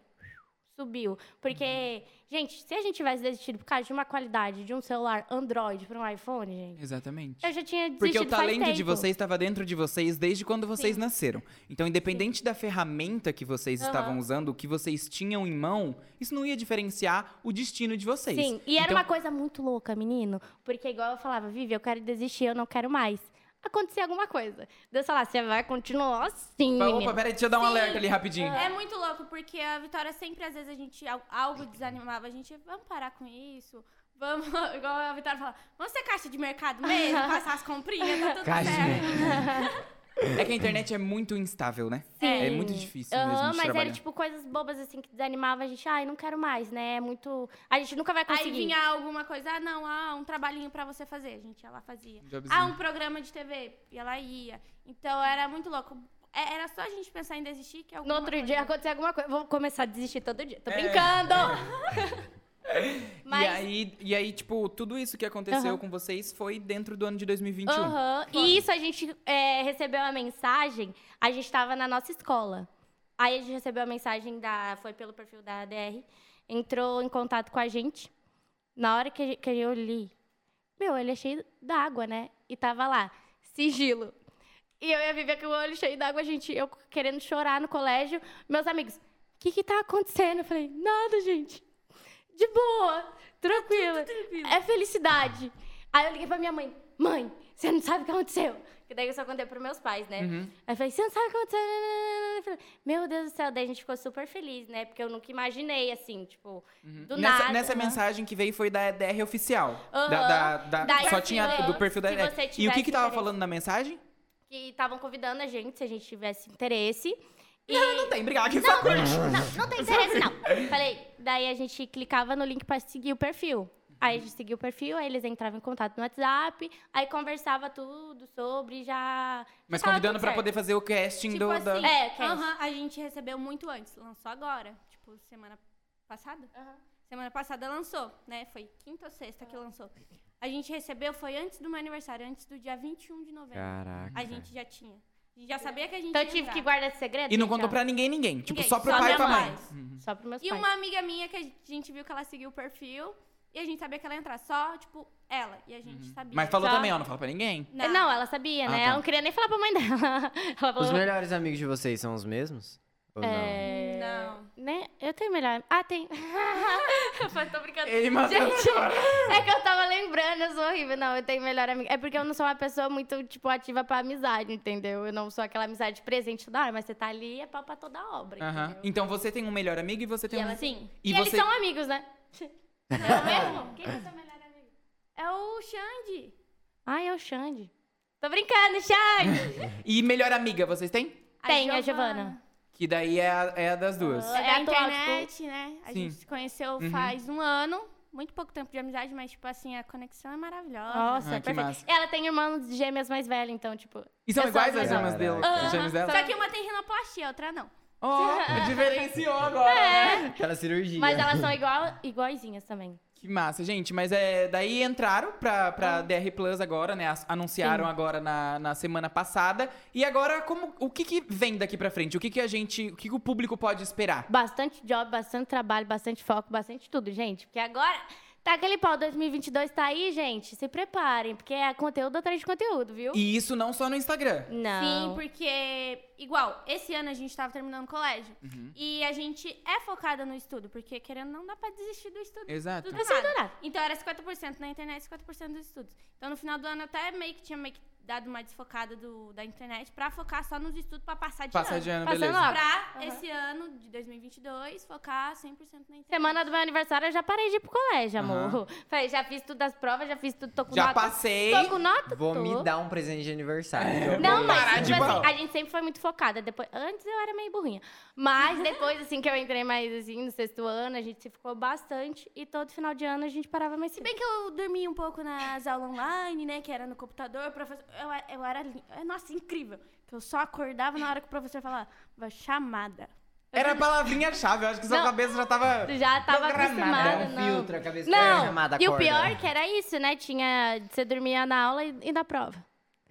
Speaker 3: subiu. Porque, gente, se a gente tivesse desistido por causa de uma qualidade de um celular Android para um iPhone, gente,
Speaker 1: Exatamente.
Speaker 3: eu já tinha desistido
Speaker 1: Porque o
Speaker 3: faz
Speaker 1: talento de
Speaker 3: tempo.
Speaker 1: vocês estava dentro de vocês desde quando vocês nasceram. Então, independente da ferramenta que vocês
Speaker 3: Aham.
Speaker 1: estavam usando, o que vocês tinham em mão, isso não ia diferenciar o destino de vocês.
Speaker 3: Sim, e era
Speaker 1: Então,
Speaker 3: uma coisa muito louca, menino. Porque igual eu falava, Vivi, eu quero desistir, eu não quero mais. Acontecia alguma coisa. Deus falar, "Ah, você vai continuar assim,
Speaker 1: Opa,
Speaker 3: menino.
Speaker 1: peraí, deixa eu dar um
Speaker 4: Sim.
Speaker 1: alerta ali rapidinho.
Speaker 4: É muito louco, porque a Vitória sempre, às vezes, a gente, al- algo desanimava a gente, vamos parar com isso, vamos, igual a Vitória fala, vamos ser caixa de mercado mesmo, passar as comprinhas, tá tudo
Speaker 2: Caixa de
Speaker 4: certo.
Speaker 1: É que a internet é muito instável, né?
Speaker 3: Sim.
Speaker 1: É muito difícil
Speaker 3: Aham,
Speaker 1: mesmo de
Speaker 3: mas
Speaker 1: trabalhar.
Speaker 3: era tipo coisas bobas assim que desanimava a gente. Ai, não quero mais, né? É muito. A gente nunca vai
Speaker 4: Aí
Speaker 3: conseguir.
Speaker 4: vinha alguma coisa, ah, não, ah, um trabalhinho pra você fazer, a gente ia lá fazia.
Speaker 1: Um jobzinho.
Speaker 4: Ah, um programa de TV, e ela ia. Então era muito louco. É- Era só a gente pensar em desistir que é
Speaker 3: No
Speaker 4: alguma
Speaker 3: outro
Speaker 4: coisa-
Speaker 3: dia acontecia alguma coisa. Vou começar a desistir todo dia. Tô
Speaker 1: É.
Speaker 3: brincando!
Speaker 1: E,
Speaker 3: Mas.
Speaker 1: aí, e aí, tipo, tudo isso que aconteceu
Speaker 3: Aham.
Speaker 1: com vocês foi dentro do ano de 2021.
Speaker 3: Aham. E isso a gente é, recebeu a mensagem, a gente estava na nossa escola. Aí a gente recebeu a mensagem da. Foi pelo perfil da DR, entrou em contato com a gente. Na hora que, a gen- que eu li, meu, ele é cheio d'água, né? E tava lá, sigilo. E eu ia viver com o olho cheio d'água, gente, eu querendo chorar no colégio. Meus amigos, o que que tá acontecendo? Eu falei, nada, gente. De boa, tranquila. É felicidade. Aí eu liguei pra minha mãe, mãe, você não sabe o que aconteceu. Que daí eu só contei pros meus pais, né?
Speaker 1: Uhum.
Speaker 3: Aí eu falei, você não sabe o que aconteceu. né, Eu falei, Meu Deus do céu, daí a gente ficou super feliz, né? Porque eu nunca imaginei, assim, tipo, do
Speaker 1: Uhum. Nessa,
Speaker 3: nada.
Speaker 1: nessa
Speaker 3: Aham.
Speaker 1: mensagem que veio foi da DR oficial.
Speaker 3: Aham.
Speaker 1: Da, da- da-
Speaker 3: Da
Speaker 1: só
Speaker 3: RCA,
Speaker 1: tinha do perfil da
Speaker 3: se
Speaker 1: DR.
Speaker 3: você
Speaker 1: E o que
Speaker 3: tivesse
Speaker 1: que tava
Speaker 3: interesse.
Speaker 1: falando na mensagem?
Speaker 3: que estavam convidando a gente se a gente tivesse interesse. E...
Speaker 1: Não tem, obrigado. Que
Speaker 3: Não, não, não, não tem interesse, não. Falei, daí a gente clicava no link pra seguir o perfil. Aí a gente seguia o perfil, aí eles entravam em contato no WhatsApp, aí conversava tudo sobre, já.
Speaker 1: Mas
Speaker 3: já tava
Speaker 1: convidando
Speaker 3: tá tudo
Speaker 1: pra
Speaker 3: certo.
Speaker 1: poder fazer o casting
Speaker 4: Tipo
Speaker 1: do,
Speaker 4: assim,
Speaker 1: da...
Speaker 3: É, cash.
Speaker 4: aham, a gente recebeu muito antes, lançou agora, tipo, semana passada? Semana passada lançou, né? Foi quinta ou sexta que lançou. A gente recebeu, foi antes do meu aniversário, antes do dia 21 de novembro.
Speaker 2: Caraca.
Speaker 4: A gente já tinha. A gente já sabia que a gente
Speaker 3: Então eu
Speaker 4: ia
Speaker 3: tive
Speaker 4: entrar.
Speaker 3: que guardar esse segredo?
Speaker 1: E não
Speaker 3: gente,
Speaker 1: contou
Speaker 3: ó.
Speaker 1: pra ninguém, ninguém. Tipo,
Speaker 4: Ninguém,
Speaker 1: só pro
Speaker 4: só
Speaker 1: pai e
Speaker 4: minha
Speaker 1: pra mãe.
Speaker 4: mãe.
Speaker 3: Só pros meus
Speaker 4: Hum. E
Speaker 3: pais.
Speaker 4: uma amiga minha que a gente viu que ela seguiu o perfil e a gente sabia que ela ia entrar. Só, tipo, ela. E a gente sabia.
Speaker 1: Uhum. Mas falou
Speaker 3: Só-
Speaker 1: também, ó, não fala pra ninguém.
Speaker 3: Não,
Speaker 4: Não,
Speaker 3: ela sabia,
Speaker 1: Ah,
Speaker 3: né?
Speaker 1: tá.
Speaker 3: Ela não queria nem falar pra mãe dela. Ela falou.
Speaker 2: Os melhores amigos de vocês são os mesmos? Ou não?
Speaker 3: é,
Speaker 4: Não.
Speaker 3: Né? Eu tenho melhor. Ah, tem. eu falei, tô brincando.
Speaker 1: Ele matou
Speaker 3: Gente,
Speaker 1: o choro.
Speaker 3: É que eu tava lembrando, eu sou horrível. Não, eu tenho melhor amiga. É porque eu não sou uma pessoa muito, tipo, ativa pra amizade, entendeu? Eu não sou aquela amizade presente toda hora, mas você tá ali é pau pra toda obra,
Speaker 1: Aham.
Speaker 3: entendeu?
Speaker 1: Então você tem um melhor amigo e você tem
Speaker 4: E
Speaker 1: um.
Speaker 4: ela sim.
Speaker 1: E,
Speaker 3: E, eles
Speaker 1: você.
Speaker 3: são amigos, né?
Speaker 4: É o mesmo?
Speaker 3: Quem é seu melhor amigo?
Speaker 4: É o Xande.
Speaker 3: Ah, é o Xande. Tô brincando, Xande!
Speaker 1: E melhor amiga, vocês têm?
Speaker 3: Tem, a Giovana.
Speaker 1: Que daí é a, é a das duas.
Speaker 3: Aham.
Speaker 4: É
Speaker 3: É
Speaker 4: da
Speaker 3: atual,
Speaker 4: internet, né? A
Speaker 1: Sim.
Speaker 4: gente se conheceu
Speaker 1: Uhum.
Speaker 4: faz um ano. Muito pouco tempo de amizade, mas, tipo assim, a conexão é maravilhosa.
Speaker 3: Nossa,
Speaker 1: Ah, que massa.
Speaker 3: perfeito. Ela tem irmãs gêmeas mais velhas, então, tipo.
Speaker 1: E são
Speaker 3: eu sou
Speaker 1: iguais
Speaker 3: a
Speaker 1: as
Speaker 3: melhor.
Speaker 1: irmãs dela?
Speaker 4: Aham.
Speaker 1: As gêmeas dela?
Speaker 4: Só que uma tem rinoplastia, a outra não.
Speaker 1: Ó, diferenciou agora.
Speaker 3: É.
Speaker 1: né?
Speaker 2: Aquela cirurgia.
Speaker 3: Mas elas são igual, iguaizinhas também.
Speaker 1: Que massa, gente. Mas é. Daí entraram pra,
Speaker 3: Ah.
Speaker 1: pra DR Plus agora, né? As- Anunciaram agora na, na semana passada. E agora, como, o que, que vem daqui pra frente? O que, que a gente. O que, que o público pode esperar?
Speaker 3: Bastante job, bastante trabalho, bastante foco, bastante tudo, gente. Porque agora tá aquele pau 2022 tá aí, gente. Se preparem, porque é conteúdo atrás de conteúdo, viu?
Speaker 1: E isso não só no Instagram.
Speaker 3: Não.
Speaker 4: Sim, porque, igual, esse ano a gente tava terminando o colégio.
Speaker 1: Uhum.
Speaker 4: E a gente é focada no estudo, porque querendo ou não dá pra desistir do estudo.
Speaker 1: Exato.
Speaker 4: do
Speaker 3: Não sei
Speaker 4: nada.
Speaker 3: do nada.
Speaker 4: Então era 50% na internet e 50% dos estudos. Então no final do ano eu até meio que tinha meio que dado uma desfocada do, da internet pra focar só nos estudos pra passar de
Speaker 1: Passa
Speaker 4: ano.
Speaker 1: de ano,
Speaker 3: Passando
Speaker 1: beleza.
Speaker 3: logo.
Speaker 4: Pra esse ano de 2022 focar 100% na internet.
Speaker 3: Semana do meu aniversário eu já parei de ir pro colégio, amor.
Speaker 1: Aham.
Speaker 3: Falei, já fiz tudo das provas, já fiz tudo, tô com
Speaker 1: Já
Speaker 3: nota.
Speaker 1: passei.
Speaker 3: Tô com nota?
Speaker 2: Vou
Speaker 3: tô.
Speaker 2: me dar um presente de aniversário.
Speaker 3: Não,
Speaker 1: um parar
Speaker 3: mas
Speaker 1: de
Speaker 3: tipo assim,
Speaker 1: mal.
Speaker 3: a gente sempre foi muito focada. Depois, antes eu era meio burrinha. Mas depois, assim, que eu entrei mais assim, no sexto ano, a gente se ficou bastante. E todo final de ano a gente parava mais
Speaker 4: Se
Speaker 3: cedo.
Speaker 4: bem que eu dormi um pouco nas aulas online, né? Que era no computador, o professor. Eu, eu era. li- Nossa, incrível. Que eu só acordava na hora que o professor falava, "Vai, chamada.
Speaker 1: Era a palavrinha-chave. Eu acho que sua
Speaker 3: Não. É.
Speaker 1: cabeça já tava.
Speaker 3: Tu já tava
Speaker 1: Programada,
Speaker 3: acostumada,
Speaker 2: um
Speaker 3: não.
Speaker 2: filtro, a cabeça
Speaker 3: não.
Speaker 2: programada,
Speaker 3: E o
Speaker 2: acorda.
Speaker 3: pior que era isso, né? Tinha. Você dormia na aula e, e na prova.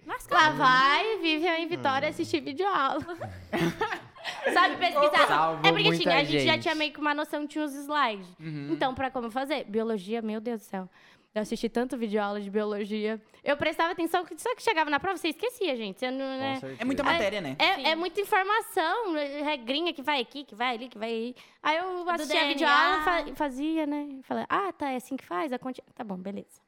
Speaker 4: Mas
Speaker 2: Hum.
Speaker 3: Lá vai, Vivian e Vitória assistir videoaula. Sabe, pesquisar.
Speaker 2: Salvou
Speaker 3: é porque
Speaker 2: muita
Speaker 3: tinha, a gente já
Speaker 2: gente. Uhum.
Speaker 3: tinha meio que uma noção, tinha uns slides. Então, pra como fazer? Biologia, meu Deus do céu. Eu assisti tanto videoaula de biologia. Eu prestava atenção, que só que chegava na prova, você esquecia, gente. Você não, né?
Speaker 1: É muita matéria, né?
Speaker 3: É, é muita informação, é- regrinha que vai aqui, que vai ali, que vai aí. Aí eu assistia a
Speaker 4: DNA.
Speaker 3: videoaula fa- e fazia, né? Falei, ah, tá, é assim que faz? A conti- Tá bom, beleza.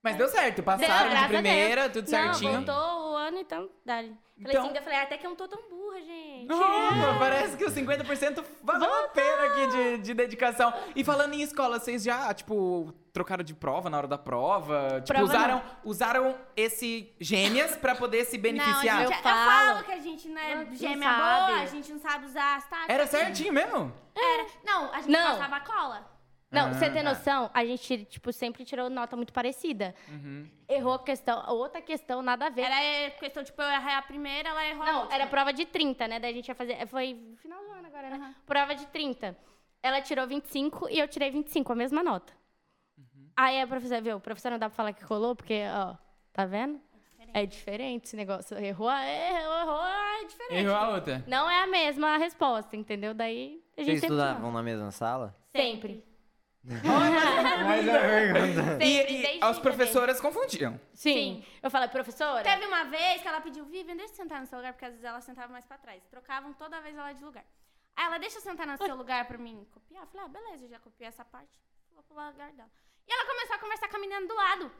Speaker 1: Mas deu certo,
Speaker 3: Deu,
Speaker 1: passaram
Speaker 3: graças
Speaker 1: de
Speaker 3: a
Speaker 1: primeira,
Speaker 3: Deus.
Speaker 1: tudo
Speaker 3: Não,
Speaker 1: certinho.
Speaker 3: voltou o ano, então, dali. Falei
Speaker 1: Então-
Speaker 3: assim, eu
Speaker 4: "Ah,
Speaker 3: falei, até que eu não tô tão burra, gente.
Speaker 1: Opa, parece que os 50% valeu a pena aqui de, de dedicação. E falando em escola, vocês já, tipo, trocaram de prova na hora da prova? Tipo,
Speaker 3: Prova
Speaker 1: usaram, usaram esse gêmeas pra poder se beneficiar?
Speaker 4: Não, a gente-
Speaker 3: Eu
Speaker 4: eu, falo.
Speaker 3: falo.
Speaker 4: que a gente não é
Speaker 3: Não- não
Speaker 4: gêmea
Speaker 3: sabe.
Speaker 4: boa, a gente não sabe usar as
Speaker 3: é
Speaker 4: táticas.
Speaker 3: assim.
Speaker 1: Era certinho mesmo?
Speaker 4: Era. Não, a gente
Speaker 3: Não.
Speaker 4: passava cola.
Speaker 3: Não,
Speaker 1: Ah,
Speaker 3: você tem
Speaker 1: tá.
Speaker 3: noção, a gente, tipo, sempre tirou nota muito parecida.
Speaker 1: Uhum.
Speaker 3: Errou a questão, outra questão, nada a ver.
Speaker 4: Era é, questão, tipo, eu errei a primeira, ela é errou a
Speaker 3: Não,
Speaker 4: última.
Speaker 3: era prova de 30, né? Daí a gente ia fazer. Foi no final do ano agora, né? Prova de 30. Ela tirou 25 e eu tirei 25, a mesma nota.
Speaker 1: Uhum.
Speaker 3: Aí a professora viu, professora não dá pra falar que colou, porque, ó, tá vendo? É diferente esse negócio. Errou, errou, errou, é diferente.
Speaker 1: Errou a outra.
Speaker 3: Não é a mesma resposta, entendeu? Daí a gente
Speaker 2: Vocês
Speaker 3: sempre
Speaker 2: estudavam na mesma sala?
Speaker 3: Sempre.
Speaker 2: Mas a pergunta.
Speaker 1: E,
Speaker 3: Sempre,
Speaker 1: e
Speaker 3: desde
Speaker 1: as
Speaker 3: janeiro.
Speaker 1: professoras confundiam.
Speaker 3: Sim. Eu falei, professora.
Speaker 4: Tipo, Teve uma vez que ela pediu, Vivian, deixa eu sentar no seu lugar, porque às vezes ela sentava mais pra trás. Trocavam toda vez ela de lugar. Aí ela, deixa eu sentar no seu lugar pra mim copiar. Eu falei, ah, beleza, eu já copiei essa parte. Vou pro lugar dela. E ela começou a conversar com a menina do lado.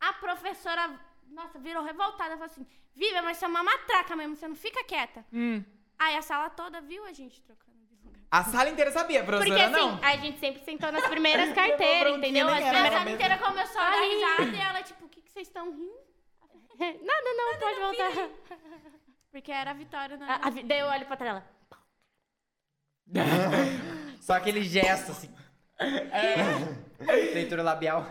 Speaker 4: A professora, nossa, virou revoltada. Falou assim, Vivian, mas você é uma matraca mesmo, você não fica quieta.
Speaker 3: Hum.
Speaker 4: Aí a sala toda viu a gente trocando de lugar.
Speaker 1: A sala inteira sabia, a
Speaker 3: Porque
Speaker 1: professora
Speaker 3: assim,
Speaker 1: não.
Speaker 3: a gente sempre sentou nas primeiras
Speaker 1: Levou
Speaker 3: carteiras,
Speaker 1: bronquinha,
Speaker 3: entendeu?
Speaker 1: nem
Speaker 3: As
Speaker 1: era
Speaker 4: Aí a
Speaker 1: mesmo.
Speaker 3: primeiras...
Speaker 4: sala inteira começou a dar
Speaker 3: Ai.
Speaker 4: risada e ela, tipo, o que, que vocês estão rindo?
Speaker 3: Nada, não, pode voltar.
Speaker 4: Porque era a vitória né? na
Speaker 3: A- a- daí eu olho pra trás dela.
Speaker 2: Só aquele gesto assim.
Speaker 3: É.
Speaker 2: Leitura labial.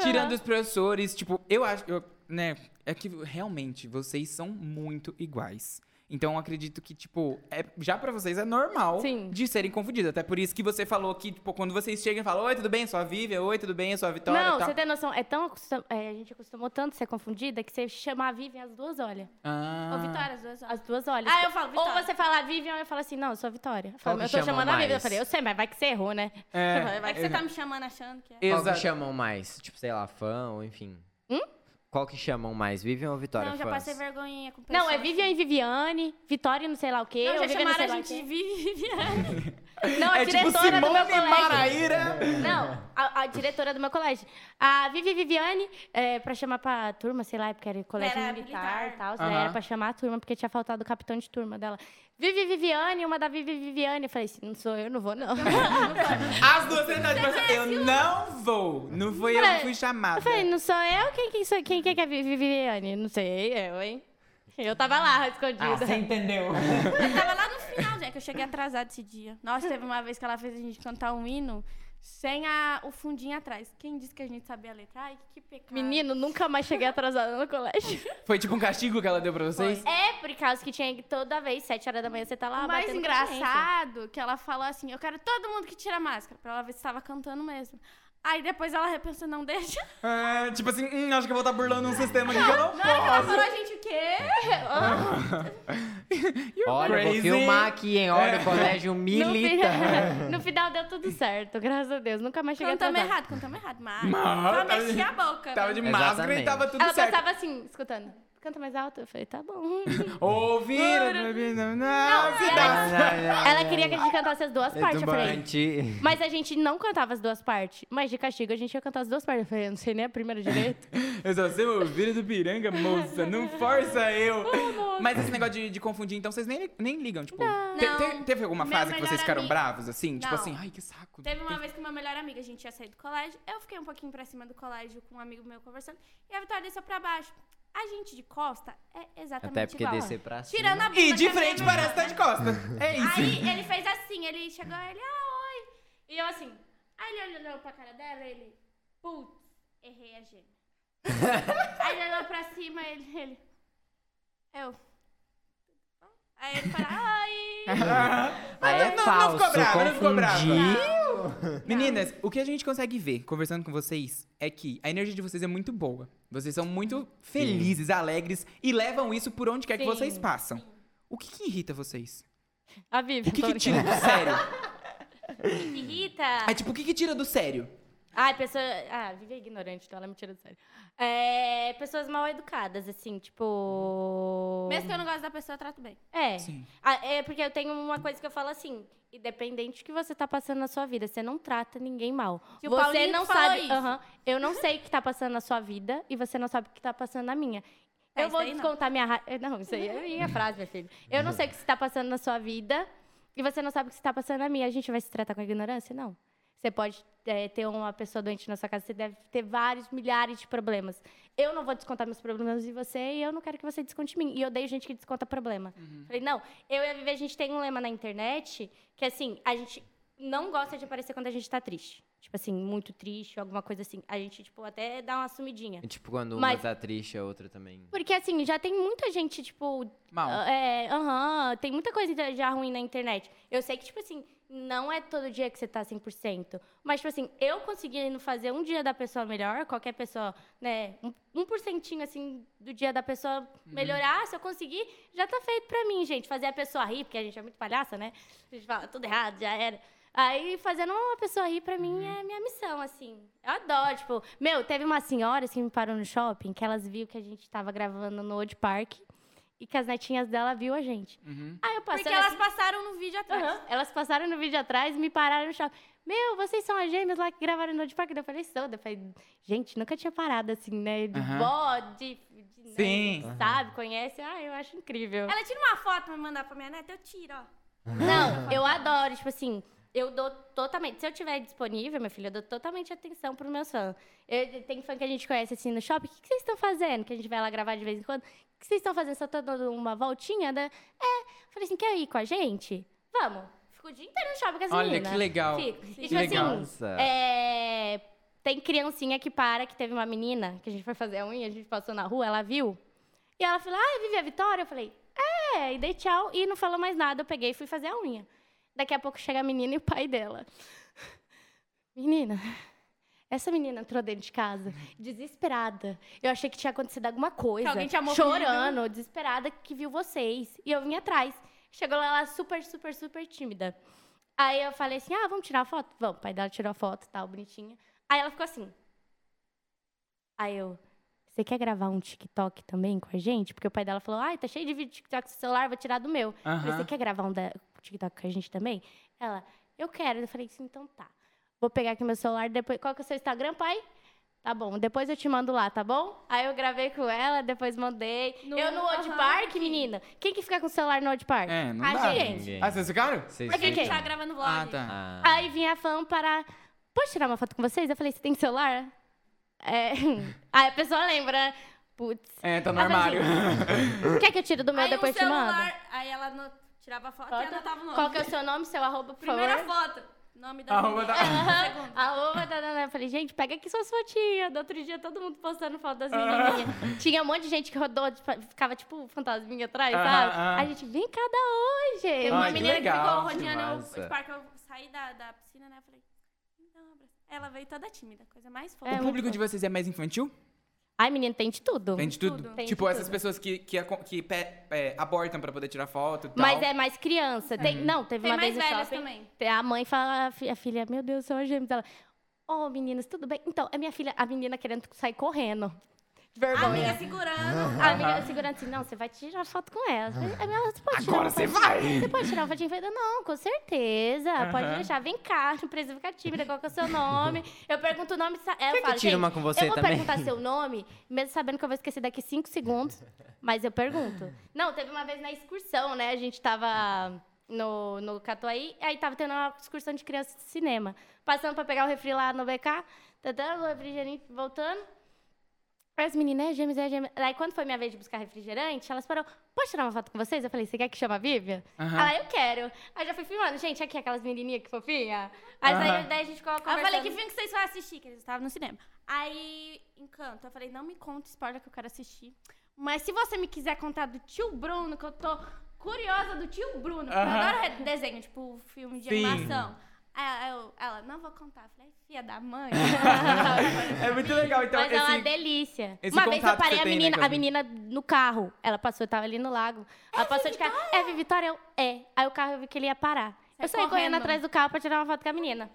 Speaker 1: Tirando os professores, tipo, eu acho, eu, né, é que realmente vocês são muito iguais. Então eu acredito que tipo, é, já pra vocês é normal
Speaker 3: Sim.
Speaker 1: de serem confundidos, até por isso que você falou que tipo, quando vocês chegam e falam: "Oi, tudo bem? Eu sou a Vivian. Oi, tudo bem? Eu sou a Vitória", e
Speaker 3: Não,
Speaker 1: tal.
Speaker 3: você tem noção, é tão acostum... é, a gente acostumou tanto ser confundida que você chamar a Vivian as duas olha.
Speaker 1: Ah.
Speaker 4: Ô, Vitória, as duas
Speaker 3: As
Speaker 4: horas.
Speaker 3: duas olha.
Speaker 4: Ah, eu falo,
Speaker 3: Ou
Speaker 4: Vitória.
Speaker 3: você fala Vivian, eu falo assim, não, eu sou a Vitória. Eu, falo,
Speaker 2: Qual
Speaker 3: eu
Speaker 2: que
Speaker 3: tô
Speaker 2: chamam
Speaker 3: chamando a Vivian. Eu
Speaker 2: mais?
Speaker 3: falei, eu sei, mas vai que você errou, né?
Speaker 1: É.
Speaker 4: Vai que você tá me chamando achando que é.
Speaker 2: Qual que
Speaker 1: Exato.
Speaker 2: chamam mais? Tipo, sei lá, fã ou enfim. Qual que chamam mais? Vivian ou Vitória?
Speaker 4: Não, já
Speaker 2: fãs?
Speaker 4: passei vergonhinha com pessoas.
Speaker 3: Não, é Vivian e Viviane, Vitória e não sei lá o quê.
Speaker 4: Não,
Speaker 3: ou
Speaker 4: já
Speaker 3: Vivian não
Speaker 4: chamaram
Speaker 3: sei
Speaker 4: a
Speaker 3: lá o
Speaker 4: gente de
Speaker 3: quê.
Speaker 4: Vivian.
Speaker 3: Não, a
Speaker 1: É tipo
Speaker 3: diretora do meu
Speaker 1: Simone
Speaker 3: colégio.
Speaker 1: Maraíra.
Speaker 3: Não, a, a diretora do meu colégio. A Vivi Viviane, é, pra chamar pra turma, sei lá, é porque era colégio
Speaker 4: Era
Speaker 3: militar e
Speaker 4: militar.
Speaker 3: tal, né?
Speaker 1: Aham.
Speaker 3: Era pra chamar a turma, porque tinha faltado o capitão de turma dela. Vivi Viviane, uma da Vivi Viviane. Eu falei assim, não sou eu, não vou, não.
Speaker 1: As duas tentaram de passar. Eu não vou. Não foi eu que fui chamada.
Speaker 3: Eu falei, não sou eu? Quem, quem, sou, quem, quem que é a Vivi Viviane? Não sei, eu, hein? Eu tava lá,
Speaker 1: Ah,
Speaker 3: escondida.
Speaker 2: entendeu.
Speaker 4: Eu tava lá no final, já que eu cheguei atrasada esse dia. Nossa, teve uma vez que ela fez a gente cantar um hino sem a, o fundinho atrás. Quem disse que a gente sabia a letra? Ai, que pecado.
Speaker 3: Menino, nunca mais cheguei atrasada no colégio.
Speaker 1: Foi tipo um castigo que ela deu pra vocês?
Speaker 3: É, por causa que tinha que toda vez, sete horas da manhã, você tá lá
Speaker 4: O mais
Speaker 3: batendo continência.
Speaker 4: engraçado que ela falou assim: eu quero todo mundo que tira a máscara, pra ela ver se tava cantando mesmo. Aí depois ela repensou, não deixa.
Speaker 1: É, tipo assim, hum, acho que eu vou estar burlando um sistema aqui que eu não
Speaker 4: Na hora que ela
Speaker 1: posso.
Speaker 4: falou, a gente o quê?
Speaker 1: You're
Speaker 2: Olha, eu vou
Speaker 1: crazy. É.
Speaker 2: filmar aqui, hein? Olha, o colégio
Speaker 3: No, fi-
Speaker 2: militar.
Speaker 3: no final deu tudo certo, graças a Deus. Nunca mais cheguei
Speaker 4: Cantamos
Speaker 3: atrasada.
Speaker 4: errado, cantamos errado, mas.
Speaker 1: Mas-
Speaker 4: Só mexi a boca.
Speaker 1: Tava
Speaker 4: né?
Speaker 1: de máscara e
Speaker 2: Exatamente.
Speaker 1: tava tudo
Speaker 3: Ela
Speaker 1: certo.
Speaker 3: passava assim, escutando. Canta mais alto. Eu falei, tá bom.
Speaker 1: Ouviram? Não, se dá.
Speaker 4: é.
Speaker 3: Ela queria que a gente cantasse as
Speaker 5: É
Speaker 3: duas partes. Eu falei.
Speaker 2: Edumante.
Speaker 3: Mas a gente não cantava as duas partes. Mas de castigo a gente ia cantar as duas partes. Eu falei, eu não sei nem a primeira direito.
Speaker 1: Eu só sei ouvir do piranga, moça. Não força eu. Mas esse negócio de, de confundir, então vocês nem, nem ligam, tipo. te-
Speaker 4: Não.
Speaker 1: te- teve alguma
Speaker 4: Meu
Speaker 1: fase que
Speaker 4: melhor
Speaker 1: vocês ficaram
Speaker 4: amigo.
Speaker 1: bravos, assim? Tipo
Speaker 4: Não.
Speaker 1: assim, ai, que saco.
Speaker 4: Teve uma
Speaker 1: Tem-
Speaker 4: vez que uma melhor amiga, a gente ia sair do colégio, eu fiquei um pouquinho pra cima do colégio com um amigo meu conversando, e a Vitória desceu pra baixo. A gente de costa é exatamente
Speaker 2: Até porque
Speaker 4: igual.
Speaker 2: descer pra cima.
Speaker 4: Tirando a bunda.
Speaker 1: E de
Speaker 4: que a
Speaker 1: frente
Speaker 4: minha
Speaker 1: parece que tá de costa. É isso.
Speaker 4: Aí ele fez assim, ele chegou, ele, ah, oi. E eu assim, aí ele olhou pra cara dela, ele, putz, errei a gêmea. aí ele olhou pra cima, ele, ele, eu. Aí ele falou, oi.
Speaker 2: Aí é
Speaker 1: Não, não
Speaker 2: falso,
Speaker 1: ficou brava, não ficou brava.
Speaker 2: confundir.
Speaker 1: Meninas, o que a gente consegue ver conversando com vocês é que a energia de vocês é muito boa. Vocês são muito felizes, alegres e levam isso por onde quer que
Speaker 3: Sim.
Speaker 1: vocês passam. O que, que irrita vocês?
Speaker 3: A Vivi.
Speaker 5: O que
Speaker 3: tô
Speaker 5: que tira
Speaker 3: brincando.
Speaker 5: do sério?
Speaker 3: Irrita.
Speaker 5: É tipo, o que que tira do sério?
Speaker 3: Ai, pessoa. Ah, Vivi é ignorante, então ela me tira do sério. É, pessoas mal educadas, assim, tipo.
Speaker 4: Mesmo que eu não goste da pessoa, eu trato bem.
Speaker 3: É.
Speaker 5: Sim.
Speaker 3: Ah, É porque eu tenho uma coisa que eu falo assim, independente do que você tá passando na sua vida, você não trata ninguém mal.
Speaker 4: Se o
Speaker 3: você
Speaker 4: Paulinho
Speaker 3: não
Speaker 4: falou
Speaker 3: sabe,
Speaker 4: isso.
Speaker 3: Aham. eu não sei o que tá passando na sua vida e você não sabe o que tá passando na minha.
Speaker 4: É,
Speaker 3: eu
Speaker 4: isso
Speaker 3: vou
Speaker 4: aí não.
Speaker 3: descontar minha raiva. Não, isso aí é minha frase, minha filha. Eu não sei o que está passando na sua vida e você não sabe o que está passando na minha. A gente vai se tratar com ignorância? Não. Você pode é, ter uma pessoa doente na sua casa, você deve ter vários milhares de problemas. Eu não vou descontar meus problemas de você e eu não quero que você desconte em mim. E eu odeio gente que desconta problema. Falei, não, eu e a Vivi, a gente tem um lema na internet que, assim, a gente não gosta de aparecer quando a gente tá triste. Tipo assim, muito triste, alguma coisa assim. A gente, tipo, até dá uma sumidinha.
Speaker 2: É Tipo, quando uma
Speaker 3: Mas-
Speaker 2: tá triste, a outra também.
Speaker 3: Porque, assim, já tem muita gente, tipo,
Speaker 5: Mal.
Speaker 3: ah, É, aham, tem muita coisa da- já ruim na internet. Eu sei que, tipo assim, não é todo dia que você tá 100%. Mas, tipo assim, eu conseguindo fazer um dia da pessoa melhor, qualquer pessoa, né, um, um porcentinho, assim, do dia da pessoa melhorar, se eu conseguir, já tá feito pra mim, gente. Fazer a pessoa rir, porque a gente é muito palhaça, né? A gente fala tudo errado, já era. Aí, fazendo uma pessoa rir pra mim
Speaker 5: Uhum.
Speaker 3: é minha missão, assim. Eu adoro, tipo... Meu, teve uma senhora, assim, me parou no shopping, que elas viu que a gente tava gravando no Old Park e que as netinhas dela viu a gente.
Speaker 5: Uhum.
Speaker 3: Aí eu passei.
Speaker 4: Porque elas passaram no vídeo atrás.
Speaker 3: Elas passaram no vídeo atrás e me pararam no shopping. Meu, vocês são as gêmeas lá que gravaram no de Parque? Daí Eu falei, sou. Daí Eu falei, gente, nunca tinha parado assim, né? De
Speaker 5: Aham.
Speaker 3: vó, de. de né,
Speaker 5: Sim.
Speaker 3: Sabe, conhece? Ah, eu acho incrível.
Speaker 4: Ela tira uma foto pra me mandar pra minha neta, eu tiro, ó.
Speaker 3: Não, eu adoro, tipo assim, eu dou totalmente. Se eu tiver disponível, meu filho, eu dou totalmente atenção pros meus fãs. Eu- tem fã que a gente conhece assim no shopping. O que, que vocês estão fazendo? Que a gente vai lá gravar de vez em quando. O que vocês estão fazendo? Só estão dando uma voltinha? Da... É. Falei assim, quer ir com a gente? Vamos. Fico o dia inteiro no shopping com as
Speaker 5: Olha,
Speaker 3: meninas.
Speaker 5: que legal.
Speaker 3: Fico. E,
Speaker 5: Que
Speaker 3: tipo
Speaker 5: legal.
Speaker 3: assim, é, Tem criancinha que para, que teve uma menina, que a gente foi fazer a unha, a gente passou na rua, ela viu. E ela falou, ah, Vivi, a Vitória? Eu falei, é, e dei tchau e não falou mais nada. Eu peguei e fui fazer a unha. Daqui a pouco chega a menina e o pai dela. Menina, essa menina entrou dentro de casa, desesperada. Eu achei que tinha acontecido alguma coisa.
Speaker 4: alguém tinha morrido.
Speaker 3: chorando, desesperada, que viu vocês. E eu vim atrás. Chegou lá, ela super, super, super tímida. Aí eu falei assim: ah, vamos tirar a foto? Vamos. O pai dela tirou a foto, tal, bonitinha. Aí ela ficou assim. Aí eu, você quer gravar um TikTok também com a gente? Porque o pai dela falou, ai, tá cheio de vídeo de TikTok no celular, vou tirar do meu. Eu falei,
Speaker 5: Aham.
Speaker 3: você quer gravar um da- TikTok com a gente também? Ela, eu quero. Eu falei assim, então tá. Vou pegar aqui meu celular, depois. Qual que é o seu Instagram, pai? Tá bom, depois eu te mando lá, tá bom? Aí eu gravei com ela, depois mandei.
Speaker 4: No-
Speaker 3: eu no Old
Speaker 4: aham,
Speaker 3: Park,
Speaker 4: sim.
Speaker 3: menina. Quem que fica com o celular no Old Park?
Speaker 5: É, não
Speaker 3: a
Speaker 5: dá.
Speaker 3: gente.
Speaker 2: Ninguém.
Speaker 5: Ah, vocês ficaram?
Speaker 2: Vocês
Speaker 3: Mas quem que é?
Speaker 4: Tá
Speaker 2: ficam-
Speaker 4: gravando vlog.
Speaker 5: Ah, tá.
Speaker 2: Ah.
Speaker 3: Aí vinha a fã para. Posso tirar uma foto com vocês? Eu falei, você tem celular? É. Aí a pessoa lembra. Putz.
Speaker 5: É, tá no
Speaker 3: Mas,
Speaker 5: armário.
Speaker 3: Quer que eu tire do meu
Speaker 4: aí
Speaker 3: depois
Speaker 4: o
Speaker 3: te mando?
Speaker 4: celular, aí ela ano- tirava a foto, e
Speaker 3: Foto?
Speaker 4: anotava o nome.
Speaker 3: Qual que é o seu nome, seu arroba, por
Speaker 4: Primeira
Speaker 3: favor?
Speaker 4: foto. Nome da
Speaker 5: Arroba
Speaker 4: menina.
Speaker 5: da-
Speaker 4: Segundo.
Speaker 3: Arroba, tá, tá, tá. Eu falei, gente, pega aqui suas fotinhas. Do outro dia, todo mundo postando foto
Speaker 5: Ah.
Speaker 3: das menininhas. Tinha um monte de gente que rodou, tipo, ficava tipo fantasminha atrás,
Speaker 5: Ah,
Speaker 3: sabe?
Speaker 5: ah.
Speaker 3: A gente, vem cada hoje.
Speaker 4: Teve uma
Speaker 5: Ai, que
Speaker 4: menina que,
Speaker 5: legal,
Speaker 4: ficou
Speaker 5: que
Speaker 4: rodeando o
Speaker 2: massa.
Speaker 4: Old Park, eu saí da, da piscina, né? Eu falei, "Me dá um abraço." Ela veio toda tímida, coisa mais fofa.
Speaker 3: É,
Speaker 5: o
Speaker 3: muito
Speaker 5: público
Speaker 3: bom.
Speaker 5: de vocês é mais infantil?
Speaker 3: Ai, menina, tem de tudo.
Speaker 5: Tem de tudo?
Speaker 4: tudo.
Speaker 3: Tem de
Speaker 5: tipo, essas
Speaker 3: tudo.
Speaker 5: pessoas que, que, aco- que pe- é, abortam pra poder tirar foto e tal.
Speaker 3: Mas é mais criança. Tem,
Speaker 5: Uhum.
Speaker 3: Não, teve
Speaker 4: Tem
Speaker 3: uma
Speaker 4: mais
Speaker 3: vez no
Speaker 4: velhas
Speaker 3: shopping,
Speaker 4: também.
Speaker 3: tem- A mãe fala, a fi- a filha, meu Deus, são as gêmeas. Ela, ô meninas, tudo bem? Então, a minha filha, a menina querendo sair correndo. De
Speaker 4: A amiga
Speaker 3: vergonha.
Speaker 4: segurando.
Speaker 3: A amiga segurando assim, não, você vai tirar foto com ela. A minha, você pode tirar
Speaker 5: Agora
Speaker 3: uma
Speaker 5: você
Speaker 3: foto-
Speaker 5: vai!
Speaker 3: Você pode tirar uma fotinha? Eu falei, Não, com certeza. Pode
Speaker 5: Aham.
Speaker 3: deixar. Vem cá, não precisa ficar tímida. Qual que é o seu nome? Eu pergunto o nome. sa- Ela
Speaker 2: Quer que
Speaker 3: fala,
Speaker 2: tire
Speaker 3: "Gente,
Speaker 2: uma com você
Speaker 3: eu vou
Speaker 2: também?"
Speaker 3: perguntar seu nome, mesmo sabendo que eu vou esquecer daqui cinco segundos. Mas eu pergunto. Não, teve uma vez na excursão, né? A gente tava no, no Catuaí, aí tava tendo uma excursão de crianças de cinema. Passando pra pegar o refri lá no BK, tentando tá, o refrigerante voltando. Aí as meninas, é gêmeas, é gêmeas. Aí quando foi minha vez de buscar refrigerante, elas falaram, posso tirar uma foto com vocês? Eu falei, você quer que chama a Bíblia?
Speaker 5: Aham.
Speaker 3: Ela, eu quero. Aí já fui filmando, gente, aqui aquelas menininhas que fofinha. Aí
Speaker 5: Aham.
Speaker 3: daí- daí a gente ficou
Speaker 4: Aí
Speaker 3: conversando.
Speaker 4: eu falei, que filme que vocês vão assistir? Que eles estavam no cinema. Aí, encanto. Eu falei, não me conta spoiler que eu quero assistir. Mas se você me quiser contar do tio Bruno, que eu tô curiosa do tio Bruno, porque eu
Speaker 5: Aham.
Speaker 4: adoro re- desenho, tipo, filme de
Speaker 5: Sim.
Speaker 4: animação. Aí ela, eu- ela, não vou contar. Eu falei, filha da mãe.
Speaker 1: É muito legal. Então,
Speaker 3: Mas é uma
Speaker 1: esse...
Speaker 3: delícia.
Speaker 1: esse
Speaker 3: uma vez eu
Speaker 1: contato que
Speaker 3: parei
Speaker 1: você
Speaker 3: a
Speaker 1: tem, né,
Speaker 3: menina,
Speaker 1: com a
Speaker 3: a menina no carro. Ela passou, eu tava ali no lago. Ela passou de carro. É, Vi Vitória? Eu, é. Aí o carro eu vi que ele ia parar.
Speaker 4: Sai
Speaker 3: eu saí correndo
Speaker 4: correndo.
Speaker 3: atrás do carro pra tirar uma foto com a menina.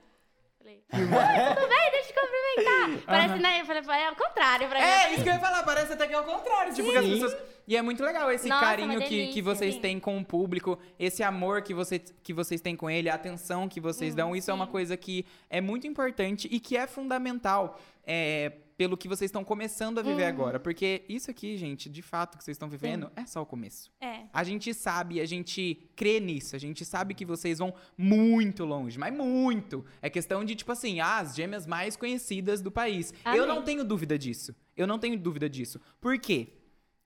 Speaker 3: Falei,
Speaker 1: É?
Speaker 3: "Oi, tudo bem? Deixa eu te cumprimentar. Parece, né? Eu falei, é o contrário pra mim.
Speaker 1: É, isso que eu ia falar, parece até que é o contrário. Tipo, que as
Speaker 2: Sim.
Speaker 1: pessoas. E é muito legal esse
Speaker 3: Nossa,
Speaker 1: carinho
Speaker 3: uma
Speaker 1: que, que
Speaker 3: delícia,
Speaker 1: vocês
Speaker 3: sim.
Speaker 1: têm com o público, esse amor que, você, que vocês têm com ele, a atenção que vocês
Speaker 3: Hum,
Speaker 1: dão. Isso é uma coisa que é muito importante e que é fundamental. é, pelo que vocês estão começando a viver
Speaker 3: Uhum.
Speaker 1: agora. Porque isso aqui, gente, de fato, que vocês estão vivendo, é só o começo.
Speaker 4: é.
Speaker 1: A gente sabe, a gente crê nisso, a gente sabe que vocês vão muito longe, mas muito. É questão de, tipo assim, ah, as gêmeas mais conhecidas do país.
Speaker 3: Amém.
Speaker 1: Eu não tenho dúvida disso. Eu não tenho dúvida disso. Por quê?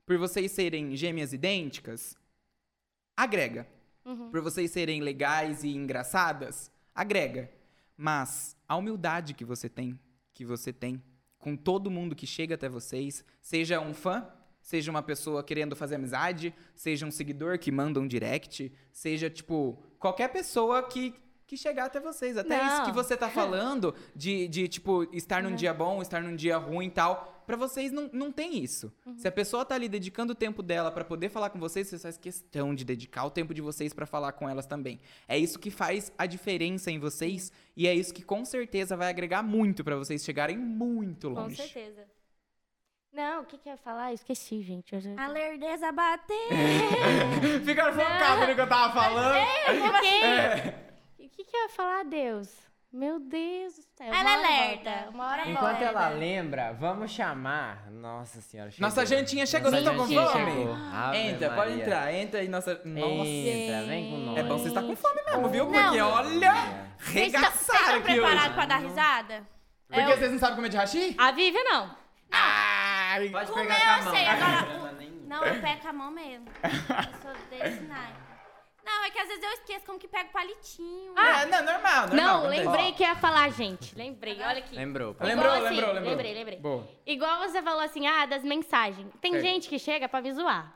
Speaker 1: Por vocês serem gêmeas idênticas, agrega. Por vocês serem legais e engraçadas, agrega. Mas a humildade que você tem, que você tem com todo mundo que chega até vocês, seja um fã, seja uma pessoa querendo fazer amizade, seja um seguidor que manda um direct, seja tipo qualquer pessoa que que chegar até vocês, até isso
Speaker 3: Não.
Speaker 1: que você tá falando de, de tipo estar
Speaker 3: Uhum.
Speaker 1: num dia bom, estar num dia ruim e tal, pra vocês não, não tem isso.
Speaker 3: Uhum.
Speaker 1: Se a pessoa tá ali dedicando o tempo dela pra poder falar com vocês, vocês faz questão de dedicar o tempo de vocês pra falar com elas também. É isso que faz a diferença em vocês
Speaker 3: Uhum.
Speaker 1: e é isso que com certeza vai agregar muito pra vocês chegarem muito
Speaker 3: Com
Speaker 1: longe.
Speaker 3: certeza. Não, o que que eu ia falar? Eu esqueci, gente. Eu já-
Speaker 4: A lerdeza bateu.
Speaker 1: Ficaram focados no que eu tava falando.
Speaker 3: Quem?
Speaker 1: É.
Speaker 3: O que, que eu ia falar, Deus? Meu Deus do céu. uma
Speaker 4: Ela
Speaker 3: hora
Speaker 4: alerta.
Speaker 3: volta, Uma hora
Speaker 4: Enquanto
Speaker 3: volta.
Speaker 2: Enquanto ela lembra, vamos chamar. Nossa senhora, chegou.
Speaker 1: Nossa jantinha chegou,
Speaker 2: Nossa
Speaker 1: vocês estão com
Speaker 2: jantinha
Speaker 1: fome?
Speaker 2: chegou. Ave
Speaker 1: Entra, pode
Speaker 2: Maria.
Speaker 1: entrar, entra e nossa. Nossa.
Speaker 2: Entra, vem com nós.
Speaker 1: É bom vocês estar com fome mesmo, viu?
Speaker 4: Não.
Speaker 1: Porque olha,
Speaker 4: Vocês
Speaker 3: tá
Speaker 4: tão-
Speaker 1: regaçaram
Speaker 4: vocês estão
Speaker 1: aqui hoje.
Speaker 4: preparados pra dar risada?
Speaker 1: Porque vocês não sabem comer de hashi?
Speaker 3: A Vivian não.
Speaker 1: Ai,
Speaker 2: Pode
Speaker 4: Comeu,
Speaker 2: pegar com a
Speaker 4: eu
Speaker 2: mão.
Speaker 4: sei, agora- Não, eu pego com a mão mesmo. Eu sou desse naipe. Não, é que às vezes eu esqueço como que pego palitinho.
Speaker 1: Ah, não, normal, normal.
Speaker 3: Não,
Speaker 1: acontece.
Speaker 3: lembrei que ia falar, gente. Lembrei, olha aqui.
Speaker 2: Lembrou, pô.
Speaker 1: Lembrou,
Speaker 3: Igual assim,
Speaker 1: lembrou, lembrou.
Speaker 3: Lembrei, lembrei.
Speaker 1: Boa.
Speaker 3: Igual você falou assim, ah, das mensagens. Tem
Speaker 1: É.
Speaker 3: gente que chega pra me zoar.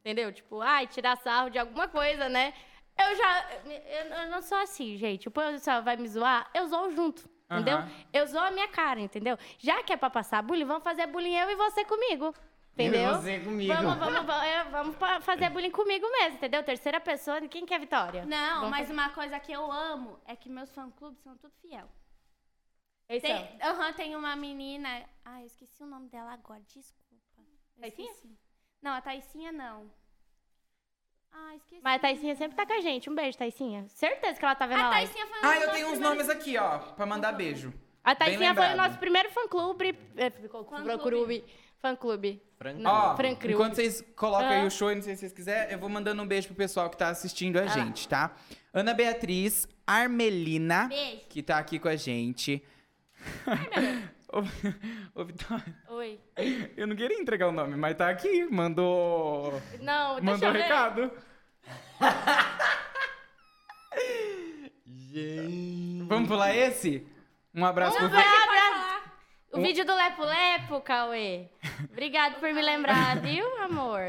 Speaker 3: Entendeu? Tipo, ai, tirar sarro de alguma coisa, né? Eu já. Eu, eu não sou assim, gente. O povo só vai me zoar, eu zoo junto. Entendeu?
Speaker 1: Aham.
Speaker 3: Eu zoo a minha cara, entendeu? Já que é pra passar bullying, vamos fazer bullying eu e você comigo. Entendeu?
Speaker 2: Eu e você comigo.
Speaker 3: Vamos, vamos, vamos, é, vamos pa- fazer bullying comigo mesmo, entendeu? Terceira pessoa, quem que é a Vitória?
Speaker 4: Não,
Speaker 3: Vamos
Speaker 4: mas uma coisa que eu amo é que meus fã-clubes são tudo fiel.
Speaker 3: Esse
Speaker 4: Tem,
Speaker 3: é.
Speaker 4: aham, tem uma menina... Ah, eu esqueci o nome dela agora, desculpa. Eu
Speaker 3: Taicinha?
Speaker 4: esqueci. Não, a Taicinha não. Ah, esqueci.
Speaker 3: Mas a Taicinha sempre tá com a gente. Um beijo, Taicinha. Certeza que ela tá vendo a,
Speaker 4: A
Speaker 3: live.
Speaker 4: Taicinha foi um
Speaker 1: Ah,
Speaker 4: dos
Speaker 1: eu tenho uns
Speaker 4: primeiros-
Speaker 1: nomes aqui, ó, pra mandar beijo.
Speaker 3: A
Speaker 1: Bem
Speaker 3: Taicinha
Speaker 1: lembrado.
Speaker 3: foi o nosso primeiro fã-clube. É, ficou com
Speaker 4: Fã-clube.
Speaker 3: fã-clube. Fã-clube.
Speaker 2: Franco.
Speaker 1: Ó,
Speaker 3: Fran Crew.
Speaker 1: enquanto vocês colocam aí
Speaker 3: Ah.
Speaker 1: o show, não sei se vocês quiserem, eu vou mandando um beijo pro pessoal que tá assistindo a gente, tá? Ana Beatriz, Armelina,
Speaker 4: Beijo.
Speaker 1: que tá aqui com a gente. Ô, ô, Vitória,
Speaker 3: Oi.
Speaker 1: eu não queria entregar o nome, mas tá aqui, mandou...
Speaker 3: Não,
Speaker 1: Mandou
Speaker 3: deixa eu ver.
Speaker 1: recado.
Speaker 2: Gente.
Speaker 1: Vamos pular esse? Um abraço pro
Speaker 3: Vai,
Speaker 1: Vitor.
Speaker 4: Pode
Speaker 3: abra-
Speaker 4: falar.
Speaker 3: O vídeo do Lepo Lepo, Cauê. Obrigado por me lembrar, viu, amor?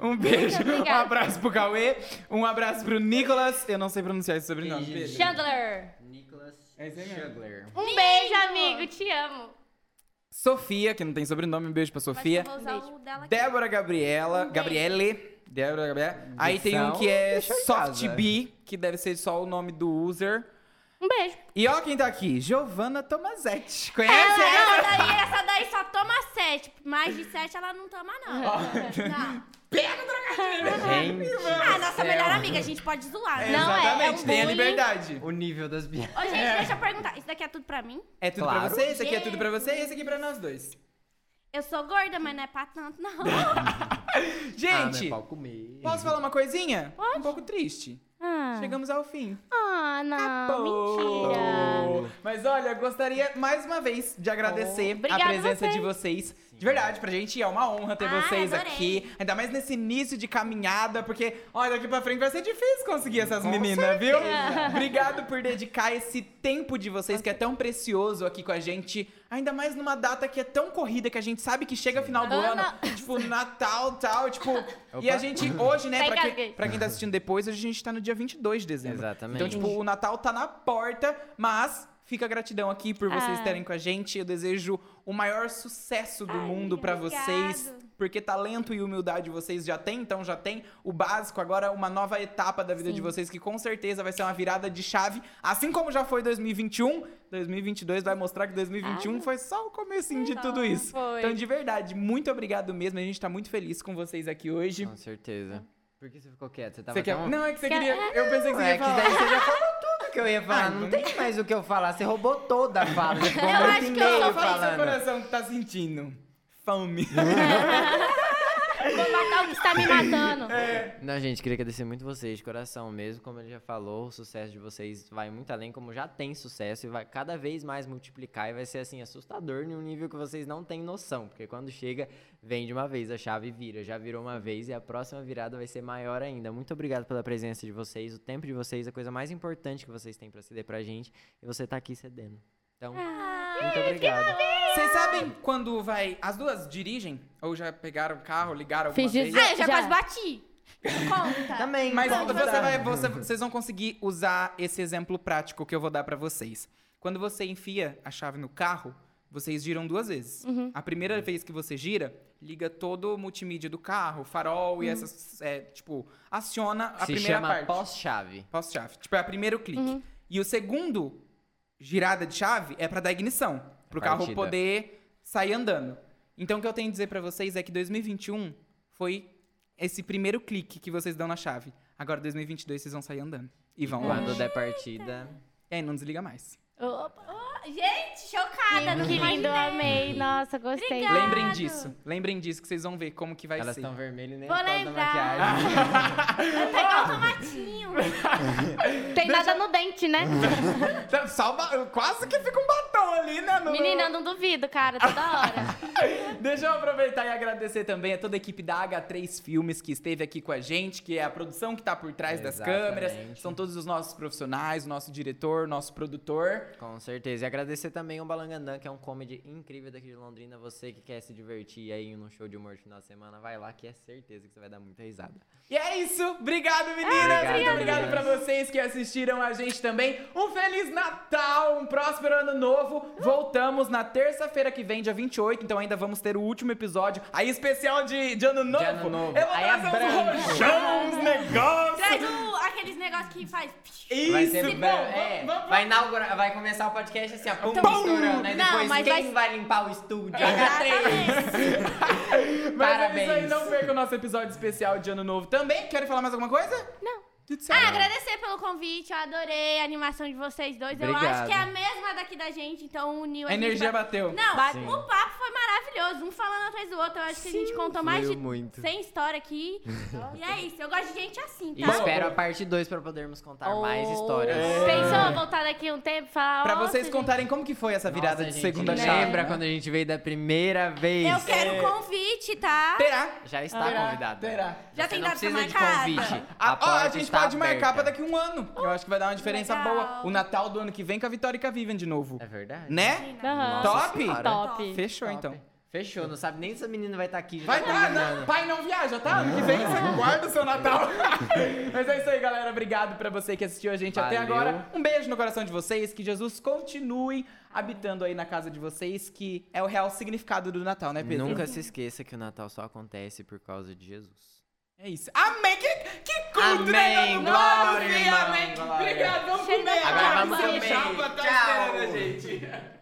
Speaker 1: Um beijo,
Speaker 3: Muito
Speaker 1: um
Speaker 3: obrigada.
Speaker 1: abraço pro Cauê, um abraço pro Nicolas. Eu não sei pronunciar esse sobrenome.
Speaker 2: Entendi.
Speaker 1: Pedro.
Speaker 3: Chandler.
Speaker 2: Nicholas
Speaker 1: É isso aí mesmo.
Speaker 2: Schugler.
Speaker 3: Um beijo, amigo. Te amo.
Speaker 1: Sofia, que não tem sobrenome, um beijo pra
Speaker 4: Mas
Speaker 1: Sofia.
Speaker 4: eu vou usar
Speaker 3: Beijo.
Speaker 4: o dela aqui.
Speaker 1: Débora
Speaker 3: Um
Speaker 1: Gabriela,
Speaker 4: beijo.
Speaker 1: Gabriele. Débora Gabriela. Aí tem um
Speaker 2: Dicção,
Speaker 1: que é
Speaker 2: deixa em casa.
Speaker 1: SoftB, que deve ser só o nome do user.
Speaker 3: Um beijo.
Speaker 1: E ó quem tá aqui, Giovanna Tomazetti.
Speaker 4: Ela-
Speaker 3: Ah,
Speaker 1: Conhece ela?
Speaker 4: essa, daí, essa daí só toma sete. Mais de sete ela não toma, não. Não.
Speaker 2: Gente.
Speaker 4: Ah,
Speaker 2: do
Speaker 4: nossa
Speaker 2: céu.
Speaker 4: melhor amiga, a gente pode zoar, né?
Speaker 3: Não, é- é um
Speaker 1: Exatamente, tem a
Speaker 3: bullying.
Speaker 1: liberdade.
Speaker 2: O nível das piadas.
Speaker 4: Ô, gente, deixa eu perguntar. Isso daqui é tudo pra mim?
Speaker 1: É tudo pra
Speaker 2: Claro.
Speaker 1: você, esse aqui é tudo pra você e esse aqui é pra nós dois.
Speaker 4: Eu sou gorda, mas não é pra tanto, não.
Speaker 2: Ah, não é
Speaker 1: Gente,
Speaker 2: pau comer.
Speaker 1: posso falar uma coisinha? Um pouco triste.
Speaker 3: Ah,
Speaker 1: Chegamos ao fim.
Speaker 3: ah não. Mentira.
Speaker 1: Oh. Mas olha, eu gostaria mais uma vez de agradecer a
Speaker 3: Oh, Obrigada
Speaker 1: presença
Speaker 3: vocês. Ah,
Speaker 1: de vocês. De verdade, pra gente é uma honra ter
Speaker 4: Ai,
Speaker 1: vocês
Speaker 4: adorei.
Speaker 1: aqui. Ainda mais nesse início de caminhada, porque, olha, daqui pra frente vai ser difícil conseguir essas meninas, viu? Obrigado por dedicar esse tempo de vocês, que é tão precioso aqui com a gente. Ainda mais numa data que é tão corrida, que a gente sabe que chega final do
Speaker 3: Ana-
Speaker 1: ano. Tipo, Natal, tal, tipo... E a gente, hoje, né,
Speaker 3: Sai
Speaker 1: pra quem,
Speaker 3: casguei.
Speaker 1: pra quem tá assistindo depois, hoje a gente tá no dia 22 de dezembro.
Speaker 2: Exatamente.
Speaker 1: Então, tipo, o Natal tá na porta, mas fica a gratidão aqui por vocês
Speaker 3: Ah.
Speaker 1: estarem com a gente. Eu desejo o maior sucesso do
Speaker 4: Ai,
Speaker 1: mundo pra
Speaker 4: obrigado.
Speaker 1: vocês, porque talento e humildade vocês já têm, então já tem o básico, agora é uma nova etapa da vida de vocês que com certeza vai ser uma virada de chave, assim como já foi 2021, 2022 vai mostrar que 2021 foi só o comecinho de tudo isso.
Speaker 3: Ah. Foi.
Speaker 1: Então, de verdade, muito obrigado mesmo. A gente tá muito feliz com vocês aqui hoje.
Speaker 2: Com certeza. Por que você ficou quieto? Você tava
Speaker 1: Você quer...
Speaker 2: tão...
Speaker 1: Não, é que você
Speaker 3: Quer-
Speaker 1: queria. Eu pensei que você
Speaker 2: é
Speaker 1: ia
Speaker 2: que
Speaker 1: falar. Ah, então
Speaker 2: daí você já falou tudo que eu ia falar. não tem mais o que eu falar. Você roubou toda a fala. Você ficou um
Speaker 4: Eu
Speaker 2: minuto
Speaker 4: acho
Speaker 2: e
Speaker 4: que eu
Speaker 2: meio
Speaker 1: Só fala o seu
Speaker 2: falando.
Speaker 1: coração que tá sentindo. Fome.
Speaker 3: Vou matar o que está me matando.
Speaker 2: Não, gente, queria agradecer muito vocês de coração mesmo. Como ele já falou, o sucesso de vocês vai muito além, como já tem sucesso, e vai cada vez mais multiplicar e vai ser assim, assustador num nível que vocês não têm noção. Porque quando chega, vem de uma vez, a chave vira. Já virou uma vez e a próxima virada vai ser maior ainda. Muito obrigado pela presença de vocês, o tempo de vocês, a coisa mais importante que vocês têm pra ceder pra gente. E você tá aqui cedendo. Então,
Speaker 4: Ah,
Speaker 2: muito obrigado.
Speaker 1: Vocês sabem quando vai. As duas dirigem? Ou já pegaram o carro, ligaram alguma
Speaker 3: Fiz
Speaker 1: vez?
Speaker 3: dezoito.
Speaker 4: Ah, eu já,
Speaker 3: Já.
Speaker 4: quase bati. Conta.
Speaker 2: Também.
Speaker 1: Mas
Speaker 2: pode
Speaker 1: você
Speaker 2: usar.
Speaker 1: vai, você- vocês vão conseguir usar esse exemplo prático que eu vou dar pra vocês. Quando você enfia a chave no carro, vocês giram duas vezes.
Speaker 4: Uhum.
Speaker 1: A primeira vez que você gira, liga todo o multimídia do carro, farol
Speaker 4: Uhum.
Speaker 1: e essas. é, tipo, aciona a
Speaker 2: Se
Speaker 1: primeira
Speaker 2: chama
Speaker 1: parte.
Speaker 2: pós-chave.
Speaker 1: Pós-chave. Tipo, é o primeiro clique. E o segundo girada de chave é pra dar ignição. Pro carro
Speaker 2: Partida.
Speaker 1: poder sair andando. Então o que eu tenho a dizer pra vocês é que 2021 foi esse primeiro clique que vocês dão na chave. Agora 2022 vocês vão sair andando. E vão lá.
Speaker 2: Quando der partida.
Speaker 1: E aí não desliga mais.
Speaker 3: Opa,
Speaker 4: Gente, chocada. Não
Speaker 3: que lindo,
Speaker 4: imaginei.
Speaker 3: amei. Nossa, gostei.
Speaker 4: Obrigada.
Speaker 1: Lembrem disso. Lembrem disso que vocês vão ver como que vai
Speaker 2: Elas
Speaker 1: ser.
Speaker 2: estão vermelhas e nem
Speaker 4: Vou
Speaker 2: toda
Speaker 4: lembrar.
Speaker 2: maquiagem.
Speaker 4: Vou pegar o tomatinho.
Speaker 3: Tem nada no dente, né?
Speaker 1: Tá, só o ba- Quase que fica um batom ali, né? no-
Speaker 3: Menina, eu não duvido, cara, toda hora.
Speaker 1: Deixa eu aproveitar e agradecer também a toda a equipe da H3 Filmes que esteve aqui com a gente, que é a produção que tá por trás das
Speaker 2: Exatamente.
Speaker 1: câmeras. São todos os nossos profissionais, o nosso diretor, nosso produtor.
Speaker 2: Com certeza. E agradecer também ao Balangandã, que é um comedy incrível daqui de Londrina. Você que quer se divertir aí num show de humor de final de semana, vai lá que é certeza que você vai dar muita risada.
Speaker 1: E é isso. Obrigado, meninas.
Speaker 2: obrigada,
Speaker 1: Muito obrigado
Speaker 2: meninas.
Speaker 1: pra vocês que assistiram a gente também. Um feliz Natal, um próspero ano novo. Voltamos na terça-feira que vem, dia 28. Então ainda vamos ter o último episódio. Aí especial de, de ano novo.
Speaker 2: ano novo.
Speaker 1: Eu vou
Speaker 2: Aí é
Speaker 1: trazer
Speaker 2: branco.
Speaker 1: uns rojão, uns negócios.
Speaker 4: Traz o, aqueles negócios que faz...
Speaker 1: Isso,
Speaker 2: vai ser
Speaker 1: bom,
Speaker 2: é,
Speaker 1: vamos-
Speaker 2: vai inaugurar, vai começar o podcast assim, ó, pum,
Speaker 1: Então-
Speaker 2: estourando. Aí
Speaker 4: Não,
Speaker 2: depois
Speaker 4: mas
Speaker 2: quem vai... limpar o estúdio?
Speaker 4: Exatamente.
Speaker 1: Mas
Speaker 2: Parabéns.
Speaker 1: é isso aí, não perca o nosso episódio especial de Ano Novo também. Querem falar mais alguma coisa?
Speaker 3: Não.
Speaker 1: Tudo certo.
Speaker 4: Ah, agradecer pelo convite, eu adorei a animação de vocês dois. Eu
Speaker 2: Obrigado.
Speaker 4: acho que é a mesma daqui da gente, então uniu a
Speaker 1: A energia
Speaker 4: gente. pra-
Speaker 1: bateu.
Speaker 4: Não,
Speaker 2: Sim.
Speaker 4: o papo foi maravilhoso, um falando atrás do outro. Eu acho que a gente contou mais
Speaker 2: fluiu
Speaker 4: de
Speaker 2: muito.
Speaker 4: 100 histórias aqui. e é isso, eu gosto de gente assim,
Speaker 2: E
Speaker 4: tá?
Speaker 2: espero a parte 2 pra podermos contar
Speaker 3: Oh,
Speaker 2: mais histórias.
Speaker 3: é. Pensou voltar daqui um tempo e falar.
Speaker 1: É. Pra
Speaker 3: "Nossa,
Speaker 1: vocês
Speaker 3: gente,
Speaker 1: contarem como que foi essa virada
Speaker 2: Nossa,
Speaker 1: de
Speaker 2: gente,
Speaker 1: segunda chave.
Speaker 2: Lembra
Speaker 1: né?
Speaker 2: quando a gente veio da primeira vez?
Speaker 4: Eu quero convite, tá?
Speaker 1: Terá.
Speaker 2: Já está
Speaker 1: Terá,
Speaker 2: convidado.
Speaker 1: terá.
Speaker 4: Já
Speaker 2: Você
Speaker 4: tem
Speaker 2: não
Speaker 4: data
Speaker 2: precisa de
Speaker 4: marcada?
Speaker 2: convite.
Speaker 1: A, ó, a
Speaker 2: porta
Speaker 1: gente
Speaker 2: está
Speaker 1: pode marcar pra
Speaker 2: aberta.
Speaker 1: daqui um ano. Eu acho que vai dar uma diferença
Speaker 4: legal.
Speaker 1: boa. O Natal do ano que vem com a Vitória e com a Vivian de novo.
Speaker 2: É verdade.
Speaker 1: Né?
Speaker 3: Aham.
Speaker 1: Top?
Speaker 3: Top.
Speaker 1: Fechou,
Speaker 2: Top.
Speaker 1: então.
Speaker 2: Fechou, não sabe nem se a menina vai estar aqui. já
Speaker 1: Vai
Speaker 2: tá
Speaker 1: tá,
Speaker 2: combinando.
Speaker 1: não, pai não viaja, tá? Ano que vem você guarda o seu Natal. Mas é isso aí, galera. Obrigado pra você que assistiu a gente até
Speaker 2: Valeu.
Speaker 1: agora. Um beijo no coração de vocês, que Jesus continue habitando aí na casa de vocês, que é o real significado do Natal, né, Pedro?
Speaker 2: Nunca se esqueça que o Natal só acontece por causa de Jesus.
Speaker 1: É isso. Amém! Que, que culto, né?
Speaker 2: Amém,
Speaker 1: Não,
Speaker 2: glória,
Speaker 1: Glória,
Speaker 2: irmão,
Speaker 1: amém!
Speaker 2: glória.
Speaker 1: Obrigado, vamos
Speaker 3: Cheio
Speaker 1: comer.
Speaker 3: de
Speaker 1: Agora
Speaker 2: amor.
Speaker 1: vamos comer.
Speaker 2: Tchau.
Speaker 1: Tchau. pra tá esperando a gente.